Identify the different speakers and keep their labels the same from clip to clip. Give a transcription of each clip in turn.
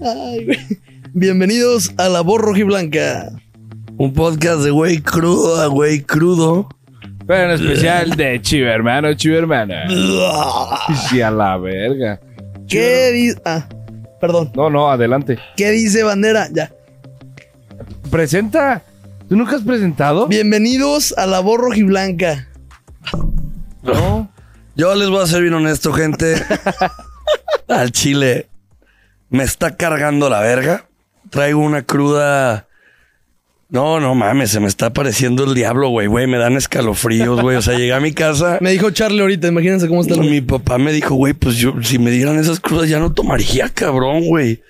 Speaker 1: Ay, güey. Bienvenidos a La Voz Rojiblanca. Un podcast de güey crudo a güey crudo.
Speaker 2: Pero en especial de Chivermano, Chivermana. Sí, a la verga.
Speaker 1: ¿Qué dice? Ah, perdón.
Speaker 2: No, no, adelante.
Speaker 1: ¿Qué dice bandera? Ya.
Speaker 2: Presenta. ¿Tú nunca has presentado?
Speaker 1: Bienvenidos a La Voz Rojiblanca.
Speaker 2: No.
Speaker 3: Yo les voy a ser bien honesto, gente. Al chile me está cargando la verga. Traigo una cruda. No, no mames, se me está apareciendo el diablo, güey, güey. Me dan escalofríos, güey. O sea, llegué a mi casa.
Speaker 1: Me dijo Charlie ahorita, imagínense cómo está. el-
Speaker 3: Mi papá me dijo, güey, pues yo, si me dieran esas crudas ya no tomaría, cabrón, güey.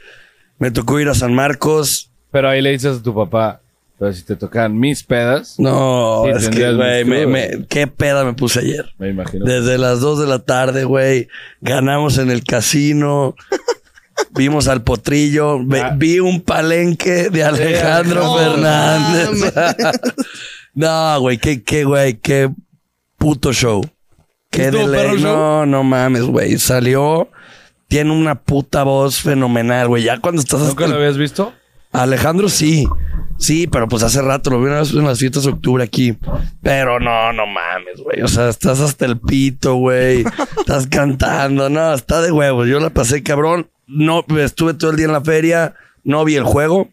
Speaker 3: Me tocó ir a San Marcos.
Speaker 2: Pero ahí le dices a tu papá. Pero si te tocan mis pedas,
Speaker 3: No,
Speaker 2: Sí,
Speaker 3: es que,
Speaker 2: tendrías
Speaker 3: güey,
Speaker 2: mis
Speaker 3: me-
Speaker 2: crudas.
Speaker 3: me- qué peda me puse ayer.
Speaker 2: me imagino.
Speaker 3: Desde las 2 de la tarde, güey. Ganamos en el casino. Vimos al potrillo. Ve-
Speaker 2: Ah.
Speaker 3: Vi un palenque de Alejandro
Speaker 1: no
Speaker 3: Fernández. no, güey. Qué, qué, güey. Qué puto show. Qué
Speaker 1: ¿Estuvo
Speaker 3: de
Speaker 1: perro
Speaker 3: ley.
Speaker 1: el show?
Speaker 3: No, no mames, güey. Salió. Tiene una puta voz fenomenal, güey. Ya cuando estás hasta
Speaker 2: ¿Nunca lo
Speaker 3: el-
Speaker 2: habías visto?
Speaker 3: Alejandro sí. Sí, pero pues hace rato lo vi una vez en las fiestas de octubre aquí. Pero no, no mames, güey. O sea, estás hasta el pito, güey. estás cantando. No, está de huevos. Yo la pasé cabrón. No, estuve todo el día en la feria. No vi el juego.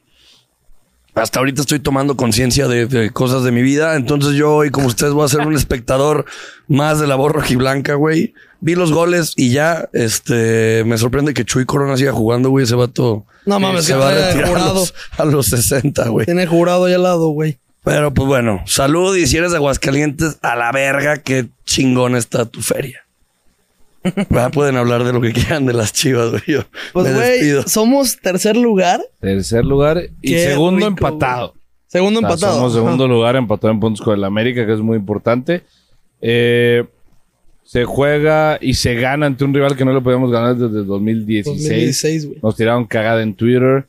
Speaker 3: Hasta ahorita estoy tomando conciencia de, de cosas de mi vida. Entonces yo hoy, como ustedes, voy a ser un espectador más de la voz rojiblanca, güey. Vi los goles y ya, este, me sorprende que Chuy Corona siga jugando, güey. Ese vato eh,
Speaker 1: No mames,
Speaker 3: se
Speaker 1: que
Speaker 3: va a
Speaker 1: trae
Speaker 3: retirar a
Speaker 1: jurado.
Speaker 3: los, a los 60, güey.
Speaker 1: Tiene jurado ahí al lado, güey.
Speaker 3: Pero pues bueno, salud y si eres de Aguascalientes, a la verga, qué chingón está tu feria. Ya pueden hablar de lo que quieran de las chivas, güey. Yo
Speaker 1: Pues,
Speaker 3: me
Speaker 1: güey,
Speaker 3: despido.
Speaker 1: somos tercer lugar,
Speaker 2: Tercer lugar y
Speaker 1: Qué rico,
Speaker 2: segundo empatado.
Speaker 1: segundo
Speaker 2: O sea,
Speaker 1: empatado.
Speaker 2: Ah, Somos
Speaker 1: Ajá.
Speaker 2: segundo lugar empatado en puntos con el América, que es muy importante. Eh, se juega y se gana ante un rival que no le podíamos ganar desde el 2016.
Speaker 1: 2016, güey.
Speaker 2: Nos tiraron cagada en Twitter.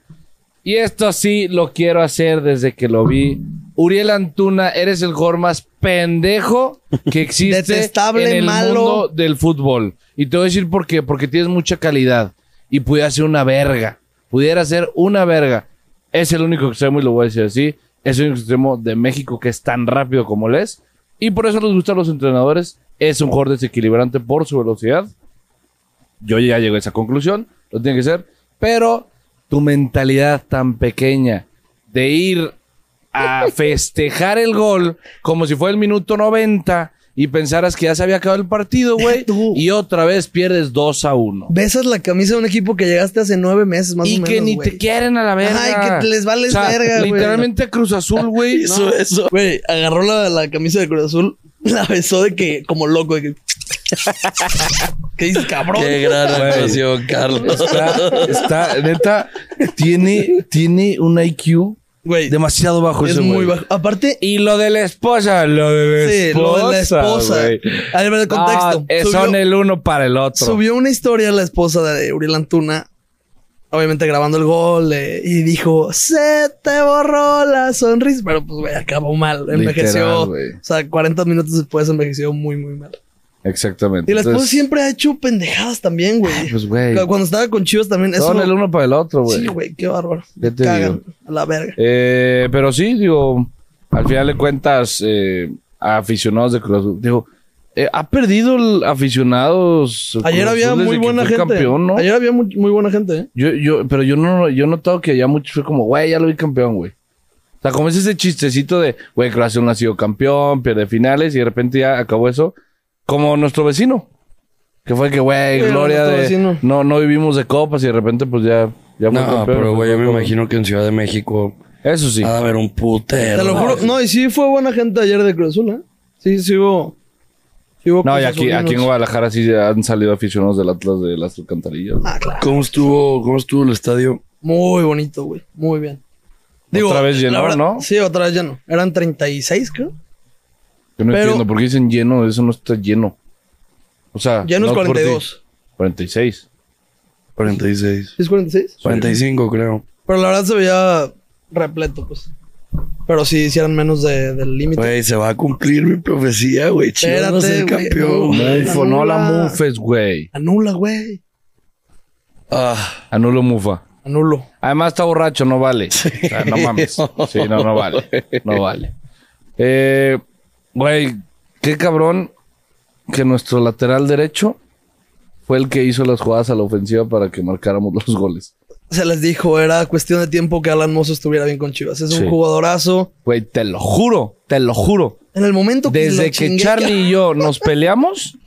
Speaker 2: Y esto sí lo quiero hacer desde que lo vi. Uriel Antuna, eres el jugador más pendejo que existe
Speaker 1: Detestable,
Speaker 2: en el
Speaker 1: malo.
Speaker 2: mundo del fútbol. Y te voy a decir por qué. Porque tienes mucha calidad. Y pudiera ser una verga. Pudiera ser una verga. Es el único extremo, y lo voy a decir así, es el único extremo de México que es tan rápido como él es. Y por eso les gusta a los entrenadores. Es un jugador desequilibrante por su velocidad. Yo ya llegué a esa conclusión, lo tiene que ser. Pero tu mentalidad tan pequeña de ir a festejar el gol como si fuera el minuto 90 y pensaras que ya se había acabado el partido, güey.
Speaker 1: Tú.
Speaker 2: Y otra vez pierdes 2 a 1.
Speaker 1: Besas la camisa de un equipo que llegaste hace nueve meses, más o
Speaker 2: Y
Speaker 1: menos.
Speaker 2: que ni
Speaker 1: güey.
Speaker 2: te quieren a la verga.
Speaker 1: Ay, que les vales verga, güey.
Speaker 2: Literalmente Cruz Azul, güey.
Speaker 3: Hizo eso.
Speaker 1: Güey, agarró la, la camisa de Cruz Azul, la besó de que, como loco, de que. ¿Qué dices, cabrón?
Speaker 3: Qué gran
Speaker 2: Güey.
Speaker 3: actuación, Carlos.
Speaker 2: Está, está, neta, tiene, tiene un IQ
Speaker 1: Güey,
Speaker 2: demasiado bajo
Speaker 1: es
Speaker 2: ese
Speaker 1: muy
Speaker 2: güey.
Speaker 1: bajo. Aparte,
Speaker 2: Y lo de la esposa, lo de la
Speaker 1: sí,
Speaker 2: esposa.
Speaker 1: lo de la esposa.
Speaker 2: güey.
Speaker 1: A ver, el contexto.
Speaker 2: Ah, eh,
Speaker 1: Subió-
Speaker 2: son el uno para el otro.
Speaker 1: Subió una historia la esposa de Uriel Antuna, obviamente grabando el gol, eh, y dijo, se te borró la sonrisa. Pero pues, güey, acabó mal, envejeció.
Speaker 2: Literal, güey.
Speaker 1: o sea, 40 minutos después envejeció muy, muy mal.
Speaker 2: Exactamente.
Speaker 1: Y la esposa
Speaker 2: Entonces,
Speaker 1: siempre ha hecho pendejadas también, güey.
Speaker 2: Pues, güey.
Speaker 1: Cu- Cuando estaba con Chivas también. Eso
Speaker 2: Son el uno para el otro, güey.
Speaker 1: Sí, güey, qué bárbaro.
Speaker 2: ¿Qué te
Speaker 1: Cagan
Speaker 2: digo?
Speaker 1: a la verga.
Speaker 2: Eh, pero sí, digo, al final de cuentas, eh, a aficionados de Cruz Azul, digo, eh, ha perdido el aficionados.
Speaker 1: Ayer
Speaker 2: Cruz
Speaker 1: había
Speaker 2: Azul desde
Speaker 1: muy
Speaker 2: que
Speaker 1: buena
Speaker 2: fue
Speaker 1: gente. ¿eh?
Speaker 2: campeón, ¿no?
Speaker 1: Ayer había mu- muy, buena gente, ¿eh?
Speaker 2: Yo, yo, pero yo no, yo he notado que ya mucho fue como, güey, ya lo vi campeón, güey. O sea, como es ese chistecito de, güey, Cruz Azul no ha sido campeón, pierde finales y de repente ya acabó eso. Como nuestro vecino. Que fue que, güey,
Speaker 1: Sí,
Speaker 2: gloria
Speaker 1: nuestro
Speaker 2: de...
Speaker 1: vecino.
Speaker 2: No, no vivimos de copas y de repente pues ya... ya fue
Speaker 3: No,
Speaker 2: campeón,
Speaker 3: pero
Speaker 2: fue
Speaker 3: güey, yo me
Speaker 2: campeón.
Speaker 3: imagino que en Ciudad de México
Speaker 2: Eso sí.
Speaker 1: ah,
Speaker 3: va a haber un putero.
Speaker 1: Te lo juro. No, y sí fue buena gente ayer de Cruz Azul, ¿eh? Sí, sí hubo. sí hubo
Speaker 2: No, y
Speaker 1: Cruz
Speaker 2: aquí, aquí en
Speaker 1: Azulinos.
Speaker 2: Guadalajara sí han salido aficionados del Atlas de las alcantarillas.
Speaker 1: Ah, claro.
Speaker 3: ¿Cómo estuvo, cómo estuvo el estadio?
Speaker 1: Muy bonito, güey. Muy bien.
Speaker 2: Otra vez lleno,
Speaker 1: la verdad-
Speaker 2: ¿no?
Speaker 1: Sí, otra vez lleno. Eran 36, creo.
Speaker 2: Yo no
Speaker 1: Pero-
Speaker 2: entiendo por qué dicen lleno, eso no está lleno. O sea,
Speaker 1: Llenos
Speaker 2: no por ti.
Speaker 1: 42.
Speaker 2: 46.
Speaker 3: 46.
Speaker 1: ¿Sí es 46?
Speaker 3: 45, creo.
Speaker 1: Pero la verdad se veía repleto, pues. Pero sí hicieron menos de- del límite.
Speaker 3: Güey, se va a cumplir mi profecía, güey. Chivas va a ser
Speaker 1: Espérate, güey.
Speaker 3: campeón.
Speaker 1: No.
Speaker 2: Mufo, no la
Speaker 1: Anula.
Speaker 2: mufes, güey.
Speaker 1: Anula, güey.
Speaker 3: Ah,
Speaker 2: Anulo mufa.
Speaker 1: Anulo.
Speaker 2: Además está borracho, no vale. O sea, no mames. Sí, no, no vale. No vale. Eh, Güey, qué cabrón que nuestro lateral derecho fue el que hizo las jugadas a la ofensiva para que marcáramos los goles.
Speaker 1: Se les dijo, era cuestión de tiempo que Alan Mozo estuviera bien con Chivas. Es
Speaker 2: Sí.
Speaker 1: un jugadorazo.
Speaker 2: Güey, te lo juro, te lo juro.
Speaker 1: En el momento que lo
Speaker 2: Desde que
Speaker 1: chingué-
Speaker 2: Charlie y yo nos peleamos,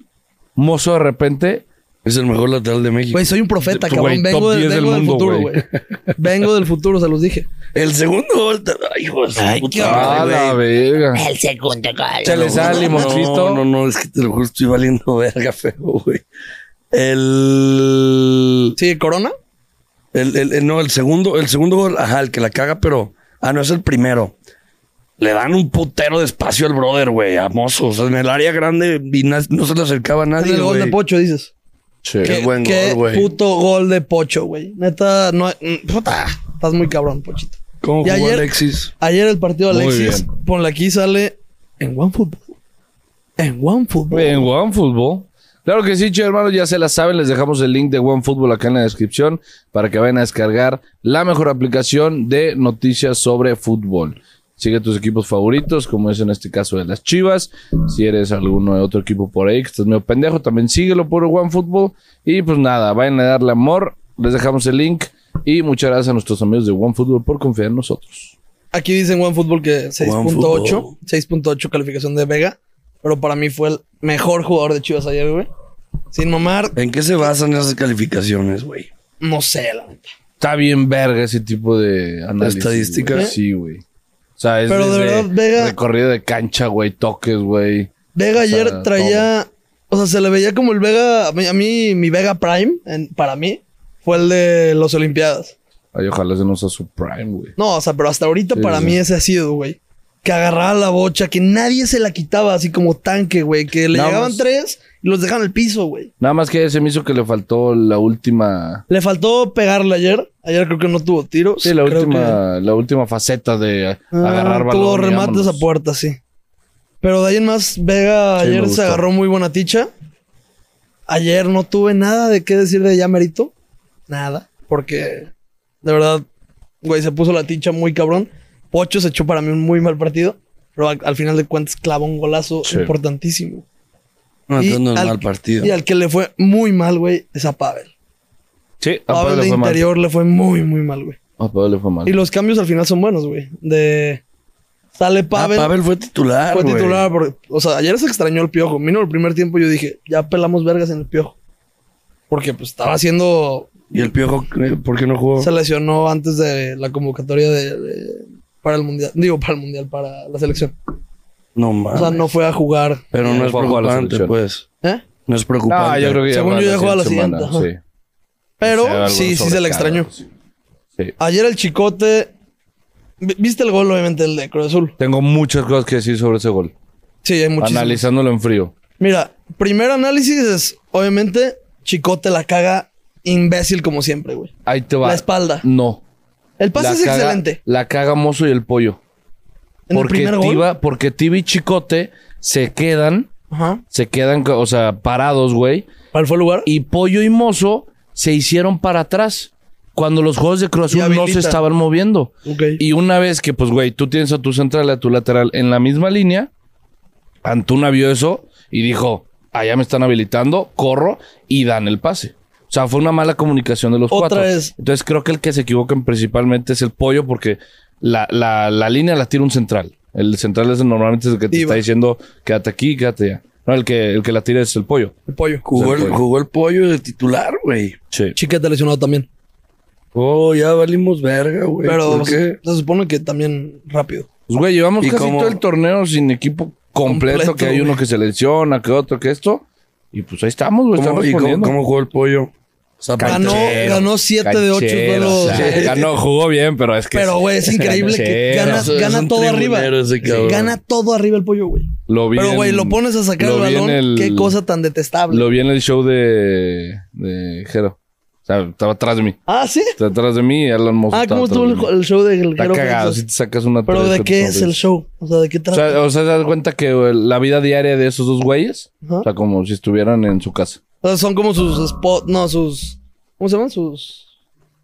Speaker 2: mozo de repente
Speaker 3: Es el mejor lateral de México.
Speaker 1: Güey, soy un profeta,
Speaker 2: Güey,
Speaker 1: cabrón.
Speaker 2: top
Speaker 1: vengo del,
Speaker 2: 10 del
Speaker 1: vengo del
Speaker 2: mundo,
Speaker 1: futuro,
Speaker 2: güey.
Speaker 1: güey. vengo del futuro, se los dije.
Speaker 3: El segundo gol. te- Ay, hijo de su puta madre,
Speaker 2: a la
Speaker 3: güey.
Speaker 2: verga.
Speaker 4: El segundo gol.
Speaker 2: Se le sale limoncito.
Speaker 3: No, no, no, es que te lo juro, estoy valiendo verga feo, güey. El,
Speaker 1: Sí, Corona.
Speaker 3: el, el- el- No, el segundo, el segundo gol, ajá, el que la caga, pero. Ah, no, es el primero. Le dan un putero de espacio al brother, güey, a Mozo. O sea, en el área grande y na- no se le acercaba a
Speaker 1: En
Speaker 3: nadie.
Speaker 1: el gol
Speaker 3: güey.
Speaker 1: de Pocho, dices.
Speaker 2: Sí.
Speaker 3: Qué buen
Speaker 1: qué
Speaker 3: gol, güey.
Speaker 1: puto gol de Pocho, güey. Neta, no. mm, Puta, estás muy cabrón, Pochito.
Speaker 3: ¿Cómo
Speaker 1: Y
Speaker 3: jugó
Speaker 1: ayer-
Speaker 3: Alexis?
Speaker 1: Ayer el partido de
Speaker 2: Muy
Speaker 1: Alexis,
Speaker 2: bien.
Speaker 1: ponle aquí, sale en OneFootball. En OneFootball.
Speaker 2: En OneFootball. Claro que sí, che, hermanos, ya se la saben. Les dejamos el link de OneFootball acá en la descripción para que vayan a descargar la mejor aplicación de noticias sobre fútbol. Sigue tus equipos favoritos, como es en este caso de las Chivas. Si eres alguno de otro equipo por ahí que estás medio pendejo, también síguelo por OneFootball. Y pues nada, vayan a darle amor. Les dejamos el link. Y muchas gracias a nuestros amigos de OneFootball por confiar en nosotros.
Speaker 1: Aquí dicen OneFootball que 6.8,
Speaker 3: OneFootball.
Speaker 1: 6.8 calificación de Vega, pero para mí fue el mejor jugador de Chivas ayer, güey. Sin mamar,
Speaker 3: ¿En qué se basan esas calificaciones, güey?
Speaker 1: no sé, la neta.
Speaker 2: Está bien verga ese tipo de análisis.
Speaker 3: Estadística.
Speaker 2: güey. Sí, güey. O sea, es
Speaker 1: Pero de
Speaker 2: desde
Speaker 1: verdad, Vega-
Speaker 2: recorrido de cancha, güey, toques, güey.
Speaker 1: Vega
Speaker 2: O sea,
Speaker 1: ayer traía, o sea, se le veía como el Vega, a mí, a mí, mi Vega Prime, en- para mí, fue el de las Olimpiadas.
Speaker 2: Ay, ojalá se nos a su prime, güey.
Speaker 1: No, o sea, pero hasta ahorita
Speaker 2: Sí,
Speaker 1: para
Speaker 2: sí.
Speaker 1: mí ese ha sido, güey. Que agarraba la bocha, que nadie se la quitaba así como tanque, güey. Que le
Speaker 2: Nada
Speaker 1: llegaban
Speaker 2: más.
Speaker 1: tres y los dejaban al piso, güey.
Speaker 2: Nada más que se me hizo que le faltó la última.
Speaker 1: Le faltó pegarle ayer. Ayer creo que no tuvo tiros.
Speaker 2: Sí, la
Speaker 1: Creo
Speaker 2: última, la última faceta de a-
Speaker 1: que, ah,
Speaker 2: agarrar balón.
Speaker 1: Tuvo
Speaker 2: y
Speaker 1: remates
Speaker 2: vámonos.
Speaker 1: a puerta, sí. Pero de ahí en más, Vega
Speaker 3: Sí, me
Speaker 1: ayer se
Speaker 3: gustó.
Speaker 1: agarró muy buena ticha. Ayer no tuve nada de qué decir de Yamerito. Nada. Porque de verdad, güey, se puso la ticha muy cabrón. Pocho se echó para mí un muy mal partido. Pero al, al final de cuentas clavó un golazo
Speaker 2: Sí.
Speaker 1: importantísimo.
Speaker 3: No,
Speaker 1: Y
Speaker 3: entonces no es
Speaker 1: al-
Speaker 3: mal partido.
Speaker 1: Y al que le fue muy mal, güey, es a Pavel.
Speaker 2: Sí,
Speaker 1: Pavel
Speaker 2: a Pablo
Speaker 1: de
Speaker 2: le fue mal.
Speaker 1: interior le fue muy, muy mal, güey.
Speaker 2: A Pablo le fue mal.
Speaker 1: Y los cambios al final son buenos, güey. De. Sale Pavel.
Speaker 3: Ah, Pavel fue titular,
Speaker 1: fue
Speaker 3: güey.
Speaker 1: titular. porque- o sea, ayer se extrañó el piojo. Mínimo el primer tiempo yo dije, ya pelamos vergas en el piojo. Porque pues estaba haciendo.
Speaker 3: ¿Y el Piojo eh, por qué no
Speaker 2: Oh.
Speaker 3: jugó?
Speaker 1: Se lesionó antes de la convocatoria de, de- para el mundial. Digo, para el mundial, para la selección.
Speaker 3: No
Speaker 1: O
Speaker 3: mames.
Speaker 1: sea, no fue a jugar.
Speaker 3: Pero no
Speaker 2: No
Speaker 3: es
Speaker 2: fue a jugar a la
Speaker 3: preocupante,
Speaker 2: selección.
Speaker 3: pues.
Speaker 1: ¿eh?
Speaker 3: No es
Speaker 2: No,
Speaker 3: preocupante.
Speaker 2: yo creo que ya
Speaker 1: Según
Speaker 2: va
Speaker 1: yo, ya juega la
Speaker 2: siguiente
Speaker 1: siguiente,
Speaker 2: semana, Se ve
Speaker 1: Pero
Speaker 2: algo
Speaker 1: sí, sí se le
Speaker 2: sobrecarga,
Speaker 1: extrañó.
Speaker 2: sí. Sí.
Speaker 1: Ayer el chicote. vi- ¿Viste el gol, obviamente, el de Cruz Azul?
Speaker 2: Tengo muchas cosas que decir sobre ese gol.
Speaker 1: Sí, hay muchísimo.
Speaker 2: Analizándolo en frío.
Speaker 1: Mira, primer análisis es, obviamente, Chicote la caga imbécil como siempre, güey.
Speaker 2: Ahí te va.
Speaker 1: La espalda.
Speaker 2: No.
Speaker 1: El pase
Speaker 2: La
Speaker 1: es
Speaker 2: caga-
Speaker 1: excelente.
Speaker 2: La caga Mozo y el pollo.
Speaker 1: En el
Speaker 2: porque
Speaker 1: primer gol.
Speaker 2: Tiba, porque Tiba y Chicote se quedan,
Speaker 1: Ajá.
Speaker 2: se quedan, co- o sea, parados, güey.
Speaker 1: ¿Cuál fue el lugar?
Speaker 2: Y Pollo y Mozo se hicieron para atrás. Cuando los juegos de Cruz
Speaker 1: Y
Speaker 2: Azul no
Speaker 1: habilita.
Speaker 2: se estaban moviendo.
Speaker 1: Ok.
Speaker 2: Y una vez que, pues, güey, tú tienes a tu central y a tu lateral en la misma línea, Antuna vio eso y dijo, allá me están habilitando, corro y dan el pase. O sea, fue una mala comunicación de los
Speaker 1: Otra
Speaker 2: cuatro.
Speaker 1: vez.
Speaker 2: Entonces creo que el que se equivocan principalmente es el pollo porque la, la- la línea la tira un central. El central es el- normalmente es el que te
Speaker 1: Iba.
Speaker 2: está diciendo, quédate aquí, quédate allá. No, el que, el que la tira es el pollo.
Speaker 1: El pollo.
Speaker 3: Jugó
Speaker 2: Sí,
Speaker 3: el,
Speaker 2: güey.
Speaker 3: jugó el pollo de titular, güey.
Speaker 2: Sí.
Speaker 1: Chiquete lesionado también.
Speaker 3: Oh, ya valimos verga, güey.
Speaker 1: Pero
Speaker 3: ¿Por qué?
Speaker 1: se, se supone que también rápido.
Speaker 2: Pues, güey, llevamos
Speaker 3: ¿Y
Speaker 2: casi
Speaker 3: cómo?
Speaker 2: todo el torneo sin equipo completo,
Speaker 1: Completo,
Speaker 2: que hay uno
Speaker 1: güey.
Speaker 2: que se lesiona, que otro, que esto. Y pues ahí estamos, güey.
Speaker 3: ¿Cómo,
Speaker 2: están
Speaker 3: y cómo,
Speaker 2: respondiendo.
Speaker 3: cómo jugó el pollo?
Speaker 1: Ganó,
Speaker 2: Canchero,
Speaker 1: ganó 7 de 8
Speaker 2: canchero,
Speaker 1: duelos.
Speaker 2: o sea, ganó, jugó bien, pero es que
Speaker 1: Pero, güey, es increíble que
Speaker 2: canchero.
Speaker 1: gana,
Speaker 3: Es un
Speaker 1: gana todo arriba.
Speaker 3: tribunero ese cabrón.
Speaker 1: Gana todo arriba el pollo, güey.
Speaker 2: lo vi
Speaker 1: Pero,
Speaker 2: en-
Speaker 1: güey, lo pones a sacar
Speaker 2: lo
Speaker 1: el
Speaker 2: vi en
Speaker 1: balón.
Speaker 2: el-
Speaker 1: Qué cosa tan detestable.
Speaker 2: Lo vi en el show de, de Jero. O sea, estaba atrás de mí.
Speaker 1: Ah, ¿sí?
Speaker 2: Estaba atrás de mí y Alan Mozo
Speaker 1: Ah,
Speaker 2: estaba
Speaker 1: ¿cómo estuvo
Speaker 2: atrás de
Speaker 1: el,
Speaker 2: mí.
Speaker 1: el show de Jero
Speaker 2: Está cagado,
Speaker 1: Fernández?
Speaker 2: si te sacas una
Speaker 1: Pero
Speaker 2: tres,
Speaker 1: ¿de
Speaker 2: cuatro
Speaker 1: qué es el
Speaker 2: sonrisas.
Speaker 1: show? O sea, ¿de qué
Speaker 2: O
Speaker 1: trata?
Speaker 2: sea, o sea, te das cuenta que güey, la vida diaria de esos dos güeyes,
Speaker 1: Ajá.
Speaker 2: o sea, como si estuvieran en su casa.
Speaker 1: O sea, son como sus spots, no, sus... ¿Cómo se llaman? Sus...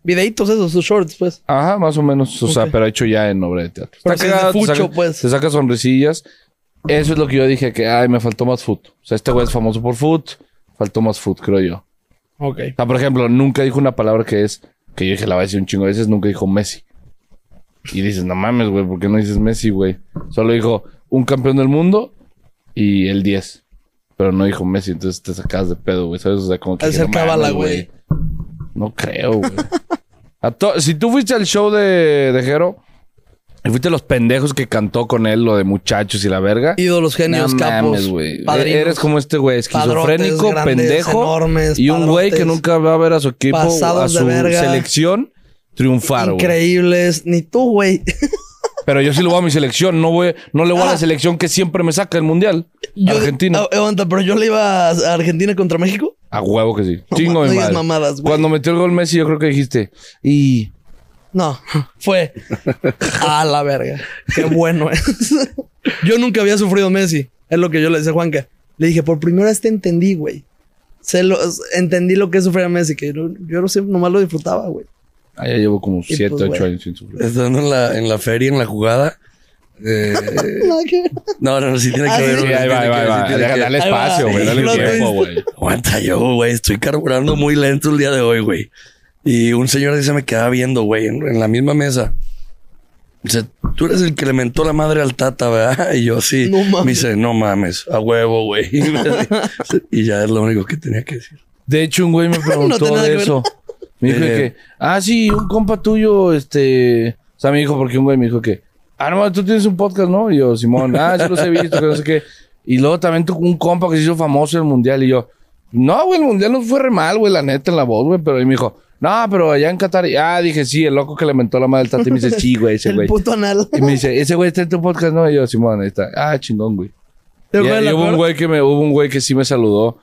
Speaker 1: Videitos esos, sus shorts, pues.
Speaker 2: Ajá, más o menos. O sea,
Speaker 1: Ok.
Speaker 2: pero hecho ya en obra de teatro.
Speaker 1: Pero
Speaker 2: Está
Speaker 1: si es de
Speaker 2: cagado, te
Speaker 1: fucho,
Speaker 2: saca-
Speaker 1: pues.
Speaker 2: Te saca sonrisillas. Eso es lo que yo dije, que ay, me faltó más foot. O sea, este güey es famoso por foot. Faltó más foot, creo yo.
Speaker 1: Ok.
Speaker 2: O sea, por ejemplo, nunca dijo una palabra que es, que yo dije la va a decir un chingo de veces, nunca dijo Messi. Y dices, no mames, güey, ¿por qué no dices Messi, güey? Solo dijo un campeón del mundo y el 10. Pero no dijo Messi, entonces te sacabas de pedo, güey, ¿sabes? O sea, como que.
Speaker 1: Ha de
Speaker 2: dije,
Speaker 1: ser
Speaker 2: "No mames,
Speaker 1: cábala, güey".
Speaker 2: No creo, güey. A to- si tú fuiste al show de, de Jero y fuiste los pendejos que cantó con él lo de muchachos y la verga.
Speaker 1: Ídolos, genios,
Speaker 2: No
Speaker 1: capos.
Speaker 2: mames, güey. E-,
Speaker 1: padrinos.
Speaker 2: Eres como este güey, esquizofrénico,
Speaker 1: Padrotes, grandes,
Speaker 2: pendejo.
Speaker 1: enormes,
Speaker 2: y un güey que
Speaker 1: padrotes.
Speaker 2: nunca va a ver a su equipo,
Speaker 1: Pasados
Speaker 2: a
Speaker 1: de
Speaker 2: su
Speaker 1: verga.
Speaker 2: selección triunfar, güey.
Speaker 1: Increíbles. Ni tú, güey.
Speaker 2: Pero yo sí lo voy a mi selección, no voy, no le voy a la
Speaker 1: Ah.
Speaker 2: selección que siempre me saca el mundial.
Speaker 1: Yo-
Speaker 2: Argentina.
Speaker 1: Ah, aguanta, pero yo le iba a a Argentina contra México.
Speaker 2: A huevo que sí.
Speaker 1: No
Speaker 2: Chingo
Speaker 1: ma-
Speaker 2: mi
Speaker 1: no digas
Speaker 2: madre.
Speaker 1: mamadas, güey.
Speaker 2: Cuando metió el gol Messi, yo creo que dijiste. Y.
Speaker 1: No, fue a la verga. Qué bueno es. yo nunca había sufrido Messi. Es lo que yo le decía a Juanca. Le dije, por primera vez te entendí, güey. Se lo, entendí lo que es sufrir a Messi, que yo, yo no sé, nomás lo disfrutaba, güey.
Speaker 2: Ah, ya llevo como
Speaker 1: pues,
Speaker 2: 7, 8
Speaker 1: güey.
Speaker 2: años sin sufrir.
Speaker 3: Estando en la, en la feria, en la jugada. eh,
Speaker 1: Nada que ver.
Speaker 3: no, no, no, sí tiene
Speaker 1: Ah,
Speaker 3: que
Speaker 1: sí.
Speaker 3: ver.
Speaker 2: Sí,
Speaker 3: güey,
Speaker 2: ahí va,
Speaker 3: tiene
Speaker 2: ahí
Speaker 3: que ver, sí
Speaker 2: va, ahí va.
Speaker 3: tiene
Speaker 2: Deja-
Speaker 3: que ver.
Speaker 2: Dale
Speaker 1: Ahí va.
Speaker 2: espacio, güey.
Speaker 1: Lo
Speaker 2: Dale tiempo,
Speaker 1: tuviste.
Speaker 2: güey.
Speaker 3: Aguanta yo, güey. Estoy carburando muy lento el día de hoy, güey. Y un señor así se me quedaba viendo, güey, en, en la misma mesa. Dice, tú eres el que le mentó la madre al tata, ¿verdad? Y yo sí.
Speaker 1: No mames.
Speaker 3: Me dice, no mames, a huevo, güey. y ya es lo único que tenía que decir.
Speaker 2: De hecho, un güey me preguntó
Speaker 1: tenía nada
Speaker 2: de
Speaker 1: que ver.
Speaker 2: eso. Me dijo de
Speaker 3: Eh.
Speaker 2: que, ah, sí, un compa tuyo, este. O sea, me dijo, porque un güey me dijo que, ah, no, tú tienes un podcast, ¿no? Y yo, Simón, ah, sí los he visto, que no sé qué. Y luego también tu- un compa que se hizo famoso en el mundial. Y yo, no, güey, el mundial no fue re mal, güey, la neta, en la voz, güey. Pero él me dijo, no, pero allá en Qatar. Y, ah, dije, sí, el loco que le mentó la madre del tata. Y me dice, sí, güey, ese
Speaker 1: El
Speaker 2: güey.
Speaker 1: puto anal.
Speaker 2: Y me dice, ese güey está en tu podcast, ¿no? Y yo, Simón, ahí está. Ah, chingón, güey.
Speaker 1: ¿Te
Speaker 2: Y,
Speaker 1: acuerdas
Speaker 2: y
Speaker 1: la
Speaker 2: hubo un
Speaker 1: peor?
Speaker 2: güey que me, hubo un güey que sí me saludó.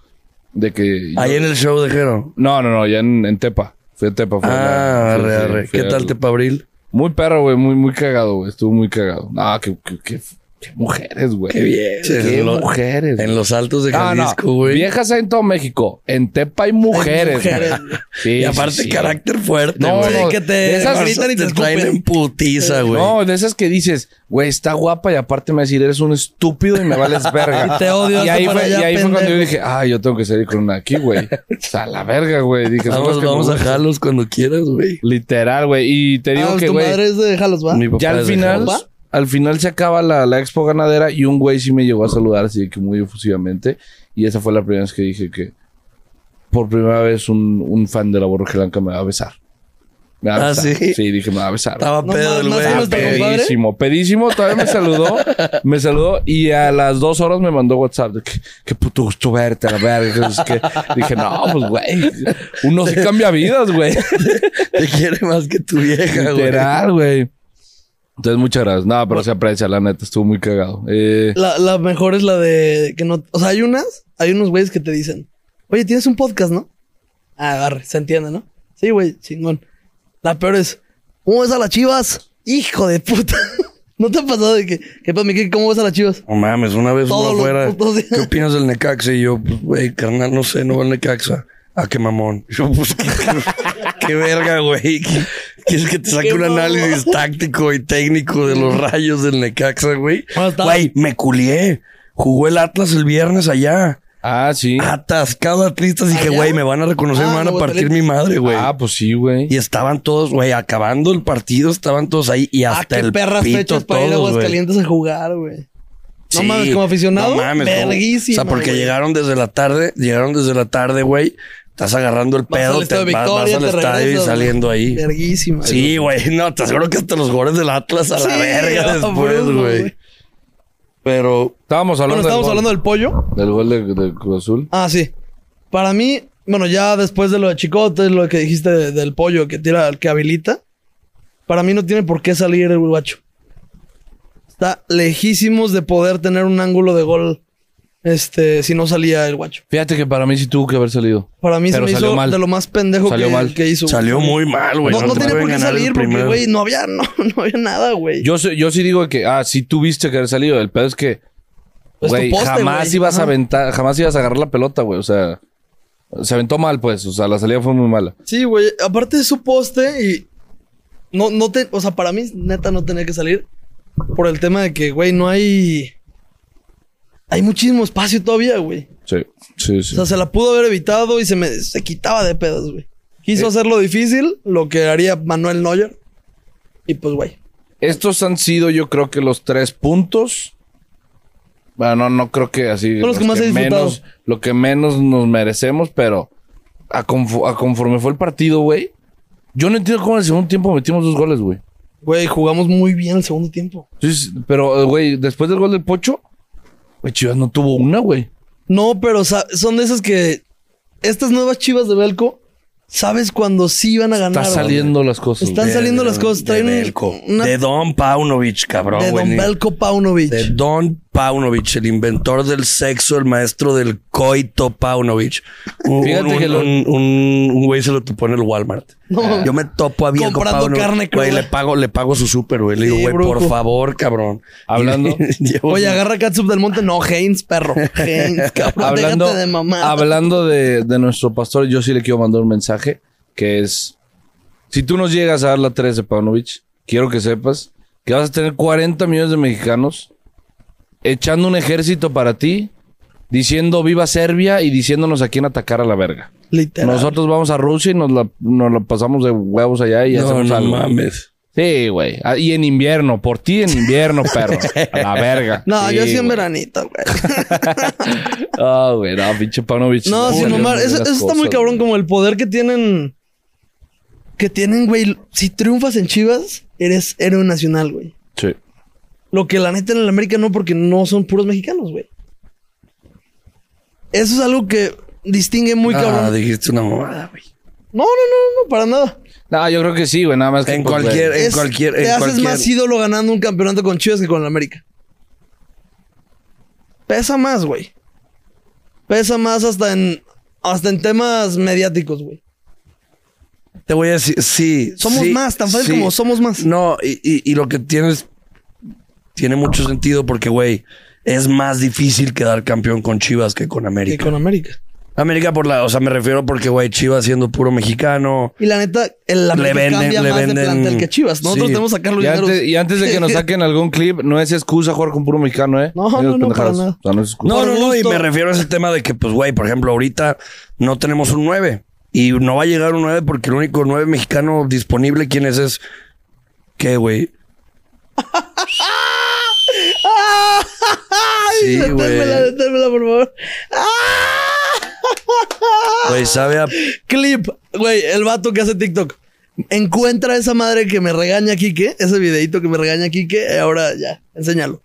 Speaker 2: De que. yo-
Speaker 3: Ahí en el show de Jero.
Speaker 2: no, no, no, ya en, en Tepa. Fui a Tepa. fue
Speaker 3: Ah,
Speaker 2: la-
Speaker 3: arre,
Speaker 2: fui- fui-
Speaker 3: arre.
Speaker 2: fui
Speaker 3: ¿Qué
Speaker 2: a-
Speaker 3: tal, Tepa Abril?
Speaker 2: Muy perro, güey. Muy, muy cagado, güey. Estuvo muy cagado. Ah, qué, qué, qué- qué mujeres, güey.
Speaker 3: Qué bien.
Speaker 2: Qué
Speaker 3: En lo-
Speaker 2: mujeres. güey.
Speaker 3: En los altos de
Speaker 2: Ah, no.
Speaker 3: Jalisco, güey.
Speaker 2: Viejas hay en todo México. En Tepa hay mujeres.
Speaker 1: mujeres,
Speaker 2: güey.
Speaker 1: güey.
Speaker 2: Sí,
Speaker 3: y
Speaker 2: sí,
Speaker 3: aparte,
Speaker 2: sí.
Speaker 3: carácter fuerte,
Speaker 2: No,
Speaker 3: güey.
Speaker 2: no,
Speaker 1: que
Speaker 2: de
Speaker 1: te
Speaker 2: esas-
Speaker 1: gritan y te
Speaker 3: te traen
Speaker 1: escupen.
Speaker 3: en putiza, güey.
Speaker 2: No, de esas que dices, güey, está guapa y aparte me va a decir, eres un estúpido y me vales verga.
Speaker 1: Y te odio,
Speaker 2: Y
Speaker 1: hazte
Speaker 2: ahí,
Speaker 1: para
Speaker 2: fue, y
Speaker 1: allá,
Speaker 2: ahí fue cuando yo
Speaker 1: pendejo.
Speaker 2: dije, ah, yo tengo que salir con una aquí, güey. O sea, la verga, güey. Dije, son las
Speaker 3: Vamos,
Speaker 2: que me
Speaker 3: vamos a
Speaker 2: gustan.
Speaker 3: jalos cuando quieras, güey.
Speaker 2: Literal, güey. Y te digo
Speaker 3: pues
Speaker 1: Ah,
Speaker 2: que,
Speaker 1: tu
Speaker 2: güey.
Speaker 1: madre es de Jalos, ¿va?
Speaker 3: Mi papá
Speaker 2: Ya al
Speaker 3: es de
Speaker 2: final,
Speaker 3: Jalisco.
Speaker 2: al final se acaba la, la expo ganadera y un güey sí me llegó a saludar así de que muy efusivamente. Y esa fue la primera vez que dije que por primera vez un, un fan de la Borja Blanca me va a besar. Me va a
Speaker 3: Ah,
Speaker 2: besar.
Speaker 3: ¿sí?
Speaker 2: dije, me va a besar. Ah,
Speaker 3: Estaba
Speaker 1: No
Speaker 3: pedo este el
Speaker 1: mames, ¿no
Speaker 3: güey.
Speaker 1: está
Speaker 3: que-
Speaker 1: compadre?
Speaker 2: Pedísimo, pedísimo. Todavía me saludó, me saludó y a las dos horas me mandó WhatsApp. De que, qué puto gusto verte, a la verga. que no sé qué. Dije, no, pues güey, uno sí cambia vidas, güey.
Speaker 3: Te quiere más que tu vieja, güey.
Speaker 2: Literal, güey. Entonces, muchas gracias. No, pero se aprecia, la neta, estuvo muy cagado. Eh,
Speaker 1: La, la mejor es la de que no. O sea, hay unas, hay unos güeyes que te dicen, oye, tienes un podcast, ¿no? Ah, agarre, se entiende, ¿no? Sí, güey, chingón. La peor es, ¿cómo ves a las chivas? Hijo de puta. ¿No te ha pasado de que, qué pasa, mi Kike, ¿Cómo ves a las chivas?
Speaker 3: No mames, una vez
Speaker 1: Todos
Speaker 3: uno
Speaker 1: los
Speaker 3: afuera.
Speaker 1: putos días.
Speaker 3: ¿Qué opinas del Necaxa? Y yo, pues, güey, carnal, no sé, no va al Necaxa. Ah, qué mamón. Yo, pues, qué, qué- qué verga, güey. ¿Qué- Quieres que te saque
Speaker 1: Qué
Speaker 3: un
Speaker 1: mamón.
Speaker 3: análisis táctico y técnico de los rayos del Necaxa, güey.
Speaker 1: Bueno, está-
Speaker 3: Güey, me culié. Jugó el Atlas el viernes allá.
Speaker 2: ah, sí.
Speaker 3: Atascado de atlistas. Dije,
Speaker 1: ¿Allá?
Speaker 3: güey, me van a reconocer,
Speaker 1: Ah,
Speaker 3: me van
Speaker 1: no,
Speaker 3: a
Speaker 1: güey,
Speaker 3: partir
Speaker 1: pele-
Speaker 3: mi madre, güey.
Speaker 2: Ah, pues sí, güey.
Speaker 3: Y estaban todos, güey, acabando el partido, estaban todos ahí y
Speaker 1: Ah,
Speaker 3: hasta
Speaker 1: qué
Speaker 3: el
Speaker 1: perras
Speaker 3: pito
Speaker 1: fechas para ir a
Speaker 3: todos, güey.
Speaker 1: Aguascalientes a jugar, güey. No
Speaker 3: Sí,
Speaker 1: mames, como aficionado,
Speaker 3: no mames, como-
Speaker 1: verguísima,
Speaker 3: O sea, porque
Speaker 1: güey.
Speaker 3: llegaron desde la tarde, llegaron desde la tarde, güey. Estás agarrando el
Speaker 1: Vas
Speaker 3: pedo,
Speaker 1: al estadio
Speaker 3: te
Speaker 1: de
Speaker 3: vas,
Speaker 1: Victoria,
Speaker 3: vas al
Speaker 1: te
Speaker 3: estadio
Speaker 1: regresas,
Speaker 3: y saliendo
Speaker 1: güey.
Speaker 3: ahí.
Speaker 1: Verguísima.
Speaker 3: Sí, güey, no, te aseguro que hasta los goles del Atlas a la
Speaker 1: Sí,
Speaker 3: verga
Speaker 1: a
Speaker 3: después,
Speaker 1: huevo,
Speaker 3: güey.
Speaker 1: güey.
Speaker 3: Pero
Speaker 2: Estábamos
Speaker 1: Bueno,
Speaker 2: hablando,
Speaker 1: estamos
Speaker 2: del,
Speaker 1: hablando
Speaker 2: gol.
Speaker 1: del pollo.
Speaker 2: del gol de, de Cruz Azul.
Speaker 1: Ah, sí. Para mí, bueno, ya después de lo de Chicote, lo que dijiste de- del pollo que tira, que habilita, para mí no tiene por qué salir el guacho. Está lejísimos de poder tener un ángulo de gol este, si no salía el guacho.
Speaker 2: Fíjate que para mí sí tuvo que haber salido.
Speaker 1: Para mí
Speaker 2: Pero
Speaker 1: se me
Speaker 2: salió
Speaker 1: hizo
Speaker 2: mal.
Speaker 1: de lo más pendejo
Speaker 2: Salió
Speaker 1: que,
Speaker 2: mal.
Speaker 1: que hizo.
Speaker 3: salió muy mal, güey.
Speaker 1: no, no
Speaker 3: te
Speaker 1: tiene por
Speaker 3: pueden
Speaker 1: qué
Speaker 3: ganar el
Speaker 1: salir porque,
Speaker 3: primero.
Speaker 1: güey, no había, no, no había nada, güey.
Speaker 2: Yo, sé- yo sí digo que, ah, sí tuviste que haber salido. El pedo es que,
Speaker 1: Es tu
Speaker 2: güey,
Speaker 1: poste,
Speaker 2: jamás
Speaker 1: güey.
Speaker 2: ibas a
Speaker 1: Ajá.
Speaker 2: aventar, jamás ibas a agarrar la pelota, güey. O sea, Se aventó mal, pues. O sea, la salida fue muy mala.
Speaker 1: Sí, güey. Aparte es su poste y. No, no te. O sea, para mí, neta, no tenía que salir. Por el tema de que, güey, no hay. Hay muchísimo espacio todavía, güey.
Speaker 2: Sí, sí,
Speaker 1: O
Speaker 2: sí.
Speaker 1: sea, se la pudo haber evitado y se me se quitaba de pedos, güey. Quiso
Speaker 2: Eh.
Speaker 1: hacerlo difícil, lo que haría Manuel Neuer. Y pues, güey.
Speaker 2: Estos han sido, yo creo que los tres puntos. Bueno, no, no creo que así.
Speaker 1: Son los que más he disfrutado.
Speaker 2: menos, Lo que menos nos merecemos, pero a, confo- a conforme fue el partido, güey. Yo no entiendo cómo en el segundo tiempo metimos dos goles, güey.
Speaker 1: Güey, jugamos muy bien el segundo tiempo.
Speaker 2: Sí, sí, Pero, eh, güey, después del gol del Pocho, güey, Chivas no tuvo una, güey.
Speaker 1: No, pero sa- son de esas que. Estas nuevas chivas de Belco, sabes cuando sí iban a ganar.
Speaker 2: Está
Speaker 1: güey?
Speaker 2: saliendo las cosas.
Speaker 1: Están
Speaker 2: güey.
Speaker 1: saliendo las cosas. Traen
Speaker 3: de,
Speaker 1: un-
Speaker 3: Belko.
Speaker 1: una-
Speaker 3: de Don Paunovic, cabrón.
Speaker 1: de
Speaker 3: güey.
Speaker 1: Don Belko Paunovic.
Speaker 3: De Don Paunovic, el inventor del sexo, el maestro del coito Paunovic. Un,
Speaker 2: Fíjate
Speaker 3: un-
Speaker 2: que lo-
Speaker 3: un- un- un güey se lo topó en el Walmart.
Speaker 1: No.
Speaker 3: Yo me topo a viejo
Speaker 1: Comprando
Speaker 3: Paunovic.
Speaker 1: carne
Speaker 3: güey,
Speaker 1: cruda.
Speaker 3: le pago, le pago su súper, güey. Le digo,
Speaker 1: Sí,
Speaker 3: güey,
Speaker 1: brujo.
Speaker 3: por favor, cabrón.
Speaker 2: Hablando-
Speaker 3: Llevo-
Speaker 1: Oye, agarra Catsup del Monte. No, Heinz, perro. Heinz, cabrón.
Speaker 2: hablando
Speaker 1: déjate de mamá.
Speaker 2: hablando de, de nuestro pastor, yo sí le quiero mandar un mensaje que es: si tú nos llegas a dar la 3 de Pavlovich, quiero que sepas que vas a tener 40 millones de mexicanos echando un ejército para ti, diciendo viva Serbia y diciéndonos a quién atacar a la verga.
Speaker 1: Literal.
Speaker 2: Nosotros vamos a Rusia y nos la, nos la pasamos de huevos allá y
Speaker 3: no,
Speaker 2: hacemos
Speaker 3: no
Speaker 2: algo.
Speaker 3: mames.
Speaker 2: Sí, güey. Ah, Y en invierno, por ti en invierno, perro. A la verga.
Speaker 1: No, yo sí en
Speaker 2: güey.
Speaker 1: veranito, güey.
Speaker 2: Ah, güey, no, pinche Panovich.
Speaker 1: No, sin mamar. Eso, eso está muy cabrón, como el poder que tienen. Que tienen, güey. Si triunfas en Chivas, eres héroe nacional, güey.
Speaker 2: Sí.
Speaker 1: Lo que la neta en el América no, porque no son puros mexicanos, güey. Eso es algo que distingue muy
Speaker 3: Ah,
Speaker 1: cabrón.
Speaker 3: dijiste una mamada, güey.
Speaker 1: No, no, no, no, para nada.
Speaker 2: No, yo creo que sí, güey, nada más que...
Speaker 3: En
Speaker 2: pues, güey,
Speaker 3: cualquier-
Speaker 1: Es-
Speaker 3: cualquier-
Speaker 1: te
Speaker 3: en
Speaker 1: haces
Speaker 3: cualquier-
Speaker 1: más ídolo ganando un campeonato con Chivas que con el América. Pesa más, güey. Pesa más hasta en hasta en temas mediáticos, güey.
Speaker 3: Te voy a decir, sí.
Speaker 1: Somos
Speaker 3: sí,
Speaker 1: más, tan fácil
Speaker 3: sí.
Speaker 1: como somos más.
Speaker 3: No, y, y- y lo que tienes tiene mucho sentido porque, güey, es más difícil quedar campeón con Chivas que con
Speaker 1: Que
Speaker 3: América.
Speaker 1: con América.
Speaker 3: América por la, o sea, me refiero porque, güey, Chivas siendo puro mexicano.
Speaker 1: Y la neta, el América
Speaker 3: venden-
Speaker 1: cambia
Speaker 3: le
Speaker 1: más de
Speaker 3: venden-
Speaker 1: plantel que Chivas. Nosotros
Speaker 3: sí.
Speaker 1: tenemos que sacar los
Speaker 2: Y antes,
Speaker 1: dineros.
Speaker 2: y antes de que nos saquen algún clip, no es excusa jugar con puro mexicano, ¿eh?
Speaker 1: No, no, no, para nada.
Speaker 2: O sea, no es excusa.
Speaker 3: No,
Speaker 1: Por
Speaker 3: no, no, y
Speaker 1: gusto.
Speaker 3: me refiero a ese tema de que, pues, güey, por ejemplo, ahorita no tenemos un 9 y no va a llegar un 9 porque el único 9 mexicano disponible, ¿quién es? Es, ¿qué, güey?
Speaker 1: Ay,
Speaker 3: Sí, güey.
Speaker 1: deténmela, deténmela, por favor.
Speaker 3: Güey, sabe a...
Speaker 1: Clip, güey, el vato que hace TikTok. Encuentra esa madre que me regaña Kike, ese videito que me regaña Kike, ahora ya, enséñalo.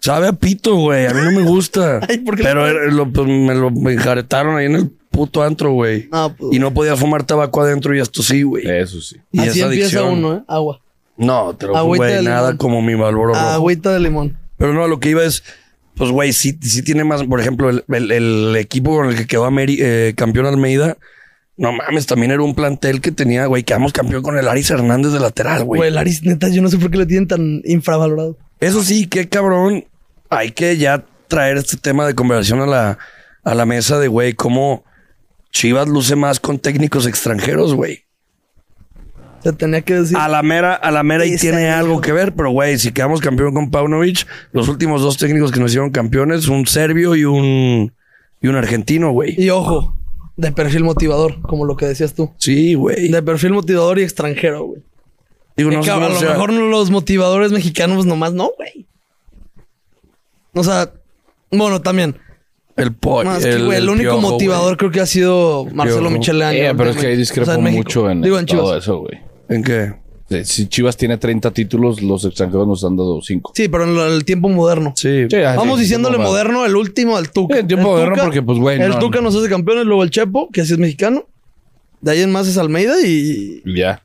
Speaker 3: Sabe a pito, güey. A mí no me gusta.
Speaker 1: Ay, ¿por qué
Speaker 3: Pero
Speaker 1: le-
Speaker 3: era- lo- pues, me lo me enjaretaron ahí en el puto antro, güey.
Speaker 1: No, pues.
Speaker 3: y no podía fumar tabaco adentro y esto sí, güey.
Speaker 2: Eso sí.
Speaker 3: Y
Speaker 1: Así
Speaker 3: esa
Speaker 1: empieza
Speaker 3: adicción.
Speaker 1: uno, ¿eh? Agua.
Speaker 3: No, te lo juro,
Speaker 1: Agüita de
Speaker 3: güey. Nada
Speaker 1: limón.
Speaker 3: como mi valor
Speaker 1: Agüita de limón.
Speaker 3: Pero no, lo que iba es... Pues, güey, sí, sí tiene más... Por ejemplo, el, el- el equipo con el que quedó Ameri- eh, campeón Almeida... No mames, también era un plantel que tenía, güey. Quedamos campeón con el Aris Hernández de lateral, güey.
Speaker 1: Güey, el Aris, neta, yo no sé por qué lo tienen tan infravalorado.
Speaker 3: Eso sí, qué cabrón. Hay que ya traer este tema de conversación a la, a la mesa de, güey, cómo Chivas luce más con técnicos extranjeros, güey.
Speaker 1: Te tenía que decir.
Speaker 3: A la mera, a la mera y
Speaker 1: Exacto.
Speaker 3: tiene algo que ver, pero, güey, si quedamos campeón con Paunovic, los últimos dos técnicos que nos hicieron campeones, un serbio y un, y un argentino, güey.
Speaker 1: Y ojo, de perfil motivador, como lo que decías tú.
Speaker 3: Sí, güey.
Speaker 1: De perfil motivador y extranjero, güey.
Speaker 3: Digo,
Speaker 1: Eh,
Speaker 3: no sé
Speaker 1: cabrón,
Speaker 3: cómo
Speaker 1: a lo
Speaker 3: sea.
Speaker 1: mejor no los motivadores mexicanos nomás no, güey. O sea, bueno, también.
Speaker 3: el pollo.
Speaker 1: Más que, güey, el, único motivador creo que ha sido Marcelo
Speaker 3: Piojo.
Speaker 1: Michele Año.
Speaker 2: Eh, pero es que ahí
Speaker 1: obviamente.
Speaker 2: discrepo
Speaker 1: O sea, en México.
Speaker 2: mucho en
Speaker 1: Digo, en
Speaker 2: todo
Speaker 1: Chivas.
Speaker 2: eso, güey.
Speaker 3: ¿En qué?
Speaker 2: Eh, Si Chivas tiene 30 títulos, los extranjeros nos han dado 5.
Speaker 1: Sí, pero en lo- el tiempo moderno.
Speaker 3: Sí.
Speaker 2: Ah,
Speaker 1: Vamos diciéndole moderno, el último al Tuca.
Speaker 2: Sí, el tiempo moderno porque, pues, güey,
Speaker 1: El
Speaker 2: no-
Speaker 1: Tuca nos hace campeones, luego el Chepo, que así es mexicano. De ahí en más es Almeida y,
Speaker 2: Ya.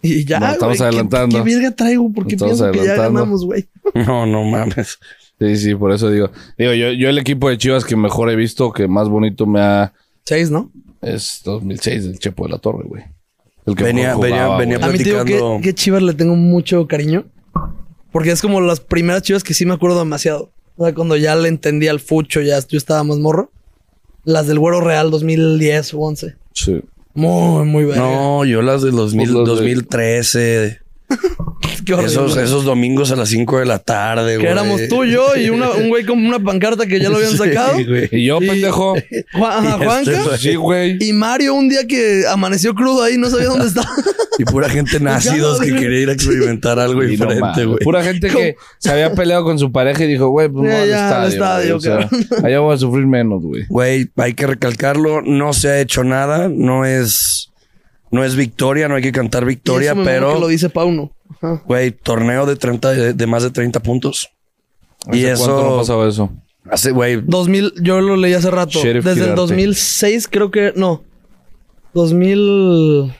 Speaker 1: y ya.
Speaker 2: Nos
Speaker 1: güey.
Speaker 2: estamos
Speaker 1: ¿Qué-
Speaker 2: adelantando.
Speaker 1: ¿Qué, verga traigo? Porque
Speaker 2: Nos estamos
Speaker 1: pienso que ya
Speaker 2: adelantando.
Speaker 1: ganamos, güey.
Speaker 3: No, no mames.
Speaker 2: Sí, sí, por eso digo. Digo, yo, yo el equipo de Chivas que mejor he visto, que más bonito me ha...
Speaker 1: Seis, ¿no?
Speaker 2: Es 2006, el Chepo de la Torre, güey. El que
Speaker 3: Venía-
Speaker 2: mejor jugaba,
Speaker 3: venía-
Speaker 2: güey.
Speaker 1: A mí te digo que,
Speaker 3: Platicando.
Speaker 1: que Chivas le tengo mucho cariño. Porque es como las primeras Chivas que sí me acuerdo demasiado. O sea, cuando ya le entendía al fucho, ya yo estaba más morro. Las del Güero Real 2010 u 11.
Speaker 2: Sí.
Speaker 1: Muy, muy verga.
Speaker 3: No, yo las del 2000,
Speaker 2: Pues las de-
Speaker 3: 2013.
Speaker 1: Qué horrible.
Speaker 3: Esos, esos domingos a las 5 de la tarde,
Speaker 1: que
Speaker 3: güey.
Speaker 1: éramos tú, yo y una- un güey con una pancarta que ya lo habían
Speaker 3: Sí,
Speaker 1: sacado.
Speaker 3: güey.
Speaker 2: Y yo, pendejo. pues,
Speaker 1: Juan- ajá,
Speaker 3: Y este
Speaker 1: Juanca.
Speaker 3: güey.
Speaker 2: Sí, güey.
Speaker 1: Y Mario un día que amaneció crudo ahí, no sabía dónde estaba.
Speaker 3: Y pura gente nacidos que quería ir a experimentar algo
Speaker 2: Y no
Speaker 3: diferente,
Speaker 2: mames,
Speaker 3: güey.
Speaker 2: Pura gente que se había peleado con su pareja y dijo, güey, pues
Speaker 1: Sí,
Speaker 2: no al
Speaker 1: ya, al
Speaker 2: estadio. güey,
Speaker 1: estadio,
Speaker 2: o sea, allá voy a sufrir menos, güey.
Speaker 3: Güey, hay que recalcarlo, no se ha hecho nada, no es, no es victoria, no hay que cantar
Speaker 1: Y
Speaker 3: victoria,
Speaker 1: eso me mamó
Speaker 3: pero,
Speaker 1: que lo dice Pauno. Ajá.
Speaker 3: güey, torneo de 30, de, de más de 30 puntos.
Speaker 2: ¿Hace
Speaker 3: Y
Speaker 2: ¿Cuánto no ha
Speaker 3: eso,
Speaker 2: pasado eso?
Speaker 3: hace, güey,
Speaker 1: 2000, yo lo leí hace rato.
Speaker 2: Sheriff
Speaker 1: Desde el
Speaker 2: Quirarte.
Speaker 1: 2006 creo que... No. 2000...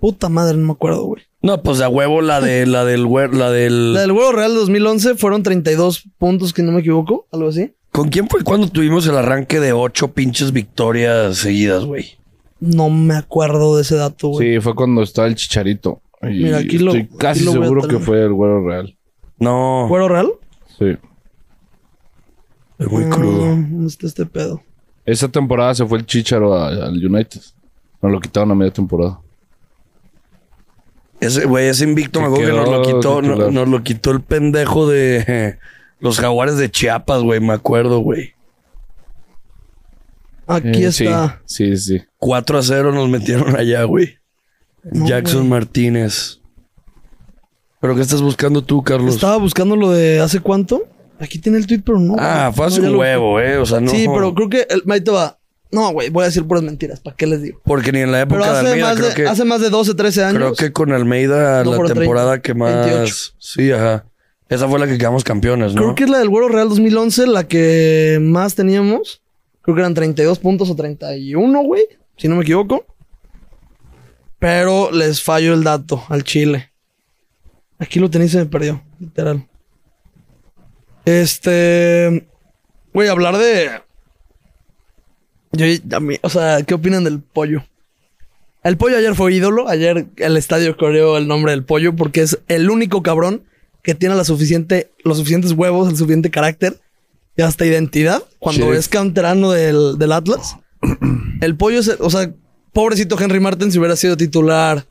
Speaker 1: Puta madre, no me acuerdo, güey.
Speaker 3: no, pues a huevo la de, la del, güer- la del,
Speaker 1: La del Güero Real 2011 fueron 32 puntos, que no me equivoco, algo así.
Speaker 3: ¿con quién fue cuando tuvimos el arranque de ocho pinches victorias seguidas, güey?
Speaker 1: No me acuerdo de ese dato, güey.
Speaker 2: Sí, fue cuando estaba el chicharito. Y
Speaker 1: Mira, aquí lo-
Speaker 2: Estoy casi
Speaker 1: aquí lo voy a
Speaker 2: seguro que
Speaker 1: tener.
Speaker 2: fue el güero real.
Speaker 3: No,
Speaker 1: ¿Güero Real?
Speaker 2: Sí.
Speaker 3: es muy crudo.
Speaker 1: Ah, ¿Dónde está este pedo?
Speaker 2: Esa temporada se fue el chicharo a- al United. Nos lo quitaron a media temporada.
Speaker 3: Ese, güey, ese invicto me acuerdo que nos lo
Speaker 2: Quedó
Speaker 3: quitó, no-
Speaker 2: titular.
Speaker 3: nos lo quitó el pendejo de eh, los jaguares de Chiapas, güey, me acuerdo, güey.
Speaker 1: Aquí
Speaker 2: Eh,
Speaker 1: está.
Speaker 2: Sí, sí, sí.
Speaker 3: 4 a 0 nos metieron allá, güey.
Speaker 1: No,
Speaker 3: Jackson Martínez. ¿Pero qué estás buscando tú, Carlos?
Speaker 1: Estaba buscando lo de hace cuánto. Aquí tiene el tweet, pero no.
Speaker 3: Ah,
Speaker 1: güey.
Speaker 3: fue hace
Speaker 1: No, ya
Speaker 3: un
Speaker 1: lo-
Speaker 3: huevo, eh. O sea, no.
Speaker 1: Sí, pero creo que el ahí te va. No, güey, voy a decir puras mentiras. ¿Para qué les digo?
Speaker 3: Porque ni en la
Speaker 1: Pero
Speaker 3: época de
Speaker 1: hace,
Speaker 3: Almeida,
Speaker 1: más
Speaker 3: creo,
Speaker 1: de,
Speaker 3: que,
Speaker 1: hace más de 12, 13 años.
Speaker 3: creo que con Almeida
Speaker 1: No,
Speaker 3: la
Speaker 1: por 30,
Speaker 3: temporada que más.
Speaker 1: 28.
Speaker 3: Sí, ajá. Esa fue la que quedamos campeones, ¿no?
Speaker 1: Creo que es la del Güero Real 2011, la que más teníamos. Creo que eran 32 puntos o 31, güey. Si no me equivoco. Pero les fallo el dato al Chile. Aquí lo tenía y se me perdió, literal. Este. Güey, hablar de. Yo, a mí- o sea, ¿qué opinan del pollo? El pollo ayer fue ídolo. Ayer el estadio corrió el nombre del pollo porque es el único cabrón que tiene la suficiente, los suficientes huevos, el suficiente carácter y hasta identidad. Cuando
Speaker 2: Sí.
Speaker 1: es canterano del, del Atlas, el pollo es, el- o sea, pobrecito Henry Martin si hubiera sido titular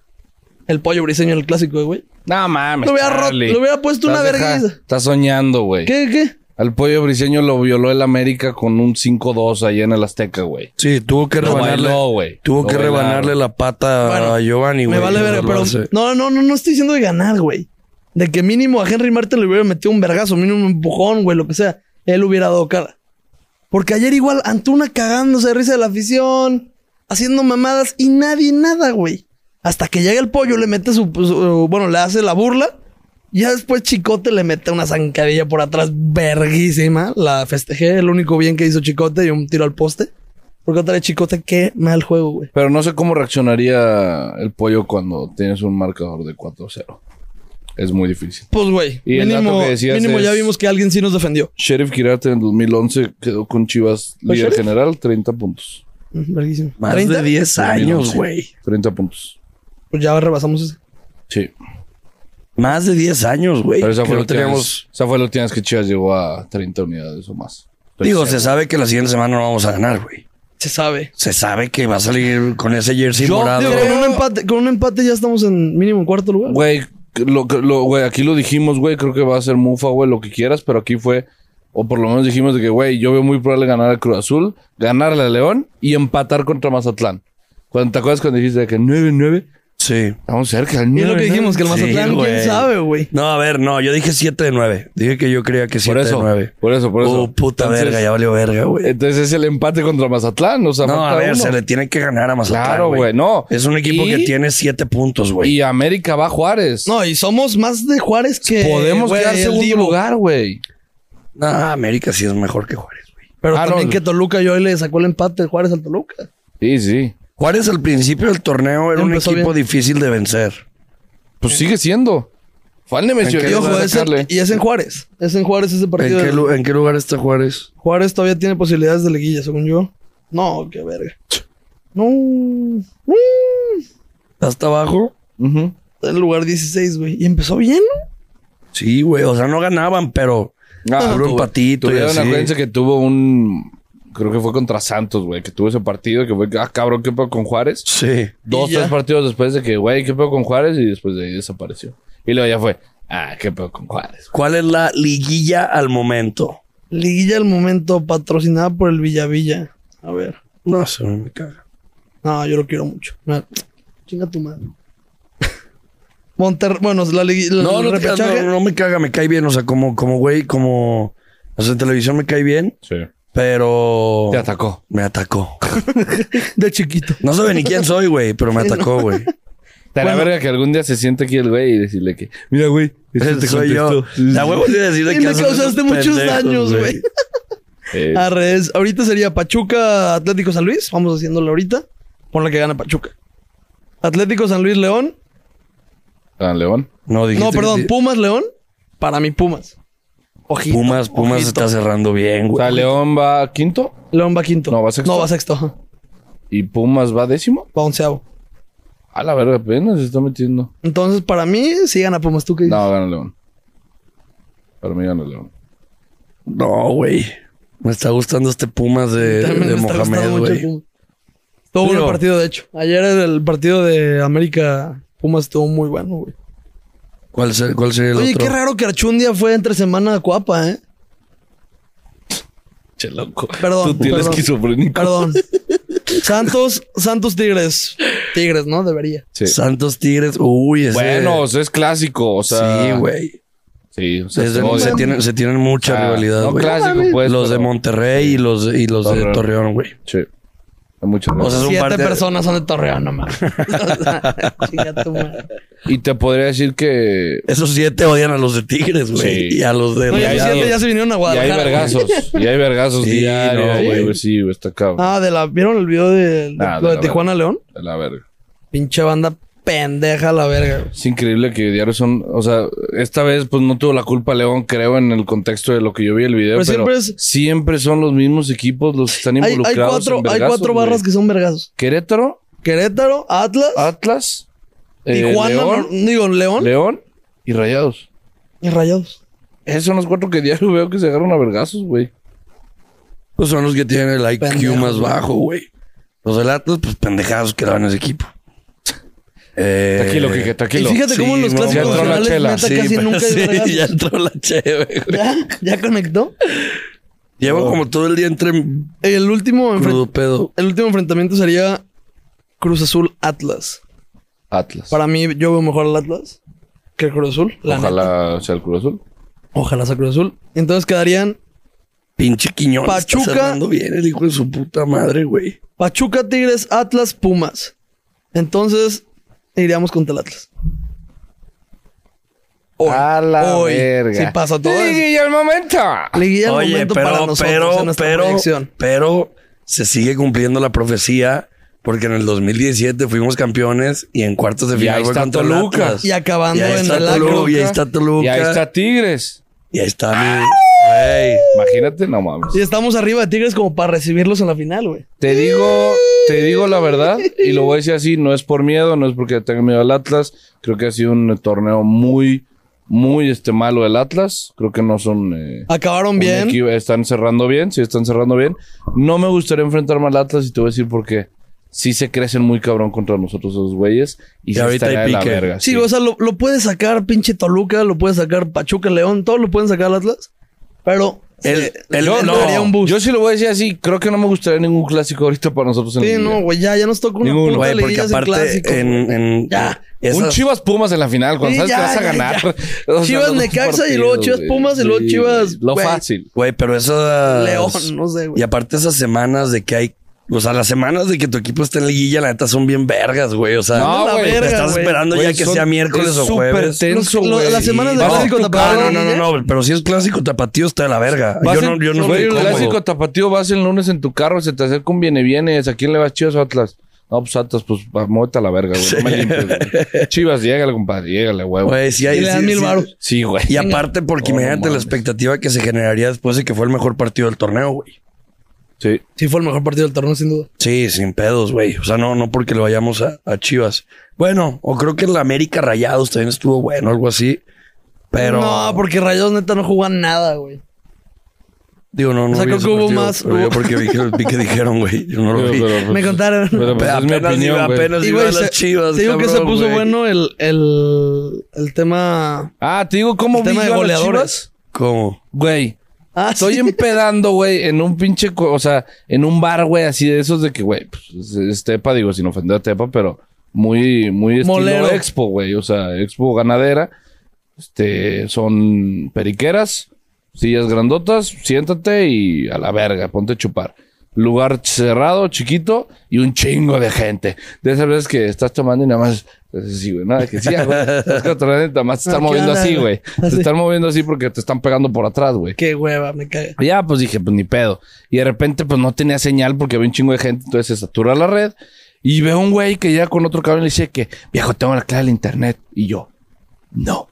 Speaker 1: el pollo briseño en el clásico, güey.
Speaker 2: No mames.
Speaker 1: Lo hubiera ro-
Speaker 2: Charlie.
Speaker 1: lo hubiera puesto una
Speaker 2: Estás deja-
Speaker 1: vergüenza.
Speaker 2: Estás soñando, güey.
Speaker 1: ¿Qué, qué?
Speaker 2: Al pollo briseño lo violó el América con un 5-2 allá en el Azteca, güey.
Speaker 3: Sí, tuvo que
Speaker 2: Lo
Speaker 3: rebanarle.
Speaker 2: bailó, güey.
Speaker 3: tuvo
Speaker 2: Lo
Speaker 3: que
Speaker 2: bailaron.
Speaker 3: rebanarle la pata a Giovanni, güey.
Speaker 1: Me vale
Speaker 3: para
Speaker 1: verga, pero.
Speaker 3: salvarse.
Speaker 1: No, no, no, no estoy diciendo de ganar, güey. De que mínimo a Henry Martin le hubiera metido un vergazo, mínimo un empujón, güey, lo que sea. Él hubiera dado cara. Porque ayer igual Antuna cagándose de risa de la afición, haciendo mamadas y nadie nada, güey. Hasta que llega el pollo, le mete su, pues, su- Bueno, le hace la burla. Y ya después Chicote le mete una zancadilla por atrás verguísima. La festejé, el único bien que hizo Chicote y un tiro al poste. Porque otra vez Chicote, qué mal juego, güey.
Speaker 2: Pero no sé cómo reaccionaría el pollo cuando tienes un marcador de 4-0. Es muy difícil.
Speaker 1: Pues, güey.
Speaker 2: Y el dato
Speaker 1: Mínimo,
Speaker 2: que decías
Speaker 1: mínimo ya
Speaker 2: es-
Speaker 1: vimos que alguien sí nos defendió.
Speaker 2: Sheriff Kirarte en el 2011 quedó con Chivas
Speaker 1: ¿Fue
Speaker 2: líder
Speaker 1: Sheriff?
Speaker 2: general, 30 puntos.
Speaker 1: Mm, Verguísimo.
Speaker 3: Más de 10 años, güey.
Speaker 2: 30 puntos.
Speaker 1: Pues ya rebasamos ese.
Speaker 2: Sí.
Speaker 3: Más de 10 años, güey.
Speaker 2: Pero esa
Speaker 3: que
Speaker 2: fue,
Speaker 3: no
Speaker 2: la última
Speaker 3: teníamos-
Speaker 2: vez- esa fue la última vez que Chivas llegó a 30 unidades o más. Entonces,
Speaker 3: Digo, se sabe que la siguiente semana no vamos a ganar, güey.
Speaker 1: Se sabe.
Speaker 3: Se sabe que va a salir con ese jersey
Speaker 2: Yo
Speaker 3: morado.
Speaker 2: creo-
Speaker 1: Con un empate, con un empate ya estamos en mínimo en cuarto lugar.
Speaker 2: Güey, lo, lo- güey, aquí lo dijimos, güey, creo que va a ser mufa, güey, lo que quieras, pero aquí fue, o por lo menos dijimos de que, güey, yo veo muy probable ganar a Cruz Azul, ganarle a León y empatar contra Mazatlán. Cuando te acuerdas cuando dijiste de que 9-9,
Speaker 3: Sí.
Speaker 2: estamos cerca del
Speaker 1: Y es
Speaker 2: 9.
Speaker 1: lo que dijimos, que el
Speaker 3: Sí,
Speaker 1: Mazatlán, quién
Speaker 3: güey.
Speaker 1: sabe, güey.
Speaker 3: No, a ver, no, yo dije 7 de 9. Dije que yo creía que 7
Speaker 2: Por
Speaker 3: de
Speaker 2: eso,
Speaker 3: 9.
Speaker 2: por eso, por eso.
Speaker 3: Oh, puta
Speaker 2: Entonces-
Speaker 3: verga, ya valió verga, güey.
Speaker 2: Entonces es el empate contra Mazatlán, o sea,
Speaker 3: No, a
Speaker 2: falta
Speaker 3: ver,
Speaker 2: uno.
Speaker 3: se le tiene que ganar a Mazatlán.
Speaker 2: Claro, güey, no.
Speaker 3: Es un equipo
Speaker 2: Y-
Speaker 3: que tiene 7 puntos, güey.
Speaker 2: Y América va a Juárez.
Speaker 1: No, y somos más de Juárez que.
Speaker 2: Podemos
Speaker 1: güey,
Speaker 2: quedar
Speaker 1: el
Speaker 2: segundo
Speaker 1: Divo.
Speaker 2: lugar, güey.
Speaker 3: Ah, América sí es mejor que Juárez, güey.
Speaker 1: Pero
Speaker 2: Ah,
Speaker 1: también
Speaker 2: no.
Speaker 1: que Toluca y hoy le sacó el empate el Juárez al Toluca.
Speaker 2: Sí, sí.
Speaker 3: Juárez al principio del torneo era un
Speaker 1: Empezó
Speaker 3: equipo difícil de vencer.
Speaker 1: Eh,
Speaker 2: Pues sigue siendo. Fálneme, si
Speaker 3: ¿En qué
Speaker 1: Y,
Speaker 2: yo
Speaker 1: ojo,
Speaker 2: voy a
Speaker 1: es en-
Speaker 2: sacarle.
Speaker 1: y es en Juárez. Es en Juárez ese
Speaker 3: ¿En
Speaker 1: partido.
Speaker 3: qué,
Speaker 1: del-
Speaker 3: lu- en qué lugar está Juárez?
Speaker 1: Juárez todavía tiene posibilidades de liguilla, según yo. No, qué verga. No. no.
Speaker 3: ¿Hasta abajo?
Speaker 2: Ujú.
Speaker 1: Está en el lugar 16, güey. Y empezó bien, ¿no?
Speaker 3: Sí, güey. O sea, no ganaban, pero
Speaker 2: Ah,
Speaker 3: Puro
Speaker 2: tuve-
Speaker 3: empatito y
Speaker 2: Tuvieron,
Speaker 3: así.
Speaker 2: acuérdense que tuvo un creo que fue contra Santos, güey, que tuvo ese partido, que fue, ah, cabrón, ¿qué pedo con Juárez?
Speaker 3: Sí.
Speaker 2: Dos,
Speaker 1: Y ya.
Speaker 2: tres partidos después de que, güey, ¿qué pedo con Juárez? Y después de ahí desapareció. Y luego ya fue, ah, ¿qué pedo con Juárez?
Speaker 3: ¿Cuál es la liguilla al momento?
Speaker 1: Liguilla al momento, patrocinada por el Villa Villa. A ver.
Speaker 3: No sé, me caga.
Speaker 1: No, yo lo quiero mucho. Mira, Chinga tu madre. Monterrey, bueno, la liguilla.
Speaker 3: No,
Speaker 1: el
Speaker 3: no, te cagas,
Speaker 1: repechaje.
Speaker 3: no, no me caga, me cae bien. O sea, como, como güey, como. O sea, en televisión me cae bien,
Speaker 2: Sí.
Speaker 3: pero.
Speaker 2: Te atacó.
Speaker 3: Me atacó.
Speaker 1: De chiquito.
Speaker 3: No sabe ni quién soy, güey, pero me atacó, güey.
Speaker 2: Te la verga que algún día se siente aquí el güey y decirle que, mira, güey, eso te
Speaker 3: Soy yo.
Speaker 2: contestó.
Speaker 3: La huevo tiene que decir de
Speaker 1: Y
Speaker 3: que
Speaker 1: me
Speaker 3: hacen esos
Speaker 1: causaste muchos
Speaker 3: pendejos,
Speaker 1: daños, güey.
Speaker 2: Eh,
Speaker 1: Al revés. Ahorita sería Pachuca, Atlético San Luis. Vamos haciéndolo ahorita. Pon la que gana Pachuca. Atlético San Luis, León.
Speaker 2: ah, León.
Speaker 3: No, dijiste
Speaker 1: No,
Speaker 3: que sí.
Speaker 1: perdón, Pumas, León. Para mí, Pumas. Ojito.
Speaker 3: Pumas, Pumas
Speaker 1: ojito.
Speaker 3: está cerrando bien,
Speaker 2: O sea,
Speaker 3: güey.
Speaker 2: León va quinto
Speaker 1: León va quinto.
Speaker 2: No, va sexto.
Speaker 1: No, va sexto. ajá.
Speaker 2: y Pumas va décimo.
Speaker 1: Va onceavo.
Speaker 2: A la verga, apenas se está metiendo.
Speaker 1: Entonces, para mí, sí gana Pumas. ¿Tú qué dices?
Speaker 2: No, gana León. Para mí gana León.
Speaker 3: No, güey. Me está gustando este Pumas de,
Speaker 1: También
Speaker 3: eh, de
Speaker 1: me está gustando
Speaker 3: Mohamed,
Speaker 1: mucho el
Speaker 3: güey.
Speaker 1: Pumas. Estuvo bueno
Speaker 3: Digo-
Speaker 1: el partido, de hecho. Ayer el partido de América Pumas estuvo muy bueno, güey.
Speaker 3: ¿Cuál, ser- ¿Cuál sería el
Speaker 1: Oye,
Speaker 3: otro?
Speaker 1: qué raro que Archundia fue entre semana a Cuapa, ¿eh?
Speaker 2: Che, loco.
Speaker 1: Perdón,
Speaker 2: Tú tienes
Speaker 1: perdón.
Speaker 2: esquizofrénico.
Speaker 1: Perdón. Santos, Santos Tigres. Tigres, ¿no? Debería.
Speaker 2: Sí.
Speaker 3: Santos Tigres. Uy, ese.
Speaker 2: Bueno, o sea, es clásico, o sea.
Speaker 3: sí, güey.
Speaker 2: Sí, o sea,
Speaker 3: Desde-
Speaker 2: se
Speaker 3: Se,
Speaker 2: odia.
Speaker 3: tienen, se tienen mucha
Speaker 2: Ah,
Speaker 3: rivalidad,
Speaker 2: no,
Speaker 3: güey.
Speaker 2: clásico, pues.
Speaker 3: los de
Speaker 2: pero-
Speaker 3: Monterrey y los, y los de
Speaker 2: Torreón.
Speaker 3: Torreón, güey.
Speaker 2: Sí. Hay muchos.
Speaker 3: O sea, es un
Speaker 1: Siete
Speaker 3: par de...
Speaker 1: personas son de Torreón, nomás. Chinga tu madre.
Speaker 2: Y te podría decir que.
Speaker 3: Esos siete odian a los de Tigres, güey.
Speaker 2: Sí.
Speaker 3: Y a los de...
Speaker 1: No, ya,
Speaker 2: hay-
Speaker 1: los
Speaker 2: ya-
Speaker 1: siete ya se vinieron a
Speaker 2: Y hay
Speaker 1: Guadalajara. güey.
Speaker 2: vergazos. Y hay vergazos
Speaker 3: Sí,
Speaker 2: diarios.
Speaker 3: no,
Speaker 2: ahí,
Speaker 3: güey.
Speaker 2: güey, Sí, güey, está cabrón.
Speaker 1: Ah, de la, ¿vieron el video de, de-
Speaker 2: Ah,
Speaker 1: lo de,
Speaker 2: de la
Speaker 1: Tijuana León?
Speaker 2: A la verga.
Speaker 1: Pinche banda pendeja a la verga. güey.
Speaker 2: Es increíble que diarios son. O sea, esta vez, pues no tuvo la culpa León, creo, en el contexto de lo que yo vi el video.
Speaker 1: Pero
Speaker 2: Pero,
Speaker 1: siempre es-
Speaker 2: siempre son los mismos equipos los que están
Speaker 1: Hay, hay
Speaker 2: involucrados.
Speaker 1: cuatro,
Speaker 2: en
Speaker 1: hay
Speaker 2: vergazos,
Speaker 1: cuatro
Speaker 2: güey.
Speaker 1: barras que son vergazos.
Speaker 2: Querétaro,
Speaker 1: Querétaro, Atlas,
Speaker 2: Atlas, Ah, eh,
Speaker 1: Tijuana,
Speaker 2: León,
Speaker 1: no- digo, León
Speaker 2: León y Rayados.
Speaker 1: y Rayados.
Speaker 2: Esos son los cuatro que diario veo que se agarran a vergazos, güey.
Speaker 3: Pues son los que tienen el IQ
Speaker 1: Pendejos,
Speaker 3: más
Speaker 1: güey.
Speaker 3: bajo, güey. Los del Atlas, pues pendejados que daban ese equipo. Eh,
Speaker 2: Tranquilo, Quique, tranquilo.
Speaker 1: Y fíjate
Speaker 3: Sí,
Speaker 1: cómo en los
Speaker 3: no,
Speaker 1: clásicos
Speaker 2: ya entró la
Speaker 1: nacionales
Speaker 2: chela.
Speaker 1: neta,
Speaker 3: Sí,
Speaker 1: casi
Speaker 3: pero
Speaker 1: nunca hay
Speaker 3: sí,
Speaker 1: vergazos.
Speaker 3: ya entró la cheve, güey.
Speaker 1: ¿Ya? ¿Ya conectó?
Speaker 3: Llevo como todo el día entre
Speaker 1: El último, enfren-
Speaker 3: crudo pedo.
Speaker 1: el último enfrentamiento sería Cruz Azul Atlas.
Speaker 2: Atlas.
Speaker 1: Para mí, yo veo mejor al Atlas que el Cruz Azul. la neta.
Speaker 2: Ojalá sea el Cruz Azul.
Speaker 1: Ojalá sea Cruz Azul. Entonces quedarían
Speaker 3: Pinche Quiñones.
Speaker 1: Pachuca.
Speaker 3: Está cerrando bien el hijo de su puta madre, güey.
Speaker 1: Pachuca, Tigres, Atlas, Pumas. Entonces iríamos contra el Atlas. Hoy,
Speaker 2: A la
Speaker 1: hoy,
Speaker 2: verga.
Speaker 1: Si pasa todo. eso.
Speaker 2: Liguilla al momento.
Speaker 1: Liguilla al
Speaker 3: Oye,
Speaker 1: momento
Speaker 3: pero,
Speaker 1: para nosotros en
Speaker 3: pero,
Speaker 1: nuestra
Speaker 3: pero,
Speaker 1: proyección.
Speaker 3: pero se sigue cumpliendo la profecía porque en el 2017 fuimos campeones y en cuartos de
Speaker 2: Y ahí
Speaker 3: final fue
Speaker 2: está
Speaker 3: contra
Speaker 2: Toluca.
Speaker 3: el Atlas.
Speaker 1: Y acabando
Speaker 3: Y ahí
Speaker 1: en
Speaker 3: está
Speaker 1: el
Speaker 3: Toluca.
Speaker 1: Acro.
Speaker 3: Y ahí está Toluca.
Speaker 2: Y ahí está Tigres.
Speaker 3: Y ahí está
Speaker 1: ¡Ah!
Speaker 3: mi... Güey.
Speaker 2: Imagínate, no mames.
Speaker 1: Y estamos arriba de Tigres como para recibirlos en la final, güey.
Speaker 2: Te digo, te digo la verdad y lo voy a decir así, no es por miedo, no es porque tenga miedo al Atlas. Creo que ha sido un torneo muy, muy este malo del Atlas. Creo que no son... eh,
Speaker 1: Acabaron
Speaker 2: un
Speaker 1: bien.
Speaker 2: equipo- están cerrando bien, sí están cerrando bien. No me gustaría enfrentarme al Atlas y te voy a decir por qué. Sí se crecen muy cabrón contra nosotros esos güeyes. Y,
Speaker 3: Y
Speaker 2: sí
Speaker 3: ahorita
Speaker 2: estaría
Speaker 3: hay
Speaker 2: de la
Speaker 3: pique.
Speaker 2: verga.
Speaker 1: Sí, o sea, lo, lo puede sacar pinche Toluca, lo puede sacar Pachuca, León, todos lo pueden sacar al Atlas. Pero
Speaker 3: El-
Speaker 1: eh,
Speaker 3: el-
Speaker 1: yo
Speaker 3: no,
Speaker 1: daría un boost.
Speaker 2: Yo sí lo voy a decir así. Creo que no me gustaría ningún clásico ahorita para nosotros en
Speaker 1: sí,
Speaker 2: la liga.
Speaker 1: no, güey, ya, ya nos toca una
Speaker 2: Ninguno.
Speaker 1: puta
Speaker 3: Güey, porque
Speaker 1: liguilla sin
Speaker 3: aparte
Speaker 1: clásico.
Speaker 3: en... en
Speaker 1: Ya.
Speaker 3: esas-
Speaker 2: Un Chivas Pumas en la final, cuando
Speaker 1: Sí,
Speaker 2: sabes
Speaker 1: ya,
Speaker 2: que vas a
Speaker 1: ya,
Speaker 2: ganar.
Speaker 1: ya.
Speaker 2: O sea,
Speaker 1: Chivas
Speaker 2: los dos
Speaker 1: Necaxa y
Speaker 2: partidos,
Speaker 1: luego Chivas
Speaker 2: güey.
Speaker 1: Pumas y luego
Speaker 2: Sí,
Speaker 1: Chivas,
Speaker 2: güey. Lo
Speaker 1: güey.
Speaker 2: fácil.
Speaker 3: Güey, pero esas...
Speaker 1: León, no sé, güey.
Speaker 3: Y aparte esas semanas de que hay... O sea, las semanas de que tu equipo está en liguilla, la neta, son bien vergas, güey. O sea,
Speaker 2: No,
Speaker 1: la
Speaker 2: güey.
Speaker 1: verga,
Speaker 3: te estás
Speaker 1: güey.
Speaker 3: esperando
Speaker 2: Güey,
Speaker 3: ya que
Speaker 2: son-
Speaker 3: sea miércoles
Speaker 2: es
Speaker 3: o
Speaker 2: súper
Speaker 3: jueves.
Speaker 2: tenso,
Speaker 1: Los- lo-
Speaker 2: güey.
Speaker 1: las semanas de
Speaker 2: Vas a
Speaker 1: clásico
Speaker 2: tu
Speaker 1: tampoco.
Speaker 2: casa,
Speaker 3: Ah, no, no,
Speaker 1: ¿eh?
Speaker 3: no, no, pero si es clásico tapatío está de la verga.
Speaker 2: Vas
Speaker 3: Yo
Speaker 2: en-
Speaker 3: no, yo no estoy
Speaker 2: güey, el
Speaker 3: cómodo.
Speaker 2: clásico tapatío vas el lunes en tu carro, se te acerca un viene vienes. ¿A quién le vas Chivas o Atlas? No, pues Atlas, pues va, muévete a la verga, güey. No me limpies, güey. Chivas, llégale, compadre, llégale, huevo.
Speaker 3: Güey, sí hay-
Speaker 1: Y le dan
Speaker 3: sí-
Speaker 1: mil
Speaker 3: sí-
Speaker 1: varos. Oh,
Speaker 2: Sí, güey.
Speaker 3: Y aparte, porque
Speaker 2: No, no
Speaker 3: imagínate la
Speaker 2: mames.
Speaker 3: expectativa que se generaría después de que fue el mejor partido del torneo, güey.
Speaker 2: Sí.
Speaker 1: Sí, fue el mejor partido del torneo, sin duda.
Speaker 3: Sí, sin pedos, güey. O sea, no, no porque lo vayamos a, a Chivas. Bueno, o creo que el América Rayados también estuvo bueno, algo así. Pero.
Speaker 1: No, porque Rayos neta no juegan nada, güey.
Speaker 3: Digo, no, no.
Speaker 1: O sea,
Speaker 3: vi
Speaker 1: creo
Speaker 3: ese
Speaker 1: que hubo
Speaker 3: partido,
Speaker 1: más-
Speaker 3: pero yo porque vi que, vi que dijeron, güey. Yo no lo vi.
Speaker 2: Pero, pues,
Speaker 1: Me contaron.
Speaker 2: Pero pues, es mi
Speaker 3: Apenas
Speaker 2: opinión,
Speaker 3: iba-
Speaker 2: güey.
Speaker 3: apenas
Speaker 1: Y,
Speaker 3: iba
Speaker 1: güey,
Speaker 3: a las
Speaker 1: se-
Speaker 3: chivas.
Speaker 1: Te digo que se
Speaker 3: cabrón,
Speaker 1: puso
Speaker 3: güey.
Speaker 1: bueno el, el, el tema.
Speaker 2: Ah, te digo cómo
Speaker 1: El
Speaker 2: vi
Speaker 1: tema de
Speaker 2: yo a las
Speaker 1: goleadores.
Speaker 2: chivas.
Speaker 3: ¿Cómo?
Speaker 2: Güey,
Speaker 1: Ah,
Speaker 2: estoy
Speaker 1: sí.
Speaker 2: empedando, güey, en un pinche, co- o sea, en un bar, güey, así de esos de que, güey, pues, es- es Tepa, digo, sin ofender a Tepa, pero muy, muy estilo
Speaker 1: Molero.
Speaker 2: Expo, güey, o sea, Expo ganadera. Este, son periqueras, sillas grandotas, siéntate y a la verga, ponte a chupar. Lugar cerrado, chiquito y un chingo de gente. De esas veces que estás tomando y nada más, así, güey, nada, que sí, güey. Estás cotorreando y nada más te están
Speaker 1: Ah, ¿qué
Speaker 2: moviendo
Speaker 1: onda,
Speaker 2: así,
Speaker 1: güey?
Speaker 2: güey. Te
Speaker 1: Así.
Speaker 2: están moviendo así porque te están pegando por atrás, güey.
Speaker 1: Qué hueva, me cae.
Speaker 2: Ya, pues dije, pues ni pedo. Y de repente, pues no tenía señal porque había un chingo de gente, entonces se satura la red. Y veo un güey que llega con otro cabrón y le dice que, viejo, tengo la clave del internet. Y yo, no.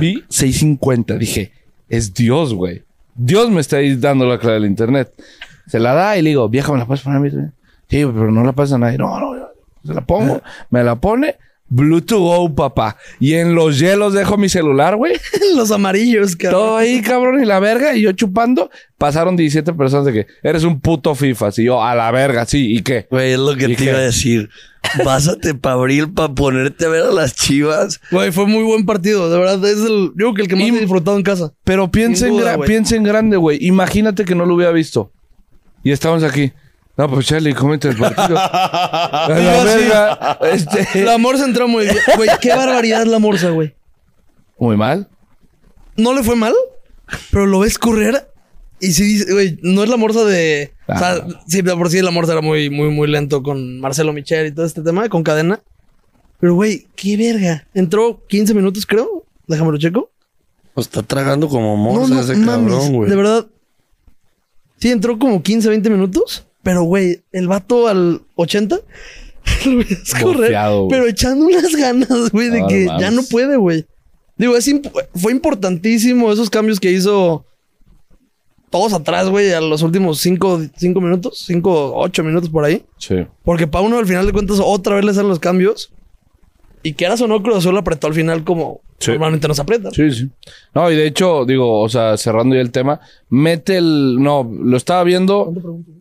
Speaker 2: Vi 650. Dije, es Dios, güey. Dios me está ahí dando la clave del internet. Se la da y le digo, vieja, ¿me la puedes poner a mí? también?" Sí, pero no la pasa a nadie. No, no, yo se la pongo. Me la pone. Bluetooth, oh, papá. Y en los hielos dejo mi celular, güey.
Speaker 1: Los amarillos,
Speaker 2: Todo
Speaker 1: cabrón.
Speaker 2: ahí, cabrón, y la verga, y yo chupando. Pasaron 17 personas de que eres un puto FIFA. Y yo, a la verga, sí, ¿y qué?
Speaker 3: Güey, es lo que
Speaker 2: ¿Y
Speaker 3: te
Speaker 2: qué?
Speaker 3: iba a decir. Pásate para abril para ponerte a ver a las chivas.
Speaker 1: Güey, fue muy buen partido. De verdad, es el. Yo creo que el que más
Speaker 2: Y-
Speaker 1: he disfrutado en casa.
Speaker 2: Pero piensa,
Speaker 1: Sin duda,
Speaker 2: en, gra-
Speaker 1: güey.
Speaker 2: piensa en grande, güey. Imagínate que no lo hubiera visto. Y estamos aquí. No, pues Charlie, comenta el partido. a la
Speaker 1: Yo sí.
Speaker 2: verga. este-
Speaker 1: La morsa entró muy bien. eh, Güey, qué barbaridad la morsa, güey.
Speaker 2: Muy mal.
Speaker 1: No le fue mal, pero lo ves correr. Y sí, dice, güey, no es la morsa de. O sea,
Speaker 2: Ah.
Speaker 1: sí, de por sí la morsa era muy, muy, muy lento con Marcelo Michel y todo este tema, con cadena. Pero, güey, qué verga. Entró 15 minutos, creo. Déjame lo checo.
Speaker 3: Pues está tragando como
Speaker 1: No,
Speaker 3: morsa
Speaker 1: no,
Speaker 3: ese
Speaker 1: mames,
Speaker 3: cabrón, güey.
Speaker 1: De verdad. Sí, entró como 15, 20 minutos. Pero, güey, el vato al 80 lo ves correr.
Speaker 2: Bofeado, güey.
Speaker 1: pero echando unas ganas, güey, de
Speaker 2: No, no
Speaker 1: que
Speaker 2: mames.
Speaker 1: ya no puede, güey. Digo, es imp- fue importantísimo esos cambios que hizo todos atrás, güey, a los últimos 5 cinco, cinco minutos, 5, 8 minutos por ahí.
Speaker 2: Sí.
Speaker 1: Porque para uno, al final de cuentas, otra vez le salen los cambios. Y que o no, Cruz Azul apretó al final como
Speaker 2: Sí.
Speaker 1: normalmente nos aprieta.
Speaker 2: Sí, sí. No, y de hecho, digo, o sea, cerrando ya el tema, mete el. No, lo estaba viendo.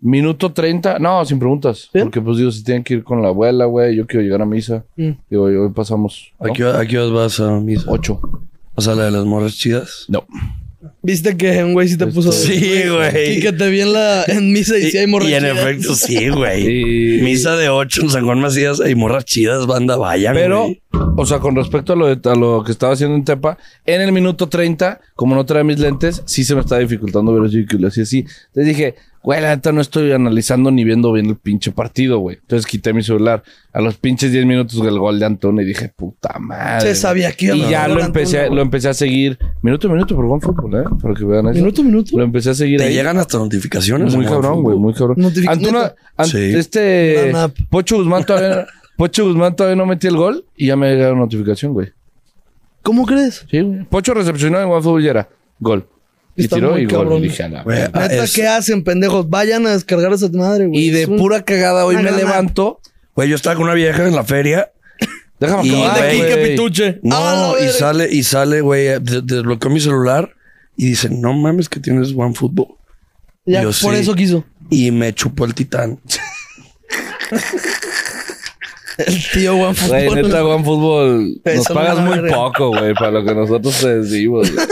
Speaker 2: Minuto 30. No, sin preguntas.
Speaker 1: ¿Sí?
Speaker 2: Porque, pues, digo, si tienen que ir con la abuela, güey, yo quiero llegar a misa.
Speaker 1: Mm.
Speaker 2: Digo, y hoy pasamos. ¿no?
Speaker 3: Aquí, aquí vas a misa.
Speaker 2: Ocho.
Speaker 3: O sea, la de las morras chidas.
Speaker 2: No.
Speaker 1: ¿Viste que un güey sí te puso...
Speaker 3: Este, Sí, güey.
Speaker 1: Y que te vi en, la, en misa y sí hay
Speaker 3: y
Speaker 1: morritas.
Speaker 3: en efecto, sí, güey.
Speaker 2: Y-
Speaker 3: Misa de ocho en San Juan Macías hay morras chidas, banda, vayan.
Speaker 2: Pero,
Speaker 3: güey.
Speaker 2: o sea, con respecto a lo, de- a lo que estaba haciendo en Tepa, en el minuto 30, como no traía mis lentes, sí se me estaba dificultando ver los círculos y así. Entonces dije, güey, la neta no estoy analizando ni viendo bien el pinche partido, güey. Entonces quité mi celular. A los pinches 10 minutos del gol de Antuna y dije, puta madre.
Speaker 1: Se
Speaker 2: güey.
Speaker 1: sabía que iba a
Speaker 2: Y ya
Speaker 1: ganar
Speaker 2: lo
Speaker 1: Antuna,
Speaker 2: empecé, a-
Speaker 1: güey.
Speaker 2: lo empecé a seguir minuto a minuto por Juan Fútbol, ¿eh? Para que vean eso.
Speaker 1: Minuto a minuto.
Speaker 2: Lo empecé a seguir
Speaker 3: Te
Speaker 2: ahí.
Speaker 3: llegan hasta notificaciones.
Speaker 2: Muy
Speaker 3: amor.
Speaker 2: cabrón, güey, muy cabrón.
Speaker 1: Notific-
Speaker 2: Antuna,
Speaker 1: neta.
Speaker 2: Ant-
Speaker 3: Sí.
Speaker 2: este
Speaker 1: Gran app.
Speaker 2: Pocho Guzmán todavía Pocho Guzmán todavía no metió el gol y ya me llegaron notificación, güey.
Speaker 1: ¿Cómo crees?
Speaker 2: Sí, güey. Pocho recepcionó en OneFootball y era gol. Y
Speaker 1: Está
Speaker 2: tiró
Speaker 1: muy
Speaker 2: y gol.
Speaker 1: cabrón.
Speaker 2: Y dije, a la
Speaker 3: Güey,
Speaker 2: verga.
Speaker 3: ah,
Speaker 1: Neta,
Speaker 3: es-
Speaker 1: ¿qué hacen, pendejos? Vayan a descargar esa madre, güey.
Speaker 2: Y de
Speaker 1: Es un-
Speaker 2: pura cagada hoy
Speaker 1: una
Speaker 2: me
Speaker 1: gran app.
Speaker 2: levanto.
Speaker 3: Güey, yo estaba con una vieja en la feria.
Speaker 2: Déjame
Speaker 3: Y
Speaker 2: acabar,
Speaker 3: de
Speaker 2: güey.
Speaker 1: Quique Pituche. Ah,
Speaker 3: No,
Speaker 1: la
Speaker 3: y
Speaker 1: verga.
Speaker 3: sale, y sale, güey, eh, de- desbloqueó mi celular y dice, no mames que tienes OneFootball.
Speaker 1: Ya,
Speaker 3: yo
Speaker 1: por
Speaker 3: sí.
Speaker 1: eso quiso.
Speaker 3: Y me chupó el titán.
Speaker 1: El tío Juan
Speaker 2: Güey, neta, OneFootball,
Speaker 1: Eso
Speaker 2: nos
Speaker 1: no
Speaker 2: pagas
Speaker 1: la
Speaker 2: muy
Speaker 1: verga.
Speaker 2: poco, güey, para lo que nosotros te decimos, güey.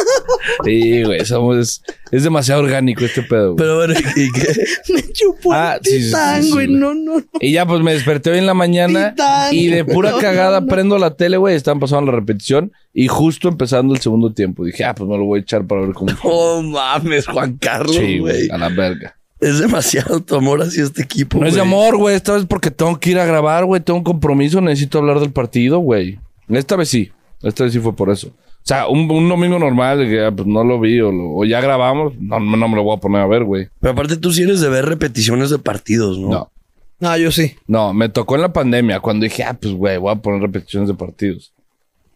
Speaker 2: Sí, güey, somos... Es demasiado orgánico este pedo, güey.
Speaker 3: Pero bueno, ¿y qué?
Speaker 1: Me chupó
Speaker 2: Ah,
Speaker 1: el
Speaker 2: sí, sí, sí,
Speaker 1: titán,
Speaker 2: sí,
Speaker 1: güey.
Speaker 2: güey.
Speaker 1: No, no, no.
Speaker 2: Y ya, pues me desperté hoy en la mañana
Speaker 1: Titán.
Speaker 2: y de pura
Speaker 1: No,
Speaker 2: cagada
Speaker 1: no, no.
Speaker 2: prendo la tele, güey. Estaban pasando la repetición y justo empezando el segundo tiempo. Dije, ah, pues me lo voy a echar para ver cómo.
Speaker 3: Oh, mames, Juan Carlos, güey.
Speaker 2: Sí, güey, a la verga.
Speaker 3: Es demasiado tu amor hacia este equipo,
Speaker 2: No es de
Speaker 3: güey.
Speaker 2: amor, güey. Esta vez porque tengo que ir a grabar, güey. Tengo un compromiso, necesito hablar del partido, güey. Esta vez sí. Esta vez sí fue por eso. O sea, un, un domingo normal, de que ah, pues no lo vi o, lo- o ya grabamos, no, no me lo voy a poner a ver, güey.
Speaker 3: Pero aparte tú sí eres de ver repeticiones de partidos, ¿no?
Speaker 2: No.
Speaker 1: No, Ah, yo sí.
Speaker 2: No, me tocó en la pandemia cuando dije, ah, pues güey, voy a poner repeticiones de partidos.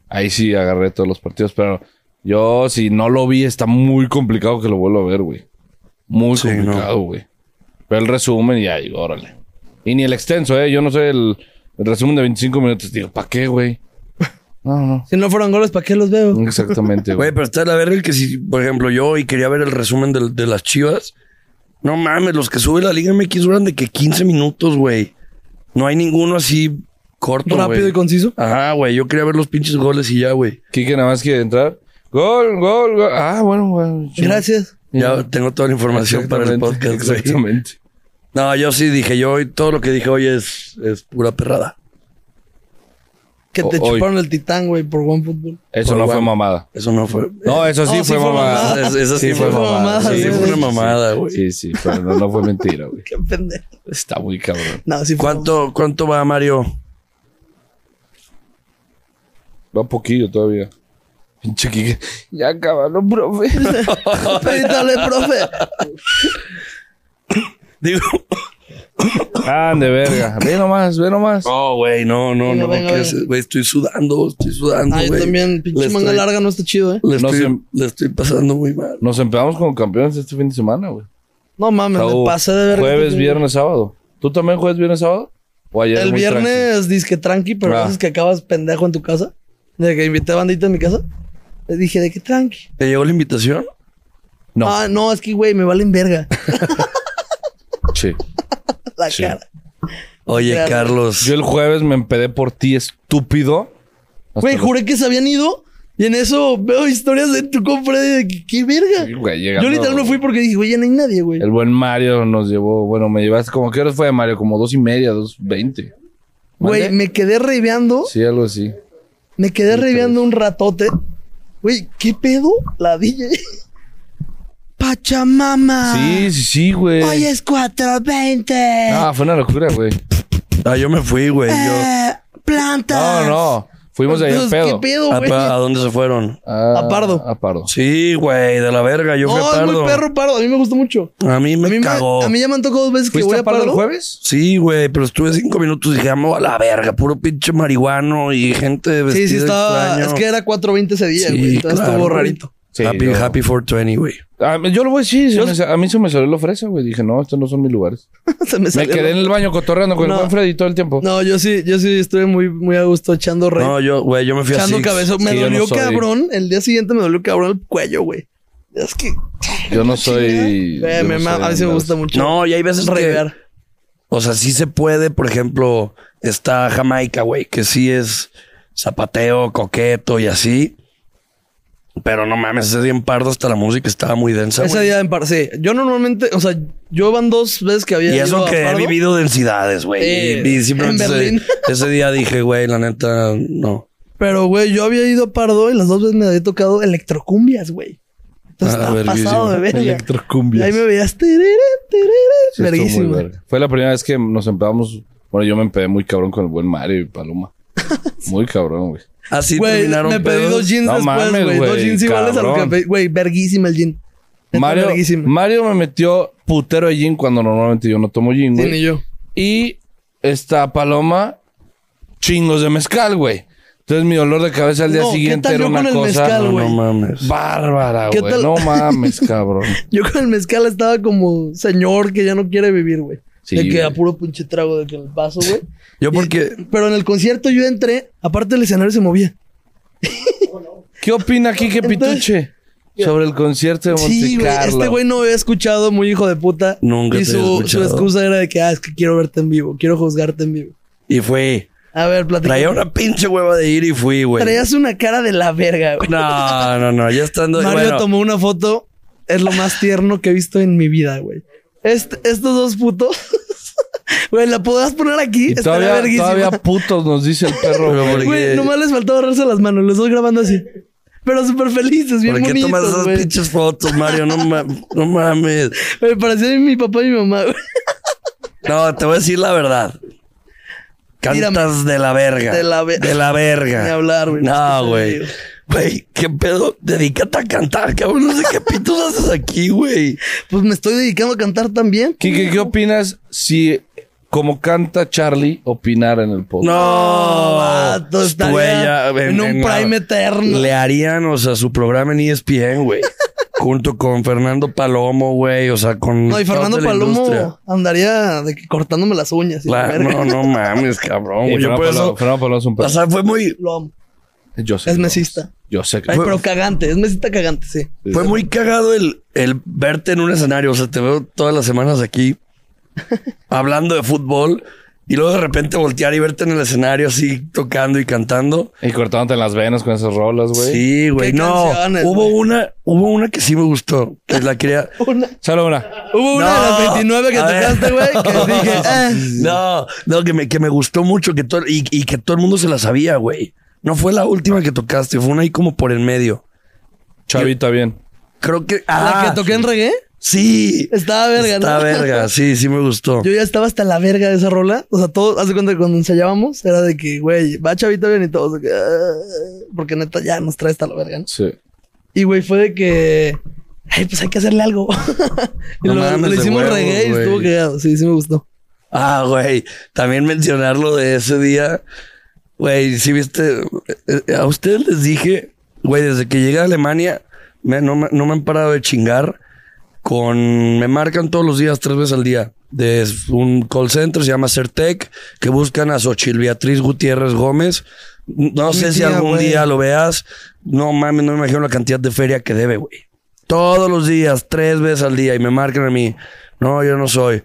Speaker 2: Ahí sí agarré todos los partidos, pero yo si no lo vi, está muy complicado que lo vuelva a ver, güey. Muy
Speaker 3: Sí,
Speaker 2: complicado, güey. Pero el resumen y ahí, órale. Y ni el extenso, eh. Yo no sé el, el resumen de 25 minutos. Digo, ¿para qué, güey? No, no.
Speaker 1: Si no fueron goles, ¿para qué los veo?
Speaker 2: Exactamente,
Speaker 3: Güey,
Speaker 2: güey.
Speaker 3: pero está de la verga que si, por ejemplo, yo hoy quería ver el resumen del- de, las chivas. No mames, los que sube la Liga MX duran de que 15 minutos, güey. No hay ninguno así corto, güey.
Speaker 1: Rápido y conciso.
Speaker 3: Ajá, güey. Yo quería ver los pinches goles y ya, güey.
Speaker 2: Quique nada más quiere entrar. Gol, gol, gol. Ah, bueno, bueno. chido.
Speaker 1: Gracias.
Speaker 3: Ya tengo toda la información para el
Speaker 2: Exactamente,
Speaker 3: podcast, güey.
Speaker 2: Exactamente.
Speaker 3: No, yo sí dije, yo hoy, todo lo que dije hoy es, es pura perrada.
Speaker 1: Que te
Speaker 2: O- hoy.
Speaker 1: chuparon el titán, güey, por OneFootball.
Speaker 2: Eso
Speaker 3: Por
Speaker 2: no
Speaker 3: guapo.
Speaker 2: fue mamada.
Speaker 3: Eso no fue.
Speaker 2: No, eso sí,
Speaker 1: Oh,
Speaker 2: fue, mamada.
Speaker 3: Es- eso sí,
Speaker 1: fue
Speaker 3: fue mamada.
Speaker 1: mamada,
Speaker 3: Sí,
Speaker 1: güey.
Speaker 3: fue una mamada, güey.
Speaker 2: Sí, sí, pero no, no fue mentira, güey.
Speaker 1: Qué pendejo.
Speaker 2: Está muy cabrón.
Speaker 1: No, sí fue.
Speaker 3: ¿Cuánto, ¿Cuánto va, Mario?
Speaker 2: Va poquillo todavía. Pinche Quique. Ya acabaron, profe.
Speaker 1: Pídale, profe.
Speaker 3: Digo.
Speaker 2: Ah, de verga. Ve nomás, ve nomás.
Speaker 3: No, güey, no, no,
Speaker 1: Venga,
Speaker 3: no.
Speaker 1: venga,
Speaker 3: ¿qué
Speaker 1: venga.
Speaker 3: haces? Güey, estoy sudando, estoy sudando,
Speaker 1: Ah,
Speaker 3: güey.
Speaker 1: yo también,
Speaker 3: Le
Speaker 1: pinche manga
Speaker 3: estoy-
Speaker 1: larga no está chido, ¿eh?
Speaker 3: Le
Speaker 2: No
Speaker 3: estoy,
Speaker 2: sé.
Speaker 3: le estoy pasando muy mal.
Speaker 2: Nos empezamos como campeones este fin de semana, güey.
Speaker 1: No mames, me
Speaker 2: Sábado,
Speaker 1: pasé de verga.
Speaker 2: Jueves, viernes, sábado. ¿Tú también jueves, viernes, sábado? ¿O ayer?
Speaker 1: El
Speaker 2: muy tranqui?
Speaker 1: viernes disque tranqui, pero
Speaker 2: Ah.
Speaker 1: a veces que acabas pendejo en tu casa. De que invité a bandita en mi casa. Les dije, ¿de qué tranqui?
Speaker 3: ¿Te llegó la invitación?
Speaker 2: No.
Speaker 1: Ah, no, es que, güey, me valen verga.
Speaker 2: Sí.
Speaker 1: La
Speaker 2: Sí.
Speaker 1: cara.
Speaker 3: Oye,
Speaker 1: Claro.
Speaker 3: Carlos.
Speaker 2: Yo el jueves me empedé por ti, estúpido. Hasta
Speaker 1: Güey,
Speaker 2: los-
Speaker 1: juré que se habían ido. Y en eso veo historias de tu compra de que, qué verga.
Speaker 2: Sí, güey, llegando-
Speaker 1: Yo literal me fui porque dije, güey, ya no hay nadie, güey.
Speaker 2: El buen Mario nos llevó, bueno, me llevaste como que horas fue Mario, como dos y media, dos veinte.
Speaker 1: Güey,
Speaker 2: ¿Mande?
Speaker 1: me quedé reiveando.
Speaker 2: Sí, algo así.
Speaker 1: Me quedé reviando un ratote. Güey, ¿qué pedo? La DJ. Pachamama.
Speaker 2: Sí, sí, sí, güey.
Speaker 1: Hoy es 420.
Speaker 2: Ah, fue una locura, güey.
Speaker 3: Ah, yo me fui, güey. Yo...
Speaker 1: Eh,
Speaker 2: No,
Speaker 1: plantas.
Speaker 2: no. Fuimos allá en
Speaker 1: Entonces,
Speaker 2: pedo.
Speaker 1: ¿Qué pedo,
Speaker 3: ¿A,
Speaker 1: güey?
Speaker 3: pa- ¿a dónde se fueron?
Speaker 2: Ah,
Speaker 1: A Pardo.
Speaker 2: A Pardo.
Speaker 3: Sí, güey, de la verga. Yo fui
Speaker 1: No,
Speaker 3: a
Speaker 1: Oh, es
Speaker 3: Pardo.
Speaker 1: muy perro pardo. A mí me gusta mucho.
Speaker 3: A mí me
Speaker 1: A mí,
Speaker 3: cagó.
Speaker 1: Me, a mí ya me han tocado dos veces que
Speaker 2: ¿Fuiste
Speaker 1: voy
Speaker 2: a Pardo el jueves?
Speaker 3: Sí, güey, pero estuve cinco minutos y dije, "Ah, me voy a la verga. Puro pinche marihuano y gente vestida
Speaker 1: Sí, sí, estaba.
Speaker 3: extraño.
Speaker 1: Es que era 4.20 ese día,
Speaker 3: Sí,
Speaker 1: güey. Entonces
Speaker 3: claro.
Speaker 1: estuvo rarito.
Speaker 2: Sí,
Speaker 3: happy,
Speaker 2: yo-
Speaker 3: happy 420, güey.
Speaker 2: Ah, yo lo voy a decir. se me sa- a mí se me salió la ofrenda, güey. Dije, no, estos no son mis lugares.
Speaker 1: Se me
Speaker 2: Me
Speaker 1: salió.
Speaker 2: quedé en el baño cotorreando con
Speaker 1: No.
Speaker 2: el buen Freddy todo el tiempo.
Speaker 1: No, yo sí, yo sí estuve muy, muy a gusto echando rey.
Speaker 3: No, yo, güey, yo me fui a
Speaker 1: echando
Speaker 3: Six.
Speaker 1: cabezón. Me
Speaker 2: Sí, yo no
Speaker 1: dolió
Speaker 2: soy.
Speaker 1: cabrón. El día siguiente me dolió cabrón el cuello, güey. Es que.
Speaker 2: Yo no
Speaker 1: Güey,
Speaker 2: soy. yo no
Speaker 1: Eh, me
Speaker 2: soy
Speaker 1: ma- a mí sí me
Speaker 2: andar-
Speaker 1: gusta mucho.
Speaker 3: No, y hay veces que...
Speaker 1: Reivear.
Speaker 3: O sea, sí se puede, por ejemplo, está Jamaica, güey, que sí es zapateo, coqueto y así. Pero no mames, ese día en Pardo hasta la música estaba muy densa,
Speaker 1: Ese
Speaker 3: güey.
Speaker 1: día en par, sí. Yo normalmente, o sea, yo van dos veces que había
Speaker 3: Y
Speaker 1: ido
Speaker 3: eso
Speaker 1: a
Speaker 3: que he
Speaker 1: Pardo.
Speaker 3: vivido densidades, güey.
Speaker 1: Sí,
Speaker 3: y, y simplemente
Speaker 1: en
Speaker 3: ese-
Speaker 1: Berlín.
Speaker 3: Ese, día dije, güey, la neta, no.
Speaker 1: Pero, güey, yo había ido a Pardo y las dos veces me había tocado electrocumbias, güey. Entonces
Speaker 3: Ah,
Speaker 1: estaba
Speaker 3: verguísima.
Speaker 1: pasado de verga. Y
Speaker 2: Electrocumbias.
Speaker 1: ahí me veías terere, terere,
Speaker 2: Sí, estuvo muy
Speaker 1: verguísima.
Speaker 2: verga. Fue la primera vez que nos empezamos. Bueno, yo me empedé muy cabrón con el buen Mario y Paloma. Muy cabrón, güey.
Speaker 3: Así
Speaker 1: Güey,
Speaker 3: terminaron
Speaker 1: me pedí
Speaker 3: pedos.
Speaker 1: dos jeans
Speaker 2: No
Speaker 1: después,
Speaker 2: mames,
Speaker 1: güey. Dos
Speaker 2: güey,
Speaker 1: jeans iguales a lo que
Speaker 2: cabrón.
Speaker 1: pedí. Güey, verguísima el jean. Neta,
Speaker 2: Mario,
Speaker 1: verguísima.
Speaker 2: Mario me metió putero de gin cuando normalmente yo no tomo gin,
Speaker 1: Sí,
Speaker 2: güey.
Speaker 1: ni yo.
Speaker 2: Y esta paloma, chingos de mezcal, güey. Entonces mi dolor de cabeza al día
Speaker 1: No, ¿qué
Speaker 2: siguiente
Speaker 1: tal
Speaker 2: era
Speaker 1: yo
Speaker 2: una
Speaker 1: con el
Speaker 2: cosa
Speaker 1: mezcal,
Speaker 2: no, no,
Speaker 1: güey?
Speaker 3: No mames.
Speaker 2: bárbara,
Speaker 1: ¿Qué
Speaker 2: güey.
Speaker 1: tal?
Speaker 2: No mames, cabrón.
Speaker 1: Yo con el mezcal estaba como señor que ya no quiere vivir, güey.
Speaker 2: Sí,
Speaker 1: de que a
Speaker 2: güey.
Speaker 1: puro pinche trago, de que el vaso, güey.
Speaker 3: Yo porque...
Speaker 1: Y- pero en el concierto yo entré, aparte el escenario se movía.
Speaker 2: ¿Qué opina Kike
Speaker 1: Entonces-
Speaker 2: Pituche sobre el concierto de Monte
Speaker 1: Sí, güey.
Speaker 2: Carlo?
Speaker 1: Este güey no había escuchado, muy hijo de puta.
Speaker 3: Nunca
Speaker 1: Y
Speaker 3: te
Speaker 1: su,
Speaker 3: había
Speaker 1: su
Speaker 3: escuchado.
Speaker 1: excusa era de que, ah, es que quiero verte en vivo, quiero juzgarte en vivo.
Speaker 3: Y fui.
Speaker 1: A ver, platica.
Speaker 3: Traía una pinche hueva de ir y fui, güey.
Speaker 1: Traías una cara de la verga, güey.
Speaker 3: No, no, no. Ya estando...
Speaker 1: Mario
Speaker 3: bueno,
Speaker 1: tomó una foto. Es lo más tierno que he visto en mi vida, güey. Est- estos dos putos. Güey, la podrás poner aquí.
Speaker 2: Y
Speaker 1: Está
Speaker 2: todavía,
Speaker 1: verguísima.
Speaker 2: todavía putos nos dice el perro,
Speaker 3: Pero,
Speaker 2: güey.
Speaker 1: Güey,
Speaker 3: ¿por Porque-
Speaker 1: nomás les faltaba agarrarse las manos, los dos grabando así. Pero súper felices, bien
Speaker 3: ¿Por qué tomas
Speaker 1: bonitos,
Speaker 3: esas
Speaker 1: güey.
Speaker 3: pinches fotos, Mario? No, ma- no mames.
Speaker 1: Me parecía mi papá y mi mamá, güey.
Speaker 3: No, te voy a decir la verdad. Cantas de la verga.
Speaker 1: De la ve-
Speaker 3: De la verga.
Speaker 1: Ni hablar, güey.
Speaker 3: No, güey. Güey, qué pedo. Dedícate a cantar, cabrón. No sé qué pitos haces aquí, güey.
Speaker 1: Pues me estoy dedicando a cantar también.
Speaker 2: Kike, ¿qué opinas si, como canta Charlie, opinar en el podcast?
Speaker 3: No, pues,
Speaker 1: vato, estaría
Speaker 3: güey, ya
Speaker 1: en un prime eterno.
Speaker 3: Le harían, o sea, su programa en E ESPN, güey. junto con Fernando Palomo, güey. O sea, con.
Speaker 1: No, y Fernando
Speaker 3: toda la
Speaker 1: Palomo
Speaker 3: industria.
Speaker 1: andaría de que cortándome las uñas. y la
Speaker 3: La-
Speaker 1: verga.
Speaker 3: no, no mames, cabrón.
Speaker 2: Y
Speaker 3: güey. Yo
Speaker 2: Fernando
Speaker 3: por
Speaker 2: Palomo-
Speaker 3: eso.
Speaker 2: Fernando Palomo es un perro.
Speaker 3: O sea, fue muy.
Speaker 1: Lo amo.
Speaker 2: Yo sé.
Speaker 1: Es
Speaker 2: que no.
Speaker 1: mesista.
Speaker 2: Yo sé que
Speaker 1: Ay,
Speaker 2: no.
Speaker 1: pero cagante. Es mesita cagante, sí.
Speaker 3: Fue muy cagado el, el verte en un escenario. O sea, te veo todas las semanas aquí hablando de fútbol y luego de repente voltear y verte en el escenario así tocando y cantando.
Speaker 2: Y cortándote las venas con esas rolas, güey.
Speaker 3: Sí, güey.
Speaker 1: ¿Qué
Speaker 3: No,
Speaker 1: canciones,
Speaker 3: hubo
Speaker 1: güey?
Speaker 3: una, hubo una que sí me gustó, que la quería.
Speaker 1: Una-
Speaker 2: Solo una.
Speaker 1: Hubo una de las
Speaker 3: No.
Speaker 1: 29 que
Speaker 3: A ver.
Speaker 1: tocaste, güey, que dije, eh.
Speaker 3: No, no, que me, que me gustó mucho que todo, y, y que todo el mundo se la sabía, güey. No fue la última que tocaste, fue una ahí como por el medio.
Speaker 2: Chavita bien.
Speaker 3: Creo que.
Speaker 1: La
Speaker 3: Ah,
Speaker 1: que toqué en reggae
Speaker 3: Sí.
Speaker 1: estaba verga,
Speaker 3: Está
Speaker 1: ¿no?
Speaker 3: verga, sí, sí me gustó.
Speaker 1: Yo ya estaba hasta la verga de esa rola. O sea, todos, haz de cuenta que cuando ensayábamos era de que, güey, va chavita bien y todos, de que, "Ah", porque neta ya nos trae hasta la verga, ¿no?
Speaker 2: Sí.
Speaker 1: Y güey, fue de que, ay, pues hay que hacerle algo. y
Speaker 3: No
Speaker 1: lo,
Speaker 3: mames,
Speaker 1: le
Speaker 3: de
Speaker 1: hicimos
Speaker 3: huevos,
Speaker 1: reggae y
Speaker 3: güey.
Speaker 1: estuvo cagado. Sí, sí me gustó.
Speaker 3: Ah, güey. También mencionarlo de ese día. Güey, si viste. eh, A ustedes les dije, güey, desde que llegué a Alemania, me- no, me, no me han parado de chingar. Con. Me marcan todos los días, tres veces al día. De es un call center, se llama Certec, que buscan a Xochil Beatriz Gutiérrez Gómez. No sé si
Speaker 1: tía,
Speaker 3: algún
Speaker 1: güey.
Speaker 3: día lo veas. No mames, no me imagino la cantidad de feria que debe, güey. Todos los días, tres veces al día, y me marcan a mí. No, yo no soy.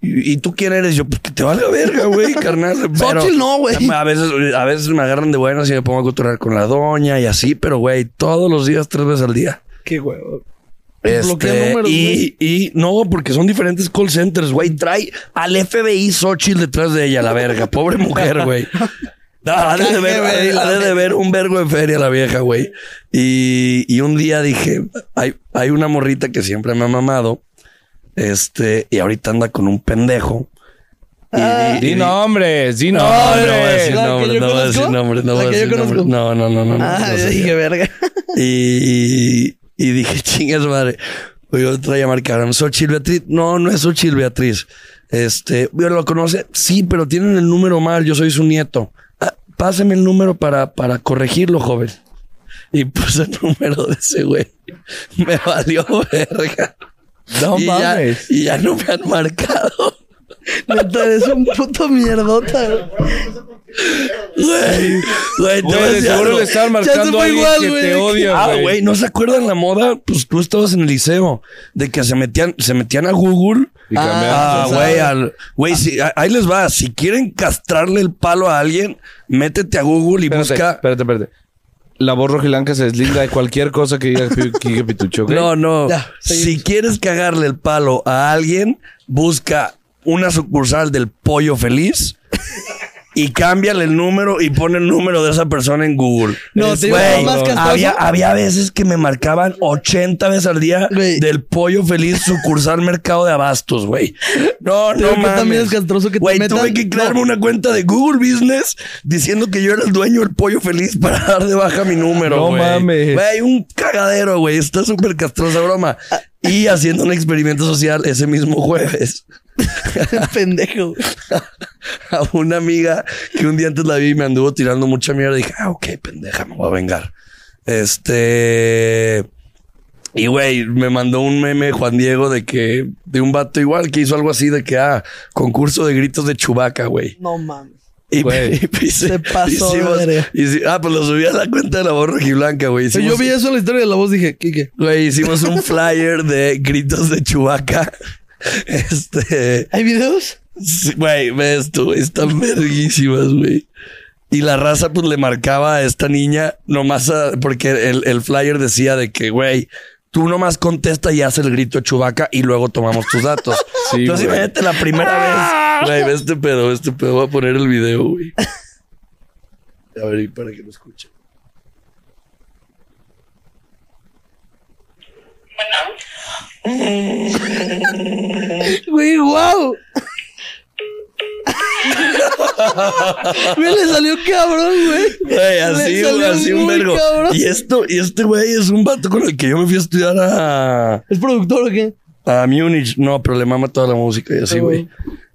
Speaker 3: ¿Y, y tú quién eres? Yo, pues que te valga verga, güey, carnal. Pero
Speaker 1: Xochitl no, güey.
Speaker 3: A veces, a veces me agarran de buenas y me pongo a coturar con la doña y así, pero güey, todos los días, tres veces al día.
Speaker 1: Qué huevo. Bloquea
Speaker 3: Este,
Speaker 1: números,
Speaker 3: y, y no, porque son diferentes call centers, güey. Trae al FBI Xochitl detrás de ella, la verga. Pobre mujer, güey. No, ha de,
Speaker 1: KGB,
Speaker 3: ver, ha de- ha de ver un vergo de feria la vieja, güey. Y, y un día dije, hay, hay una morrita que siempre me ha mamado. Este, y ahorita anda con un pendejo. Y- y-
Speaker 2: Di
Speaker 3: y-
Speaker 2: nombres, di
Speaker 3: no, no voy a decir
Speaker 1: Ah. ¿La
Speaker 2: nombres.
Speaker 1: que
Speaker 3: nombres,
Speaker 1: yo conozco?
Speaker 3: no voy a decir nombres, no
Speaker 1: ¿La
Speaker 3: voy a
Speaker 1: que yo
Speaker 3: decir nombres.
Speaker 1: conozco?
Speaker 3: No, no, no, no. no,
Speaker 1: Ah,
Speaker 3: no
Speaker 1: yo
Speaker 3: sé.
Speaker 1: dije, verga.
Speaker 3: Y, y dije, chingas madre. Voy a otra llamar cabrón. Xochitl Beatriz. No, no es Xochitl Beatriz. Este, yo lo conoce. Sí, pero tienen el número mal. Yo soy su nieto. Ah, páseme el número para, para corregirlo, joven. Y puse el número de ese güey. Me valió verga.
Speaker 2: No
Speaker 3: y, ya,
Speaker 2: mames.
Speaker 3: y ya no me han marcado.
Speaker 1: Neta, eres un puto mierdota, güey.
Speaker 3: Güey, güey, te voy a
Speaker 2: Güey, de
Speaker 3: decir
Speaker 2: seguro
Speaker 3: algo.
Speaker 2: le estaban
Speaker 1: Ya
Speaker 2: marcando
Speaker 1: supo
Speaker 2: a alguien
Speaker 1: igual,
Speaker 2: que
Speaker 1: güey.
Speaker 2: te odia,
Speaker 3: Ah, güey, ¿no se acuerdan la moda? Pues tú estabas en el liceo, de que se metían, se metían a Google.
Speaker 2: Y Ah. cambiaron.
Speaker 3: Ah,
Speaker 1: ya
Speaker 3: güey,
Speaker 1: sabes.
Speaker 3: al- güey, si- a- ahí les va. Si quieren castrarle el palo a alguien, métete a Google y
Speaker 2: Espérate,
Speaker 3: busca.
Speaker 2: espérate, espérate. La voz rojilanca se deslinda de cualquier cosa que diga Pi- Quique Pitucho. ¿ok?
Speaker 3: No, no.
Speaker 1: Ya, seguimos.
Speaker 3: si quieres cagarle el palo a alguien, busca una sucursal del pollo feliz y cámbiale el número y pone el número de esa persona en Google.
Speaker 1: No,
Speaker 3: Es-
Speaker 1: te digo,
Speaker 3: güey,
Speaker 1: lo más castroso-
Speaker 3: había, había veces que me marcaban 80 veces al día
Speaker 1: Güey.
Speaker 3: del pollo feliz sucursal mercado de abastos, güey. No,
Speaker 1: Pero
Speaker 3: no
Speaker 1: que
Speaker 3: mames.
Speaker 1: también es castroso que te
Speaker 3: Güey,
Speaker 1: metan-
Speaker 3: tuve que crearme
Speaker 1: No.
Speaker 3: una cuenta de Google Business diciendo que yo era el dueño del pollo feliz para dar de baja mi número,
Speaker 2: No
Speaker 3: güey.
Speaker 2: mames.
Speaker 3: Güey, un cagadero, güey. Está súper castrosa broma. Y haciendo un experimento social ese mismo jueves.
Speaker 1: Pendejo. güey.
Speaker 3: a una amiga que un día antes la vi y me anduvo tirando mucha mierda. Dije, ah, ok, pendeja, me voy a vengar. Este. Y güey, me mandó un meme Juan Diego de que, de un vato igual que hizo algo así de que, ah, concurso de gritos de Chubaca, güey.
Speaker 1: No mames.
Speaker 3: Y,
Speaker 2: Güey.
Speaker 3: y- pues, y-
Speaker 1: Se pasó de
Speaker 3: hicimos-
Speaker 1: verga.
Speaker 3: hici- ah, pues lo subí a la cuenta de la voz rojiblanca, güey.
Speaker 1: Pero
Speaker 3: Hicimos-
Speaker 1: yo vi eso en la historia de la voz dije, Kike.
Speaker 3: Güey, hicimos un flyer de gritos de Chubaca. Este.
Speaker 1: ¿Hay videos?
Speaker 3: Sí, Güey, ves tú, güey, están verguísimas, güey. Y la raza, pues, le marcaba a esta niña nomás a- porque el, el flyer decía de que, güey, tú nomás contesta y haz el grito de Chubaca y luego tomamos tus datos.
Speaker 2: Sí,
Speaker 3: Entonces,
Speaker 2: güey.
Speaker 3: imagínate la
Speaker 1: Ah.
Speaker 3: primera vez. Güey, ve este pedo, ve este pedo. Voy a poner el video, güey. A ver, y para que lo escuchen.
Speaker 1: Güey, wow. Güey, le salió cabrón, güey.
Speaker 3: Güey, así,
Speaker 1: Le
Speaker 3: güey,
Speaker 1: salió
Speaker 3: así un
Speaker 1: muy
Speaker 3: vergo.
Speaker 1: cabrón.
Speaker 3: Y esto, y este güey es un vato con el que yo me fui a estudiar a...
Speaker 1: ¿Es productor o qué?
Speaker 3: A Múnich, no, pero le mama toda la música y así,
Speaker 1: Ah,
Speaker 3: güey.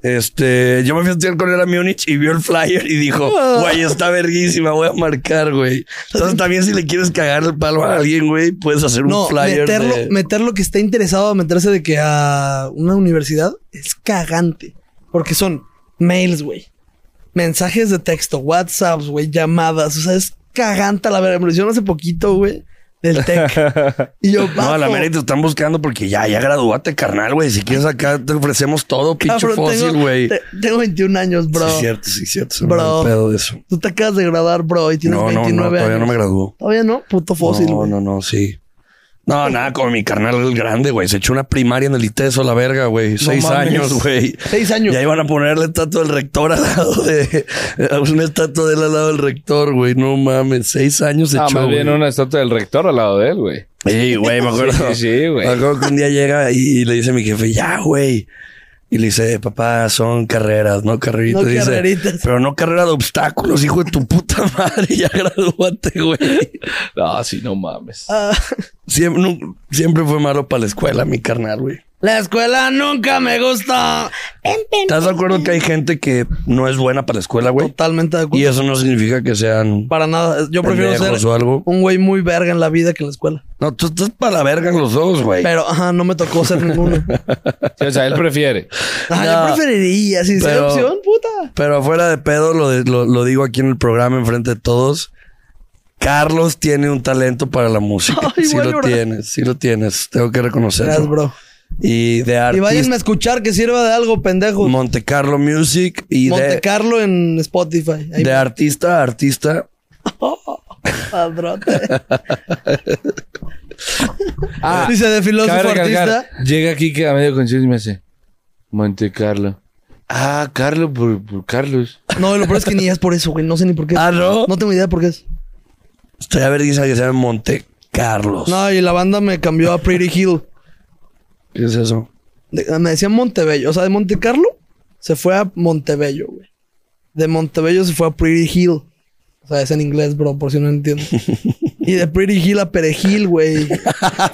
Speaker 3: Este, yo me fui a estudiar con él a Múnich y vio el flyer y dijo,
Speaker 1: Ah.
Speaker 3: güey, está verguísima, voy a marcar, güey. Entonces también si le quieres cagar el palo a alguien, güey, puedes hacer un
Speaker 1: No,
Speaker 3: flyer.
Speaker 1: meterlo,
Speaker 3: de-
Speaker 1: meterlo que está interesado a meterse de que a una universidad es cagante. Porque son mails, güey. Mensajes de texto, WhatsApps, güey, llamadas. O sea, es caganta la verga. Me lo hicieron hace poquito, güey, del TEC. Y yo,
Speaker 3: No, a la
Speaker 1: vato,
Speaker 3: mera y te están buscando porque ya, ya gradúate, carnal, güey. Si quieres acá, te ofrecemos todo, pinche
Speaker 1: cabrón,
Speaker 3: fósil,
Speaker 1: tengo-
Speaker 3: güey.
Speaker 1: te- Tengo 21 años,
Speaker 3: Sí,
Speaker 1: bro.
Speaker 3: es cierto, sí, es cierto. Se
Speaker 1: Bro.
Speaker 3: me da el pedo de eso.
Speaker 1: Tú te acabas de graduar, bro, y tienes
Speaker 3: No, no,
Speaker 1: 29
Speaker 3: no,
Speaker 1: años.
Speaker 3: todavía no me graduó.
Speaker 1: Todavía no, puto fósil,
Speaker 3: No,
Speaker 1: güey.
Speaker 3: no, no, sí. No, nada, como mi carnal el grande, güey. Se echó una primaria en el ITESO, la verga, güey. Seis
Speaker 1: mames.
Speaker 3: años, güey.
Speaker 1: Seis años.
Speaker 3: Ya iban a ponerle estatua del rector al lado de... Una estatua de él al lado del rector, güey. No mames, seis años se
Speaker 2: Ah,
Speaker 3: echó,
Speaker 2: más
Speaker 3: güey.
Speaker 2: bien una estatua del rector al lado de él, güey.
Speaker 3: Sí, güey, me acuerdo.
Speaker 2: Sí, sí, güey.
Speaker 3: Me acuerdo que un día llega y, y le dice a mi jefe, ya, güey. Y le dice, papá, son carreras, no carreritas.
Speaker 1: No
Speaker 3: Y dice,
Speaker 1: carreritas.
Speaker 3: Pero no carrera de obstáculos, hijo de tu puta madre. Ya gradúate, güey.
Speaker 2: No, sí, no mames.
Speaker 1: Ah,
Speaker 3: Siempre, nu- siempre fue malo para la escuela, mi carnal, güey.
Speaker 1: la escuela nunca me gustó.
Speaker 3: ¿Estás de acuerdo que hay gente que no es buena para la escuela, güey?
Speaker 1: Totalmente de acuerdo.
Speaker 3: Y eso no significa que sean...
Speaker 1: Para nada. Yo prefiero
Speaker 3: Pendejos
Speaker 1: ser
Speaker 3: o algo.
Speaker 1: un güey muy verga en la vida que en la escuela.
Speaker 3: No, tú estás para la verga en los dos, güey.
Speaker 1: Pero, ajá, no me tocó ser ninguno.
Speaker 2: Sí, o sea, él prefiere.
Speaker 1: Ah,
Speaker 3: No.
Speaker 1: yo preferiría, si sea
Speaker 3: Pero-
Speaker 1: opción, puta.
Speaker 3: Pero afuera de pedo, lo, de- lo, lo digo aquí en el programa, enfrente de todos. Carlos tiene un talento para la música.
Speaker 1: Ay,
Speaker 3: sí
Speaker 1: voy a
Speaker 3: lo
Speaker 1: llorar.
Speaker 3: tienes, sí lo tienes. Tengo que
Speaker 1: Gracias,
Speaker 3: reconocerlo.
Speaker 1: bro.
Speaker 3: Y de
Speaker 1: Y váyanme a
Speaker 3: artista,
Speaker 1: escuchar que sirva de algo, pendejo.
Speaker 3: Monte Carlo Music y
Speaker 1: Monte
Speaker 3: de,
Speaker 1: Carlo en Spotify. Ahí
Speaker 3: de artista a artista.
Speaker 1: padrote.
Speaker 2: Ah,
Speaker 1: Dice de filósofo
Speaker 2: cabe recalcar,
Speaker 1: artista.
Speaker 2: Llega aquí que a medio conciencia y me hace Monte Carlo. Ah, Carlos por, por Carlos.
Speaker 1: No, lo peor es que ni es por eso, güey. No sé ni por qué.
Speaker 3: Ah, ¿no?
Speaker 1: No tengo idea por qué es.
Speaker 3: Estoy a ver, dice que se llama Monte Carlos.
Speaker 1: No, y la banda me cambió a Pretty Hill.
Speaker 3: ¿Qué es eso?
Speaker 1: De- me decían Montebello. O sea, de Monte Carlo se fue a Montebello, güey. De Montebello se fue a Pretty Hill. O sea, es en inglés, bro, por si no entiendes. y de Pretty Hill a Perejil, güey.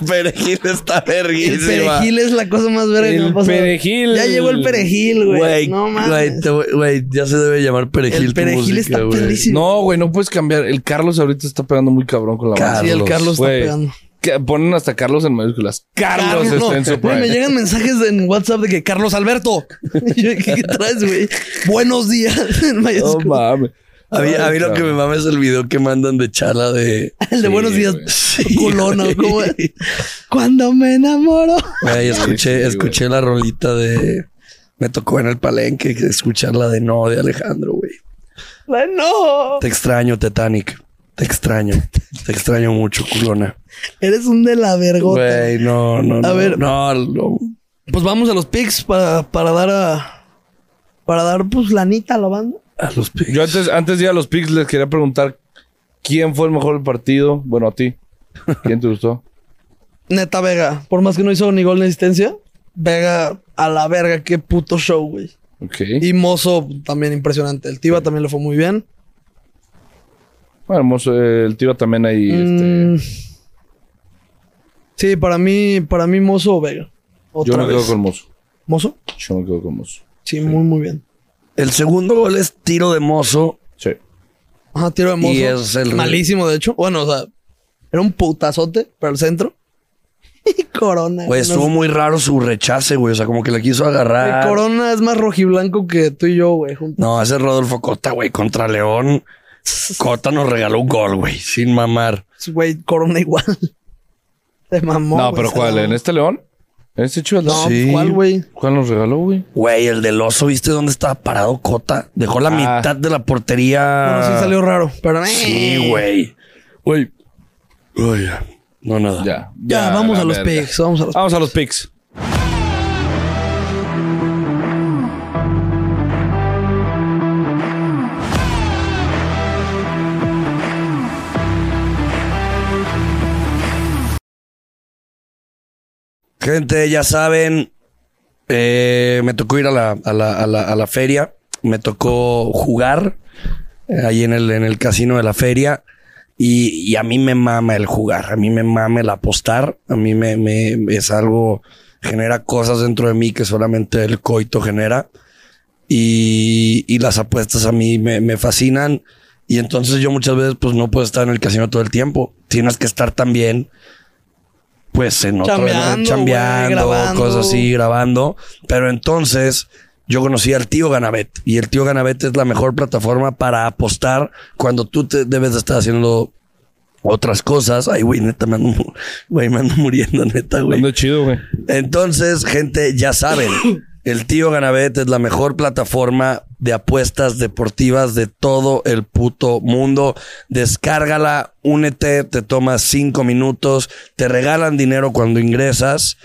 Speaker 3: perejil está
Speaker 1: El
Speaker 3: verguísima.
Speaker 1: perejil es la cosa más verga que
Speaker 2: El
Speaker 1: me ha pasado.
Speaker 2: perejil.
Speaker 1: Ya llegó el perejil, güey.
Speaker 3: Güey,
Speaker 1: No
Speaker 3: güey,
Speaker 1: mames.
Speaker 3: te voy- güey, ya se debe llamar perejil.
Speaker 1: El
Speaker 3: tu
Speaker 1: perejil
Speaker 3: música,
Speaker 1: está
Speaker 3: güey.
Speaker 1: perrísimo. Sí.
Speaker 2: No, güey, no puedes cambiar. El Carlos ahorita está pegando muy cabrón con la
Speaker 1: Sí, el
Speaker 3: Carlos,
Speaker 1: Carlos está
Speaker 2: Güey,
Speaker 1: pegando.
Speaker 2: que Ponen hasta Carlos en mayúsculas. Carlos, está en su
Speaker 1: Güey, me
Speaker 2: prime.
Speaker 1: llegan mensajes en WhatsApp de que Carlos Alberto. Y yo, ¿Qué, qué traes, güey? Buenos días. en
Speaker 2: No
Speaker 1: mayúsculas.
Speaker 2: mames.
Speaker 3: A mí, a mí lo
Speaker 2: Ay,
Speaker 3: que me mama es el video que mandan de chala de...
Speaker 1: El de
Speaker 2: Sí,
Speaker 1: buenos días,
Speaker 2: güey.
Speaker 3: Sí,
Speaker 1: culono.
Speaker 3: güey.
Speaker 1: ¿cómo es? Cuando me enamoro.
Speaker 3: Güey, escuché,
Speaker 2: sí,
Speaker 3: escuché la rolita de... Me tocó en el palenque escuchar la de No de Alejandro, güey.
Speaker 1: Bueno,
Speaker 3: Te extraño, Titanic. Te extraño. Te extraño mucho, culona.
Speaker 1: eres un de la vergota.
Speaker 3: Güey, no, no, no.
Speaker 1: A ver.
Speaker 3: No, no.
Speaker 1: Pues vamos a los pics para, para dar a. Para dar, pues, lanita a la banda.
Speaker 3: A los pies.
Speaker 2: Yo antes, antes de ir a los Pigs les quería preguntar quién fue el mejor del partido. Bueno, a ti. ¿Quién te gustó?
Speaker 1: Neta Vega, por más que no hizo ni gol ni asistencia, Vega a la verga, qué puto show, güey.
Speaker 2: Ok.
Speaker 1: Y Mozo también impresionante. El Tiba también le fue muy bien.
Speaker 2: Bueno, hermoso. eh, El tío también ahí.
Speaker 1: Mm.
Speaker 2: este,
Speaker 1: Sí, para mí, para mí Mozo o Vega. Otra
Speaker 2: yo me
Speaker 1: vez.
Speaker 2: quedo con Mozo.
Speaker 1: ¿Mozo?
Speaker 2: Yo me quedo con Mozo.
Speaker 1: Sí, muy, muy bien.
Speaker 3: El segundo gol es tiro de mozo.
Speaker 2: Sí.
Speaker 1: Ajá, tiro de Mozo.
Speaker 3: Y es el-
Speaker 1: Malísimo, de hecho. Bueno, o sea, era un putazote para el centro. Y Corona.
Speaker 3: Güey,
Speaker 1: no
Speaker 3: estuvo
Speaker 1: sé.
Speaker 3: muy raro su rechace, güey. O sea, como que le quiso agarrar.
Speaker 1: El Corona es más rojiblanco que tú y yo, güey. juntos.
Speaker 3: No, ese Rodolfo Cota, güey, contra León. Cota nos regaló un gol, güey, sin mamar.
Speaker 1: Güey, Corona igual. Se mamó.
Speaker 2: no,
Speaker 1: güey,
Speaker 2: pero
Speaker 1: se
Speaker 2: ¿cuál?
Speaker 1: mamó.
Speaker 2: ¿En este León? ¿En este Chivas?
Speaker 1: No, pues,
Speaker 3: Sí.
Speaker 1: ¿cuál, güey?
Speaker 2: ¿Cuál nos regaló, güey?
Speaker 3: Güey, el del oso, ¿viste dónde estaba parado Cota? Dejó la
Speaker 2: Ah.
Speaker 3: mitad de la portería.
Speaker 1: Bueno, sí salió raro, pero... eh,
Speaker 3: Sí, güey.
Speaker 2: Güey.
Speaker 3: Uy, no nada.
Speaker 2: Ya,
Speaker 1: Ya, vamos
Speaker 2: la
Speaker 1: a los
Speaker 2: verga. Ah,
Speaker 1: pics, vamos a los
Speaker 2: Vamos a los pics.
Speaker 3: Gente, ya saben, eh, me tocó ir a la, a la- a la- a la feria, me tocó jugar eh, ahí en el, en el casino de la feria y, y a mí me mama el jugar, a mí me mama el apostar, a mí me, me- es algo, genera cosas dentro de mí que solamente el coito genera y, y las apuestas a mí me, me fascinan y entonces yo muchas veces pues no puedo estar en el casino todo el tiempo, tienes que estar también pues en otro
Speaker 1: Chambeando,
Speaker 3: chambeando,
Speaker 1: güey, grabando.
Speaker 3: cosas así, grabando. Pero entonces yo conocí al tío Ganabet y el tío Ganabet es la mejor plataforma para apostar cuando tú te debes de estar haciendo otras cosas. Ay, güey, neta, me ando, mu- güey, me ando muriendo, neta, güey.
Speaker 2: Ando chido, güey.
Speaker 3: Entonces, gente, ya saben, el tío Ganabet es la mejor plataforma de apuestas deportivas de todo el puto mundo. Descárgala, únete, te tomas cinco minutos, te regalan dinero cuando ingresas.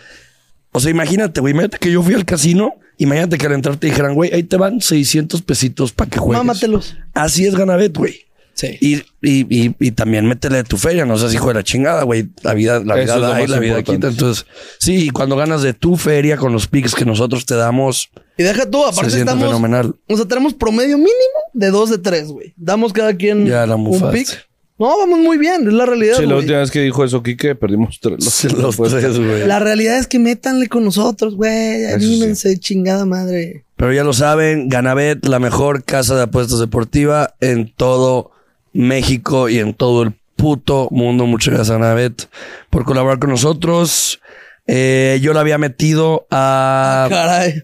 Speaker 3: O sea, imagínate, güey, imagínate que yo fui al casino, imagínate que al entrar te dijeran, güey, ahí te van 600 pesitos para que juegues.
Speaker 1: Mámatelos.
Speaker 3: Así es Ganabet, güey.
Speaker 1: Sí.
Speaker 3: Y, y, y, y también métele tu feria, no seas hijo de la chingada, güey. La vida, la
Speaker 2: Eso
Speaker 3: vida
Speaker 2: es lo
Speaker 3: da y
Speaker 2: más
Speaker 3: la vida
Speaker 2: importante.
Speaker 3: quita. Entonces, sí, y cuando ganas de tu feria con los picks que nosotros te damos,
Speaker 1: Y deja tú, aparte
Speaker 3: se siente
Speaker 1: estamos.
Speaker 3: fenomenal.
Speaker 1: O sea, tenemos promedio mínimo de dos de tres, güey. Damos cada quien
Speaker 3: Ya la
Speaker 1: un
Speaker 3: mufaste.
Speaker 1: pick. No, vamos muy bien, es la realidad.
Speaker 2: Sí, la
Speaker 1: güey.
Speaker 2: última vez que dijo eso Quique, perdimos tres.
Speaker 3: Los, los tres, güey.
Speaker 1: La realidad es que métanle con nosotros, güey.
Speaker 2: Eso
Speaker 1: Anímense, chingada madre.
Speaker 3: Pero ya lo saben, Ganabet, la mejor casa de apuestas deportiva en todo México y en todo el puto mundo. Muchas gracias, Ganabet, por colaborar con nosotros. Eh, yo la había metido
Speaker 2: Ah.
Speaker 3: a.
Speaker 1: Caray.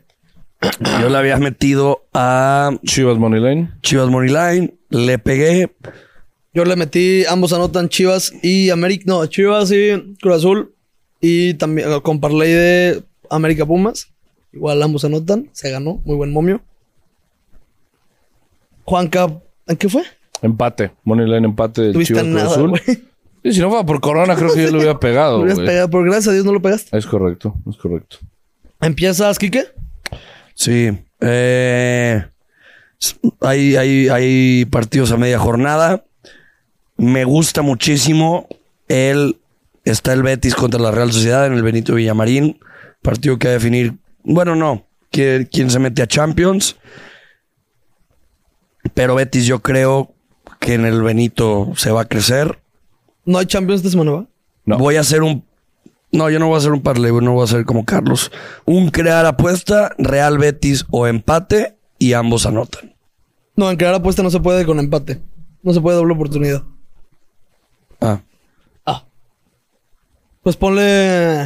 Speaker 3: Yo la había metido a
Speaker 2: Chivas Moneyline.
Speaker 3: Chivas Moneyline. Le pegué.
Speaker 1: Yo le metí, ambos anotan Chivas y América. No, Chivas y Cruz Azul. Y también eh, con parlay de América Pumas. Igual ambos anotan. Se ganó. Muy buen momio. Juanca, ¿en qué fue?
Speaker 2: Empate. Moneyline empate de
Speaker 1: Tuviste
Speaker 2: Chivas Cruz
Speaker 1: nada,
Speaker 2: Azul.
Speaker 1: güey.
Speaker 2: Y si no fuera por Corona, creo que yo lo hubiera pegado,
Speaker 1: Lo hubieras
Speaker 2: güey.
Speaker 1: pegado, pero gracias a Dios no lo pegaste.
Speaker 2: Es correcto, es correcto.
Speaker 1: ¿Empiezas, Quique?
Speaker 3: Sí. Eh, s- hay, hay, hay partidos a media jornada. Me gusta muchísimo el. Está el Betis contra la Real Sociedad en el Benito Villamarín. Partido que va a definir. Bueno, no. que- ¿Quién se mete a Champions? Pero Betis, yo creo que en el Benito se va a crecer.
Speaker 1: No hay Champions esta semana, ¿va?
Speaker 2: No.
Speaker 3: Voy a hacer un. No, yo no voy a hacer un parlay, güey, no voy a hacer como Carlos. Un crear apuesta, Real Betis o empate y ambos anotan.
Speaker 1: No, en crear apuesta no se puede con empate. No se puede doble oportunidad.
Speaker 3: Ah.
Speaker 1: Ah. Pues ponle.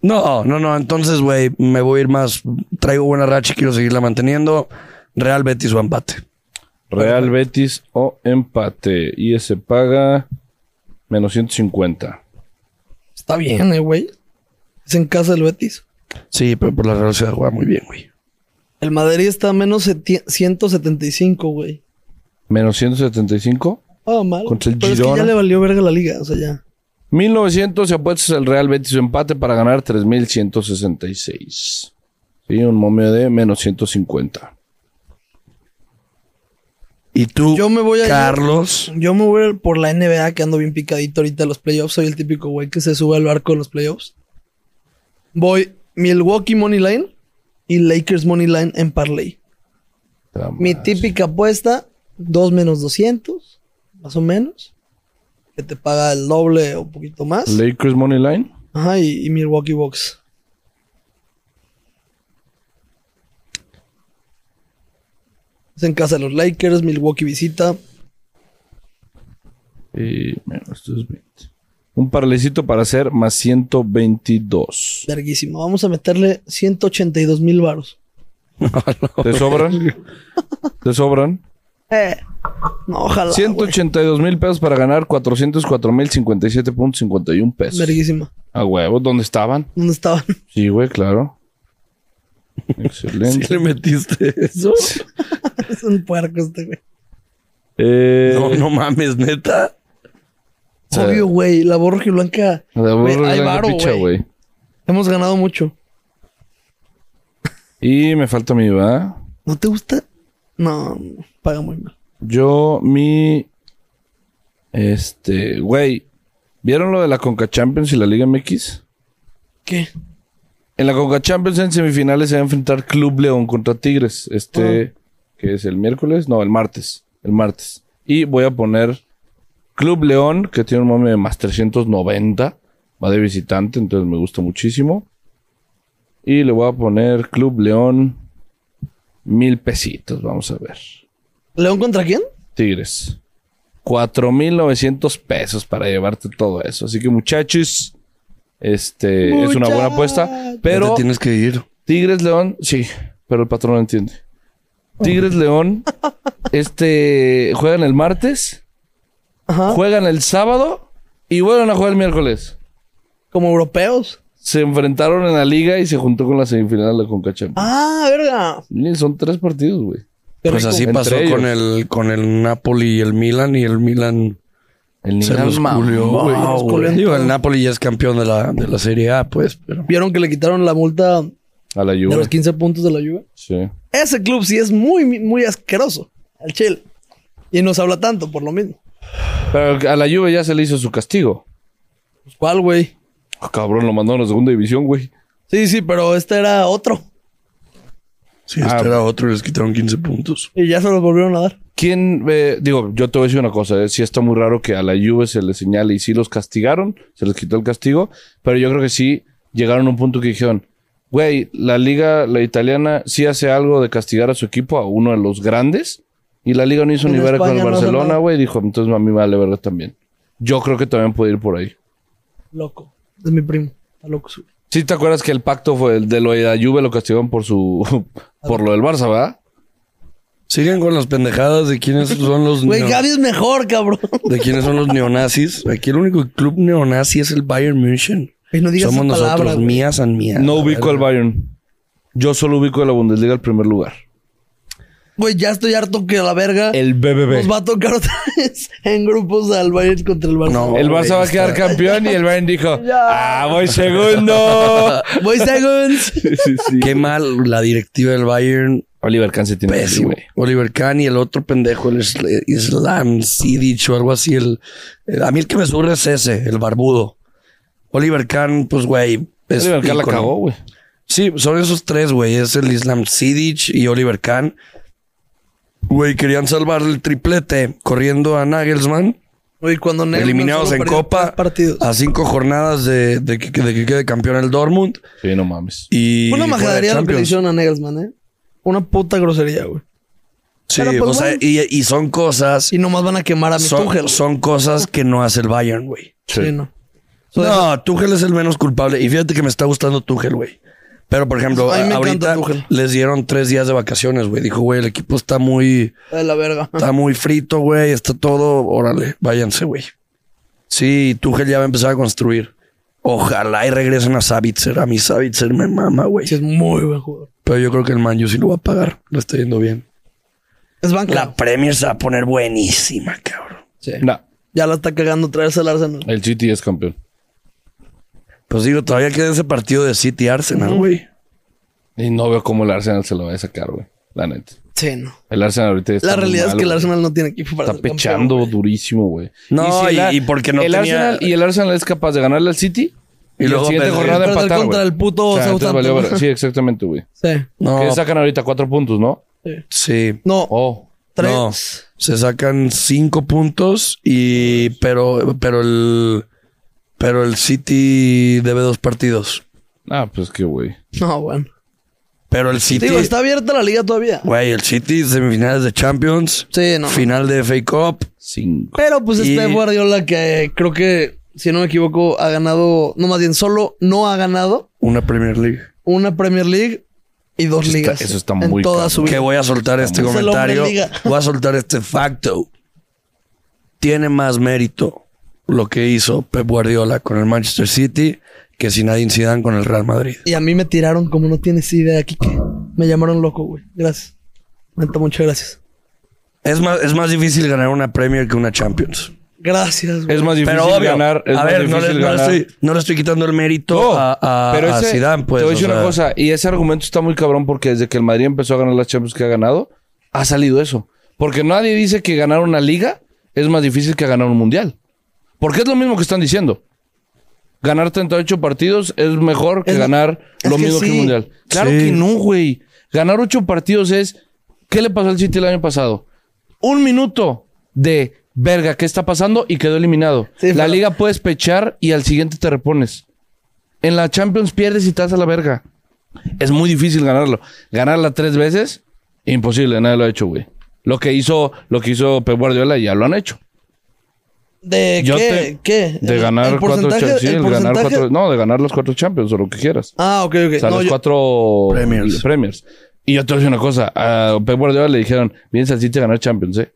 Speaker 3: No, no, no. Entonces, güey, me voy a ir más. Traigo buena racha y quiero seguirla manteniendo. Real Betis o empate.
Speaker 2: Real Betis o empate. Y ese paga menos 150.
Speaker 1: Está bien, eh, güey. Es en casa del Betis.
Speaker 3: Sí, pero por la Real Sociedad juega muy bien, güey.
Speaker 1: El Madrid está a menos seti- 175, güey.
Speaker 2: Menos 175.
Speaker 1: Ah, mal.
Speaker 2: Contra el
Speaker 1: Pero es que
Speaker 2: Girona.
Speaker 1: ya le valió verga la liga, o sea, ya.
Speaker 2: 1900 se apuestas al Real Betis o empate para ganar 3166. Sí, un momio de menos 150.
Speaker 3: Y tú,
Speaker 1: Yo me voy a-
Speaker 3: Carlos.
Speaker 1: Yo me voy a ir por la NBA que ando bien picadito ahorita en los playoffs. Soy el típico güey que se sube al barco en los playoffs. Voy Milwaukee Money Line y Lakers Money Line en parlay.
Speaker 2: Está
Speaker 1: Mi
Speaker 2: mal.
Speaker 1: típica apuesta, 2 menos 200, más o menos. Que te paga el doble o un poquito más.
Speaker 2: Lakers Money Line.
Speaker 1: Ajá, y, y Milwaukee Bucks. Es en casa de los Lakers, Milwaukee visita.
Speaker 2: Y menos 220. Un parlecito para hacer más 122.
Speaker 1: Larguísimo. Vamos a meterle 182 mil varos.
Speaker 2: ¿Te sobran? ¿Te sobran?
Speaker 1: Eh. No, ojalá.
Speaker 2: 182 mil pesos para ganar 404 mil 57.51
Speaker 1: güey.
Speaker 2: pesos.
Speaker 1: Larguísima.
Speaker 2: A huevos, ¿dónde estaban?
Speaker 1: ¿Dónde estaban?
Speaker 2: Sí, güey, claro.
Speaker 3: ¿Sí
Speaker 2: Excelente.
Speaker 3: le metiste eso?
Speaker 1: es un puerco este, güey.
Speaker 2: Eh,
Speaker 3: No, no mames, neta.
Speaker 2: Sí.
Speaker 1: Obvio, güey. La borra blanca.
Speaker 2: la
Speaker 1: Güey,
Speaker 2: borra
Speaker 1: hay
Speaker 2: la
Speaker 1: varo,
Speaker 2: picha,
Speaker 1: güey.
Speaker 2: güey.
Speaker 1: Hemos ganado mucho.
Speaker 2: Y me falta mi, ¿verdad?
Speaker 1: ¿No te gusta? No, paga muy mal.
Speaker 2: Yo, mi. Este, güey. ¿Vieron lo de la Conca Champions y la Liga MX?
Speaker 1: ¿Qué?
Speaker 2: En la Conca Champions en semifinales se va a enfrentar Club León contra Tigres. Este, que es el miércoles, no, el martes. El martes. Y voy a poner Club León, que tiene un mame de más 390. Va de visitante, entonces me gusta muchísimo. Y le voy a poner Club León mil pesitos, vamos a ver.
Speaker 1: ¿León contra quién?
Speaker 2: Tigres. 4,900 pesos para llevarte todo eso. Así que, muchachos, este es una buena apuesta.
Speaker 3: Pero
Speaker 2: Pero
Speaker 3: tienes que ir.
Speaker 2: Tigres León, sí. pero el patrón no entiende. Tigres León, este, juegan el martes,
Speaker 1: Ajá.
Speaker 2: juegan el sábado y vuelven a jugar el miércoles.
Speaker 1: Como europeos.
Speaker 2: Se enfrentaron en la liga y se juntó con la semifinal de la Conca Champions.
Speaker 1: Ah, verga.
Speaker 2: Y Son tres partidos, güey.
Speaker 1: Qué
Speaker 3: Pues
Speaker 1: rico.
Speaker 3: así
Speaker 2: Entre
Speaker 3: pasó
Speaker 2: ellos.
Speaker 3: con el, con el Napoli y el Milan y el Milan
Speaker 2: El
Speaker 3: se los
Speaker 2: mamó,
Speaker 3: culió,
Speaker 2: Oh,
Speaker 3: güey.
Speaker 2: güey.
Speaker 1: Los culió en
Speaker 3: Pues Digo, el
Speaker 1: todo.
Speaker 3: Napoli ya es campeón de la, de la Serie A, pues, pero...
Speaker 1: Vieron que le quitaron la multa
Speaker 2: A la
Speaker 1: de los
Speaker 2: Juve.
Speaker 1: 15 puntos de la lluvia.
Speaker 2: Sí.
Speaker 1: Ese club sí es muy, muy asqueroso. El Chile. Y nos habla tanto por lo mismo.
Speaker 2: Pero a la Juve ya se le hizo su castigo.
Speaker 1: Pues, ¿Cuál, güey?
Speaker 2: Ah, cabrón, lo mandaron a la segunda división, güey.
Speaker 1: Sí, sí, pero este era otro.
Speaker 3: Sí,
Speaker 2: Ah.
Speaker 3: este era otro y les quitaron 15 puntos.
Speaker 1: Y ya se los volvieron a dar.
Speaker 2: ¿Quién, eh, digo, yo te voy a decir una cosa, eh, sí está muy raro que a la Juve se le señale y sí los castigaron, se les quitó el castigo, pero yo creo que sí llegaron a un punto que dijeron, güey, la liga, la italiana, sí hace algo de castigar a su equipo, a uno de los grandes, y la liga no hizo
Speaker 1: En
Speaker 2: ni verga con el
Speaker 1: España no hace
Speaker 2: Barcelona,
Speaker 1: nada.
Speaker 2: güey, dijo, entonces a mí me vale verga también. Yo creo que también puede ir por ahí.
Speaker 1: Loco. Es mi primo. Está loco su.
Speaker 2: Sí te acuerdas que el pacto fue el de lo de la Juve lo castigaron por su, por lo del Barça, ¿verdad?
Speaker 3: Siguen con las pendejadas de quiénes son los...
Speaker 1: Güey,
Speaker 3: neo-
Speaker 1: Gaby es mejor, cabrón.
Speaker 3: de quiénes son los neonazis. Aquí el único club neonazi es el Bayern München.
Speaker 1: Güey, no digas
Speaker 3: Somos
Speaker 1: esa palabra,
Speaker 3: nosotros,
Speaker 1: güey.
Speaker 3: mías and mías.
Speaker 2: No ubico al Bayern. Yo solo ubico a la Bundesliga al primer lugar.
Speaker 1: Güey, ya estoy harto que a la verga nos
Speaker 2: El BBB.
Speaker 1: va a tocar otra vez en grupos al Bayern contra el Barça.
Speaker 3: No.
Speaker 2: El Barça va a
Speaker 3: Está-
Speaker 2: quedar campeón y el Bayern dijo,
Speaker 1: Ya.
Speaker 2: ah, voy segundo.
Speaker 1: Voy seconds.
Speaker 2: sí, sí.
Speaker 3: Qué mal la directiva del Bayern.
Speaker 2: Oliver Kahn se tiene que ir,
Speaker 3: Pésimo.
Speaker 2: güey.
Speaker 3: Oliver Kahn y el otro pendejo, el Isl- Islam Sidic o algo así. El, el- a mí el que me surre es ese, el barbudo. Oliver Kahn, pues, güey. es
Speaker 2: Oliver Kahn la
Speaker 3: ícono.
Speaker 2: cagó, güey.
Speaker 3: Sí, son esos tres, güey. Es el Islam Sidic y Oliver Kahn. Güey, querían salvar el triplete corriendo a Nagelsmann.
Speaker 1: Güey, cuando Neyman
Speaker 3: eliminados
Speaker 1: solo
Speaker 3: en
Speaker 1: perdió
Speaker 3: Copa.
Speaker 1: tres partidos.
Speaker 3: A cinco jornadas de, de que de que quede campeón el Dortmund.
Speaker 2: Sí, no mames.
Speaker 3: Y
Speaker 1: Fue una
Speaker 3: fuera de
Speaker 1: majadería la que le
Speaker 3: Champions.
Speaker 1: hicieron a Nagelsmann, ¿eh? Una puta grosería, güey.
Speaker 3: Sí,
Speaker 1: Pero, pues,
Speaker 3: o sea,
Speaker 1: bueno.
Speaker 3: y, y son cosas.
Speaker 1: Y nomás van a quemar a mi Tuchel.
Speaker 3: son, son cosas que no hace el Bayern, güey.
Speaker 1: sí.
Speaker 2: Sí.
Speaker 1: no. So,
Speaker 3: No, Tuchel es el menos culpable. Y fíjate que me está gustando Tuchel, güey. Pero, por ejemplo,
Speaker 1: A mí me encanta
Speaker 3: ahorita
Speaker 1: Tuchel.
Speaker 3: les dieron tres días de vacaciones, güey. Dijo, güey, el equipo está muy,
Speaker 1: está de la verga.
Speaker 3: está muy frito, güey. Está todo, órale, váyanse, güey. Sí, Tuchel ya va a empezar a construir. Ojalá y regresen a Savitzer. A mí Savitzer me mama, güey.
Speaker 1: Sí, es muy buen jugador.
Speaker 3: Pero yo creo que el Man U sí lo va a pagar. Lo está yendo bien.
Speaker 1: Es banca.
Speaker 3: La Premier se va a poner buenísima, cabrón.
Speaker 1: Sí.
Speaker 2: No,
Speaker 1: Ya la está cagando traerse al Arsenal.
Speaker 2: el City es campeón.
Speaker 3: Pues digo, todavía queda ese partido de City Arsenal, güey.
Speaker 2: Y no veo cómo el Arsenal se lo va a sacar, güey. La neta.
Speaker 1: Sí, no.
Speaker 2: El Arsenal ahorita está
Speaker 1: La
Speaker 2: muy
Speaker 1: realidad
Speaker 2: mal,
Speaker 1: es que el
Speaker 2: güey.
Speaker 1: Arsenal no tiene equipo para
Speaker 2: Está
Speaker 1: ser campeón,
Speaker 2: pechando
Speaker 1: güey.
Speaker 2: durísimo, güey.
Speaker 3: No,
Speaker 2: si
Speaker 3: y- y porque no
Speaker 2: el
Speaker 3: tenía-
Speaker 2: Arsenal, y el Arsenal es capaz de ganarle al City
Speaker 3: Y
Speaker 2: y, la
Speaker 3: luego
Speaker 2: siguiente
Speaker 3: perder.
Speaker 2: jornada
Speaker 1: Perder
Speaker 2: empatar,
Speaker 1: contra
Speaker 2: güey.
Speaker 1: el puto
Speaker 2: entonces
Speaker 1: Southampton.
Speaker 2: valió verga. Sí, exactamente, güey.
Speaker 1: Sí.
Speaker 3: No,
Speaker 2: Que sacan ahorita cuatro puntos, ¿no?
Speaker 1: sí.
Speaker 3: sí.
Speaker 1: No,
Speaker 2: Oh.
Speaker 1: tres.
Speaker 3: No, se sacan cinco puntos y pero pero el pero el City debe dos partidos.
Speaker 2: Ah, pues qué güey.
Speaker 1: No, bueno.
Speaker 3: Pero el City,
Speaker 1: Digo, está abierta la liga todavía.
Speaker 3: güey, el City semifinales de Champions,
Speaker 1: Sí, no.
Speaker 3: final de FA Cup.
Speaker 2: Cinco.
Speaker 1: Pero pues
Speaker 3: Y-
Speaker 1: este Guardiola que creo que, si no me equivoco, ha ganado, no más bien, solo no ha ganado
Speaker 3: Una Premier League.
Speaker 1: una Premier League y dos
Speaker 2: Eso está-
Speaker 1: ligas.
Speaker 2: eso está
Speaker 1: en
Speaker 2: muy
Speaker 1: toda
Speaker 2: cabrón.
Speaker 1: su
Speaker 3: Que
Speaker 1: vida.
Speaker 3: voy a soltar este
Speaker 1: Es el hombre
Speaker 3: comentario.
Speaker 1: liga.
Speaker 3: Voy a soltar este facto. Tiene más mérito lo que hizo Pep Guardiola con el Manchester City que Zinedine Zidane con el Real Madrid.
Speaker 1: Y a mí me tiraron como no tienes idea, Kike. Me llamaron loco, güey. Gracias. Neta, muchas gracias.
Speaker 3: Es más, es más difícil ganar una Premier que una Champions.
Speaker 1: Gracias, güey.
Speaker 2: Es más difícil
Speaker 3: Pero obvio,
Speaker 2: ganar. Es
Speaker 3: a
Speaker 2: más
Speaker 3: ver, no le, no
Speaker 2: difícil
Speaker 3: le
Speaker 2: ganar.
Speaker 3: estoy, no le estoy quitando el mérito
Speaker 2: No,
Speaker 3: a, a,
Speaker 2: pero
Speaker 3: a
Speaker 2: ese-
Speaker 3: Zidane, pues.
Speaker 2: Te voy a
Speaker 3: o
Speaker 2: decir
Speaker 3: sea,
Speaker 2: una cosa, y ese argumento está muy cabrón porque desde que el Madrid empezó a ganar las Champions que ha ganado, ha salido eso. Porque nadie dice que ganar una liga es más difícil que ganar un mundial. Porque es lo mismo que están diciendo. Ganar 38 partidos es mejor que
Speaker 1: Es-
Speaker 2: ganar
Speaker 1: es
Speaker 2: lo
Speaker 1: que
Speaker 2: mismo que un
Speaker 1: sí.
Speaker 2: mundial. Claro
Speaker 3: Sí.
Speaker 2: que no, güey. Ganar 8 partidos es. ¿Qué le pasó al City el año pasado? Un minuto de verga, ¿qué está pasando? Y quedó eliminado.
Speaker 1: Sí,
Speaker 2: la
Speaker 1: pero-
Speaker 2: liga puedes pechar y al siguiente te repones. En la Champions pierdes y estás a la verga. Es muy difícil ganarlo. Ganarla tres veces, imposible, nadie lo ha hecho, güey. Lo que hizo, lo que hizo Pep Guardiola ya lo han hecho.
Speaker 1: ¿De
Speaker 2: Yo
Speaker 1: qué?
Speaker 2: te-
Speaker 1: ¿Qué?
Speaker 2: De ganar cuatro Champions, sí,
Speaker 1: el
Speaker 2: el ganar
Speaker 1: porcentaje-
Speaker 2: cuatro- no, de ganar los cuatro Champions o lo que quieras.
Speaker 1: Ah, ok, ok.
Speaker 2: O sea,
Speaker 1: No,
Speaker 2: los
Speaker 1: yo-
Speaker 2: cuatro
Speaker 3: Premiers.
Speaker 2: Premiers. Y yo te voy a decir una cosa. A Pep Guardiola le dijeron, vienes al City a ganar Champions, ¿eh?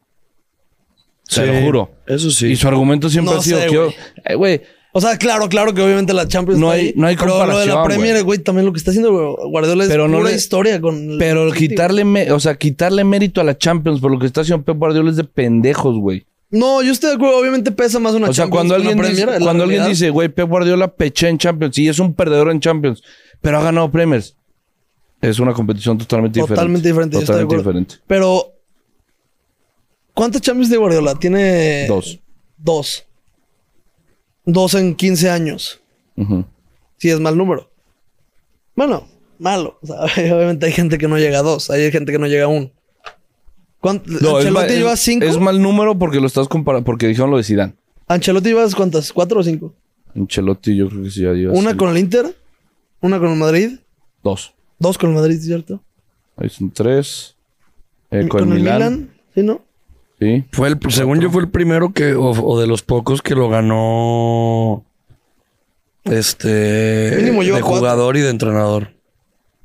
Speaker 2: Se lo juro.
Speaker 3: Eso sí.
Speaker 2: Y su argumento siempre
Speaker 1: No
Speaker 2: ha sido
Speaker 1: sé,
Speaker 2: que yo-
Speaker 1: güey.
Speaker 2: Eh, güey,
Speaker 1: O sea, claro, claro que obviamente la Champions
Speaker 2: No hay-
Speaker 1: está ahí,
Speaker 2: no hay
Speaker 1: Pero lo de la
Speaker 2: comparación,
Speaker 1: Premier, güey, también lo que está haciendo Guardiola es
Speaker 2: Pero no
Speaker 1: pura
Speaker 2: le-
Speaker 1: historia con...
Speaker 2: pero
Speaker 1: el City.
Speaker 2: quitarle, mé- o sea, quitarle mérito a la Champions por lo que está haciendo Pep Guardiola es de pendejos, güey.
Speaker 1: No, yo estoy de acuerdo. Obviamente pesa más una
Speaker 2: O sea,
Speaker 1: Champions
Speaker 2: cuando
Speaker 1: que
Speaker 2: alguien,
Speaker 1: una
Speaker 2: dice,
Speaker 1: Premier, es la
Speaker 2: cuando alguien
Speaker 1: realidad.
Speaker 2: dice, güey, Pep Guardiola peché en Champions y es un perdedor en Champions, pero ha ganado Premiers. Es una competición totalmente,
Speaker 1: Totalmente diferente,
Speaker 2: diferente.
Speaker 1: yo estoy de acuerdo.
Speaker 2: diferente.
Speaker 1: Pero... ¿Cuántas Champions de Guardiola? Tiene...
Speaker 2: Dos.
Speaker 1: Dos. Dos en 15 años.
Speaker 2: Ujú.
Speaker 1: Si es mal número. Bueno, malo. O sea, obviamente hay gente que no llega a dos. Hay gente que no llega a uno. ¿Cuánt-
Speaker 2: ma-
Speaker 1: ¿Ancelotti lleva cinco?
Speaker 2: es mal número porque lo estás comparando, porque dijeron lo de Zidane.
Speaker 1: ¿Ancelotti llevas cuántas? ¿Cuatro o cinco?
Speaker 2: Ancelotti yo creo que sí ya lleva
Speaker 1: Una
Speaker 2: seis-
Speaker 1: con el Inter, una con el Madrid,
Speaker 2: dos.
Speaker 1: dos con el Madrid, ¿cierto?
Speaker 2: Ahí son tres. Eh,
Speaker 1: Y
Speaker 2: con, el Milan.
Speaker 1: ¿sí no?
Speaker 2: Sí.
Speaker 3: Fue el, según yo, fue el primero que, o, o de los pocos que lo ganó. Este.
Speaker 1: Mínimo lleva
Speaker 3: de
Speaker 1: cuatro.
Speaker 3: jugador y de entrenador.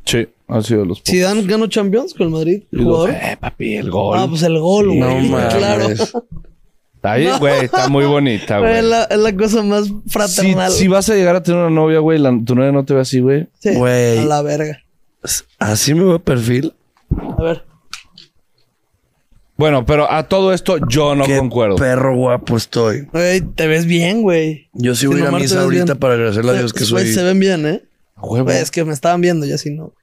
Speaker 2: Sí, ha sido de los pocos.
Speaker 1: Zidane ganó Champions con el Madrid, el
Speaker 2: Y los-
Speaker 1: jugador.
Speaker 2: eh, papi, el gol.
Speaker 1: Ah, pues el gol, güey.
Speaker 3: No mames.
Speaker 1: claro.
Speaker 2: Está bien, güey. Está muy bonita,
Speaker 1: es,
Speaker 2: güey.
Speaker 1: la, es la cosa más
Speaker 2: Si,
Speaker 1: fraternal.
Speaker 2: si vas a llegar a tener una novia, güey, la- tu novia no te ve así, güey.
Speaker 1: Sí,
Speaker 3: Güey.
Speaker 1: A la verga.
Speaker 3: Así me veo perfil.
Speaker 1: A ver.
Speaker 2: Bueno, pero a todo esto yo no
Speaker 3: Qué
Speaker 2: concuerdo.
Speaker 3: perro guapo estoy.
Speaker 1: Güey, te ves bien, güey.
Speaker 3: Yo sí
Speaker 1: Si
Speaker 3: voy a ir a
Speaker 1: nomás te
Speaker 3: misa
Speaker 1: ves
Speaker 3: ahorita
Speaker 1: bien.
Speaker 3: para agradecerle a
Speaker 1: Güey,
Speaker 3: Dios que
Speaker 1: güey,
Speaker 3: soy.
Speaker 1: se ven bien, ¿eh?
Speaker 2: Huevo.
Speaker 1: Güey, es que me estaban viendo, yo así no.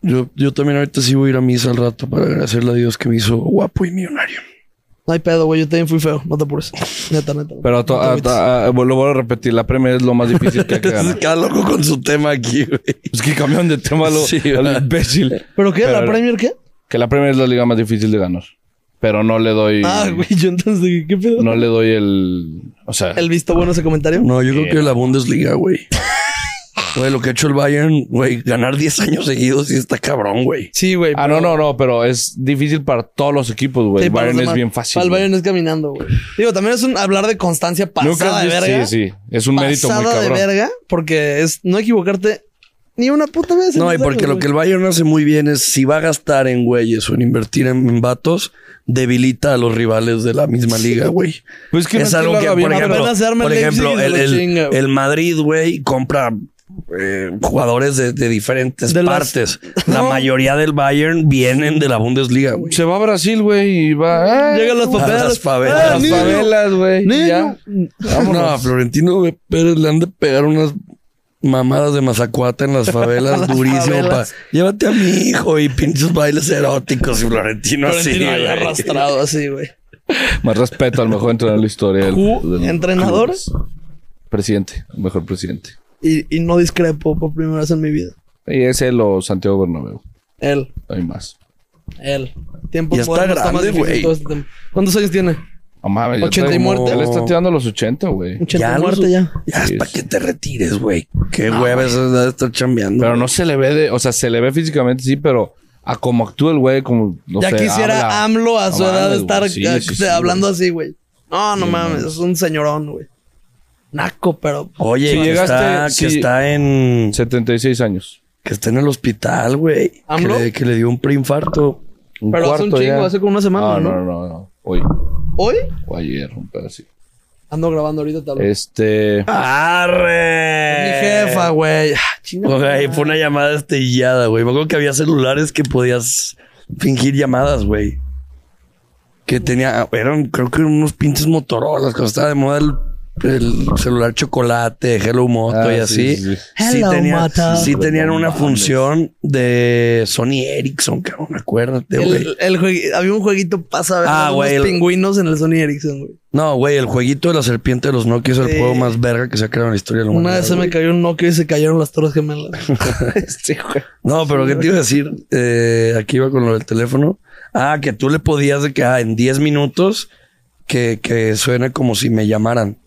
Speaker 3: Yo, yo también ahorita sí voy a ir a misa al rato para agradecerle a Dios que me hizo guapo y millonario.
Speaker 1: No hay pedo, güey. Yo también fui feo. No te apures. Neta, neta.
Speaker 2: Pero a to-
Speaker 1: No te
Speaker 2: a-
Speaker 1: agüites.
Speaker 2: a- a- lo vuelvo a repetir, la premia es lo más difícil que hay que ganar.
Speaker 3: Cada loco con su tema aquí, güey.
Speaker 2: Es que cambiaron de tema lo,
Speaker 3: Sí,
Speaker 2: a lo
Speaker 3: ¿verdad?
Speaker 2: imbécil.
Speaker 1: ¿Pero qué? ¿La
Speaker 2: Pero-
Speaker 1: Premier qué?
Speaker 2: Que la Premier es la liga más difícil de ganar. Pero no le doy.
Speaker 1: Ah, güey. Yo entonces dije, ¿qué pedo?
Speaker 2: No le doy el. O sea.
Speaker 1: ¿El visto bueno a ese comentario?
Speaker 3: No, yo creo que la Bundesliga, güey. Güey, lo que ha hecho el Bayern, güey, ganar 10 años seguidos y está cabrón, güey.
Speaker 1: Sí, güey.
Speaker 2: ah, no, no, no, pero es difícil para todos los equipos, güey.
Speaker 1: Sí,
Speaker 2: el
Speaker 1: para los
Speaker 2: Bayern es
Speaker 1: demás.
Speaker 2: bien fácil.
Speaker 1: Para el
Speaker 2: güey.
Speaker 1: Bayern es caminando, güey. Digo, también es un hablar de constancia pasada
Speaker 2: has
Speaker 1: de
Speaker 2: visto-
Speaker 1: verga.
Speaker 2: Sí, sí. Es un mérito muy
Speaker 1: pasada de
Speaker 2: cabrón.
Speaker 1: verga, porque es no equivocarte ni una puta vez. en
Speaker 3: No, y
Speaker 1: los
Speaker 3: porque
Speaker 1: años,
Speaker 3: lo
Speaker 1: güey.
Speaker 3: que el Bayern hace muy bien es si va a gastar en güeyes o en invertir en, en vatos, debilita a los rivales de la misma liga, güey.
Speaker 2: Pues que no
Speaker 3: es
Speaker 2: es que
Speaker 3: algo
Speaker 2: lo
Speaker 3: que,
Speaker 2: haga
Speaker 3: por
Speaker 2: bien,
Speaker 3: ejemplo,
Speaker 1: apenas se arma
Speaker 3: por
Speaker 1: el Leipzig
Speaker 3: ejemplo,
Speaker 1: y se
Speaker 3: el,
Speaker 1: lo
Speaker 3: el-
Speaker 1: chinga, güey.
Speaker 3: el Madrid, güey, compra eh, jugadores de, de diferentes
Speaker 1: De las-
Speaker 3: partes. La mayoría del Bayern vienen de la Bundesliga, güey.
Speaker 2: Se va a Brasil, güey, y va.
Speaker 1: eh,
Speaker 2: eh,
Speaker 1: Llegan las papelas.
Speaker 3: A las favelas.
Speaker 1: Ah,
Speaker 2: las
Speaker 1: niño,
Speaker 2: favelas, güey. y
Speaker 1: niño.
Speaker 2: ya.
Speaker 3: No, a Florentino Pérez le han de pegar unas mamadas de mazacuata en las favelas durísimo.
Speaker 1: favelas.
Speaker 3: pa- Llévate a mi hijo y pinches bailes eróticos y Florentino,
Speaker 1: Florentino ahí
Speaker 3: así. güey.
Speaker 1: arrastrado así, güey.
Speaker 2: Más respeto al mejor entrenador de la historia. del-
Speaker 1: Ju-
Speaker 2: del-
Speaker 1: entrenador.
Speaker 2: clubes. Presidente, mejor presidente.
Speaker 1: Y, y no discrepo por primera vez en mi vida.
Speaker 2: Y es él o Santiago Bernabéu.
Speaker 1: Él,
Speaker 2: No hay más.
Speaker 1: él. Tiempo
Speaker 3: Ya está
Speaker 1: moderno
Speaker 3: grande,
Speaker 1: difícil
Speaker 3: güey.
Speaker 1: todo este tema. ¿Cuántos años tiene?
Speaker 2: No mames, ya
Speaker 1: 80 y
Speaker 2: está como-
Speaker 1: muerte.
Speaker 2: Él está tirando los 80, güey.
Speaker 1: 80
Speaker 3: los-
Speaker 1: muerte ya.
Speaker 3: Ya
Speaker 2: Sí,
Speaker 3: hasta
Speaker 2: es.
Speaker 3: que te retires, güey. Qué huevas es de estar chambeando.
Speaker 2: Pero no se le ve de... O sea, se le ve físicamente, sí, pero... A como actúa el güey, como... No
Speaker 1: ya
Speaker 2: sé,
Speaker 1: quisiera
Speaker 2: habla.
Speaker 1: AMLO a su
Speaker 2: No
Speaker 1: edad de
Speaker 2: mames,
Speaker 1: estar
Speaker 2: güey. Sí,
Speaker 1: eh,
Speaker 2: sí, sí,
Speaker 1: hablando
Speaker 2: güey.
Speaker 1: así, güey. No, no mames, es un señorón, güey. Naco, pero.
Speaker 3: Oye,
Speaker 2: Si
Speaker 3: que,
Speaker 2: llegaste-
Speaker 3: está, que
Speaker 2: si-
Speaker 3: está en
Speaker 2: 76 años.
Speaker 3: que está en el hospital, güey. Que
Speaker 1: ¿AMLO?
Speaker 3: le, que le dio un preinfarto.
Speaker 2: Un
Speaker 1: Pero hace
Speaker 2: cuarto
Speaker 1: un chingo,
Speaker 2: ya. Ah,
Speaker 1: hace como una semana,
Speaker 2: no,
Speaker 1: ¿no?
Speaker 2: no, no, no. Hoy.
Speaker 1: Hoy
Speaker 2: O ayer, un pedo así.
Speaker 1: ando grabando ahorita
Speaker 3: Ah,
Speaker 1: tal vez.
Speaker 2: Este...
Speaker 3: ¡Arre!
Speaker 1: Mi jefa, güey. Ah, chinga.
Speaker 3: Güey, fue una llamada estellada, güey. Me acuerdo que había celulares que podías fingir llamadas, güey. Que tenía, eran, creo que eran unos pinches Motorolas, cuando estaba de moda el, el celular chocolate, Hello Moto
Speaker 2: Ah,
Speaker 3: y
Speaker 2: sí,
Speaker 3: así.
Speaker 2: sí, sí.
Speaker 3: Sí,
Speaker 1: Hello
Speaker 3: tenía-
Speaker 1: Moto.
Speaker 3: sí tenían
Speaker 2: No
Speaker 3: una
Speaker 2: mames.
Speaker 3: función de Sony Ericsson, cabrón, acuérdate, güey.
Speaker 1: El, el juegui- había un jueguito pasa
Speaker 3: Ah,
Speaker 1: ah,
Speaker 3: güey, el-
Speaker 1: pingüinos en el Sony Ericsson, güey.
Speaker 3: No, güey, el jueguito de la serpiente de los Nokia es el
Speaker 1: Sí.
Speaker 3: juego más verga que se ha creado en la historia de la
Speaker 1: Una
Speaker 3: humanidad.
Speaker 1: vez se me
Speaker 3: güey.
Speaker 1: cayó un Nokia y se cayeron las torres gemelas. este güey.
Speaker 3: No, pero ¿qué te iba a decir? Eh, aquí iba con lo del teléfono. Ah, que tú le podías de que ah, en 10 minutos que, que suena como si me llamaran.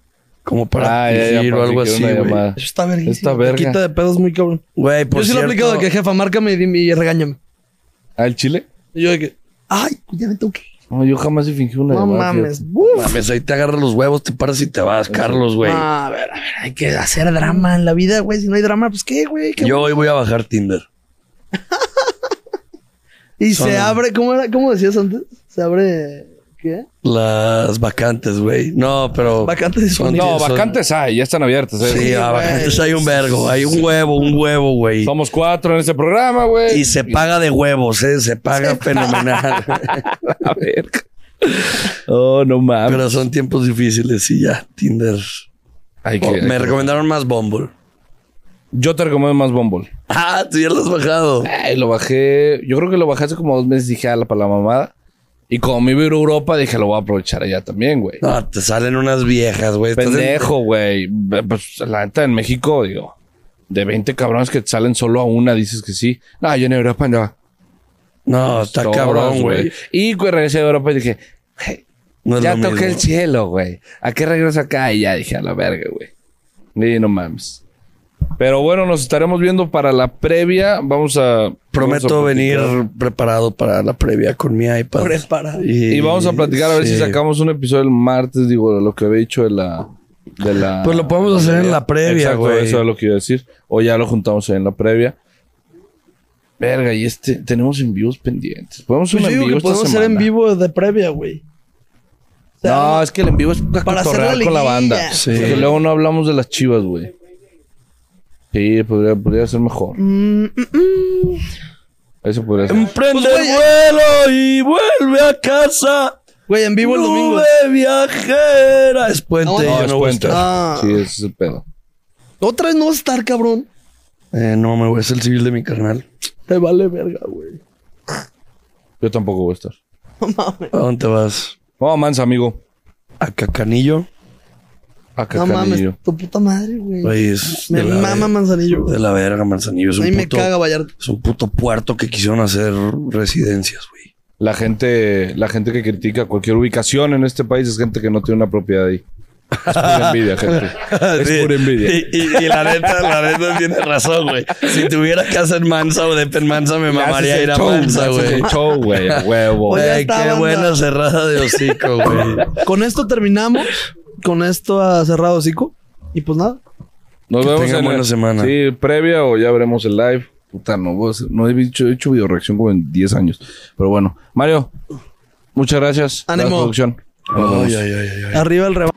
Speaker 3: Como para
Speaker 2: Ah, ya, ya,
Speaker 3: fingir o
Speaker 2: para
Speaker 3: algo
Speaker 2: fingir
Speaker 3: así,
Speaker 2: una
Speaker 3: güey.
Speaker 2: llamada.
Speaker 1: Eso está verguísimo.
Speaker 2: Está
Speaker 1: Te
Speaker 2: verga.
Speaker 1: Quita de pedos muy cabrón.
Speaker 3: Güey, por
Speaker 1: Yo sí lo he
Speaker 3: cierto-
Speaker 1: aplicado de que, jefa, márcame y, dime- y regáñame.
Speaker 2: ¿Ah, el Chile?
Speaker 1: Y yo de que, ay, ya me toqué.
Speaker 2: No, yo jamás he fingido una
Speaker 1: No
Speaker 2: llamada,
Speaker 1: mames.
Speaker 2: fíjate.
Speaker 1: Uf.
Speaker 3: Mames, ahí te agarras los huevos, te paras y te vas, Carlos, güey.
Speaker 1: Ah, a ver, a ver, hay que hacer drama en la vida, güey. Si no hay drama, pues qué, güey. ¿Qué-
Speaker 3: Yo hoy voy a bajar Tinder.
Speaker 1: Y
Speaker 3: Son-
Speaker 1: se abre, ¿cómo, era? ¿cómo decías antes? Se abre, ¿qué?
Speaker 3: Las vacantes, güey. No, pero.
Speaker 1: Vacantes disponibles.
Speaker 3: sí,
Speaker 4: No,
Speaker 3: son-
Speaker 4: vacantes hay, ya están abiertas. ¿eh?
Speaker 3: Sí, ah, vacantes hay un vergo. Hay un huevo, un huevo, güey.
Speaker 4: Somos cuatro en este programa, güey.
Speaker 3: Y se paga de huevos, ¿eh? Se paga fenomenal.
Speaker 2: A ver. Oh, no mames.
Speaker 3: pero son tiempos difíciles y ya, Tinder.
Speaker 2: Hay que-
Speaker 3: Oh,
Speaker 2: hay
Speaker 3: me
Speaker 2: que-
Speaker 3: recomendaron más Bumble.
Speaker 2: Yo te recomiendo más Bumble.
Speaker 3: Ah, tú ya lo has bajado.
Speaker 2: Ay, lo bajé. Yo creo que lo bajé hace como dos meses. Dije, ala, para la mamada. Y como me iba a ir a Europa, dije, lo voy a aprovechar allá también, güey.
Speaker 3: No, te salen unas viejas, güey. Estás en-
Speaker 2: Pendejo, güey. Ve- Pues la neta, en México, digo, de 20 cabrones que te salen solo a una, dices que sí. No, yo en Europa no.
Speaker 3: No, está
Speaker 2: Todos,
Speaker 3: cabrón, güey.
Speaker 2: Y güey, regresé a Europa y dije, "Hey,
Speaker 3: No es
Speaker 2: ya
Speaker 3: lo
Speaker 2: toqué
Speaker 3: mismo.
Speaker 2: el cielo, güey. ¿A qué regreso acá? Y ya dije, a la verga, güey. Y no mames. Pero bueno, nos estaremos viendo para la previa. Vamos a.
Speaker 3: Prometo
Speaker 2: vamos a
Speaker 3: venir
Speaker 2: platicar.
Speaker 3: preparado para la previa con mi iPad.
Speaker 1: Preparado.
Speaker 2: Y vamos a platicar a ver si
Speaker 3: sí.
Speaker 2: sacamos un episodio el martes, digo, lo que había dicho de la. De la
Speaker 3: Pues lo podemos hacer en la previa,
Speaker 2: Exacto,
Speaker 3: güey.
Speaker 2: Eso es lo que iba a decir. O ya lo juntamos en la previa. Verga, y este, tenemos envíos pendientes. Podemos
Speaker 1: Pues
Speaker 2: un
Speaker 1: yo digo
Speaker 2: envío
Speaker 1: que
Speaker 2: esta
Speaker 1: podemos hacer en
Speaker 2: semana?
Speaker 1: vivo de previa, güey. O sea,
Speaker 2: No, es que el envío es
Speaker 1: Para
Speaker 2: para
Speaker 1: hacer
Speaker 2: cotorrear
Speaker 1: la
Speaker 2: con la
Speaker 1: liguilla.
Speaker 2: banda.
Speaker 3: Sí.
Speaker 2: Porque luego no hablamos de las chivas, güey. Sí, podría, podría ser mejor.
Speaker 1: mm, mm, mm.
Speaker 2: Eso podría ser.
Speaker 3: Emprende
Speaker 1: Pues,
Speaker 3: el
Speaker 1: güey,
Speaker 3: vuelo y vuelve a casa.
Speaker 1: Güey, en vivo el domingo.
Speaker 3: Nube viajera. Es puente.
Speaker 1: No,
Speaker 3: yo
Speaker 1: no,
Speaker 3: No,
Speaker 2: es
Speaker 3: voy a
Speaker 2: puente.
Speaker 3: estar.
Speaker 1: Ah,
Speaker 2: Sí, ese es el pedo.
Speaker 1: otra vez no vas a estar, cabrón.
Speaker 3: Eh, no, me voy a hacer el civil de mi carnal.
Speaker 1: Te vale verga, güey.
Speaker 2: Yo tampoco voy a estar.
Speaker 1: No mames.
Speaker 3: ¿A dónde te vas?
Speaker 2: Vamos, mansa, amigo.
Speaker 3: ¿A Cacanillo?
Speaker 2: A
Speaker 1: No
Speaker 2: Cacanillo.
Speaker 1: mames, tu puta madre, güey.
Speaker 3: Güey, es
Speaker 1: Me
Speaker 3: de la
Speaker 1: mama
Speaker 3: ver-
Speaker 1: Manzanillo.
Speaker 3: De la verga, Manzanillo. Es
Speaker 1: A
Speaker 3: un,
Speaker 1: mí me
Speaker 3: puto,
Speaker 1: caga Vallarta.
Speaker 3: es un puto puerto que quisieron hacer residencias, güey.
Speaker 2: La gente, la gente que critica cualquier ubicación en este país es gente que no tiene una propiedad ahí. Es pura envidia, gente. Es
Speaker 3: Sí.
Speaker 2: pura envidia.
Speaker 3: Ah, Y, y- y la neta, la neta tiene razón, güey. Si tuviera casa en Mansa o de en Mansa, me mamaría ir a Mansa, güey.
Speaker 2: Es show, güey. a Huevo.
Speaker 1: Oye,
Speaker 3: Güey,
Speaker 1: está,
Speaker 3: qué
Speaker 1: banda.
Speaker 3: buena cerrada de hocico, güey.
Speaker 1: Con esto terminamos. Con esto ha cerrado hocico. Y pues nada.
Speaker 2: Nos
Speaker 3: que
Speaker 2: vemos
Speaker 3: tengan
Speaker 2: en
Speaker 3: buena
Speaker 2: el-
Speaker 3: semana.
Speaker 2: Sí, previa o ya veremos el live. Puta, no, voy a hacer- no he hecho, he hecho video reacción como en 10 años. Pero bueno, Mario, muchas gracias.
Speaker 1: Ánimo.
Speaker 2: Gracias, producción. Nos vemos.
Speaker 3: ay, ay, ay. ay.
Speaker 1: Arriba el reba.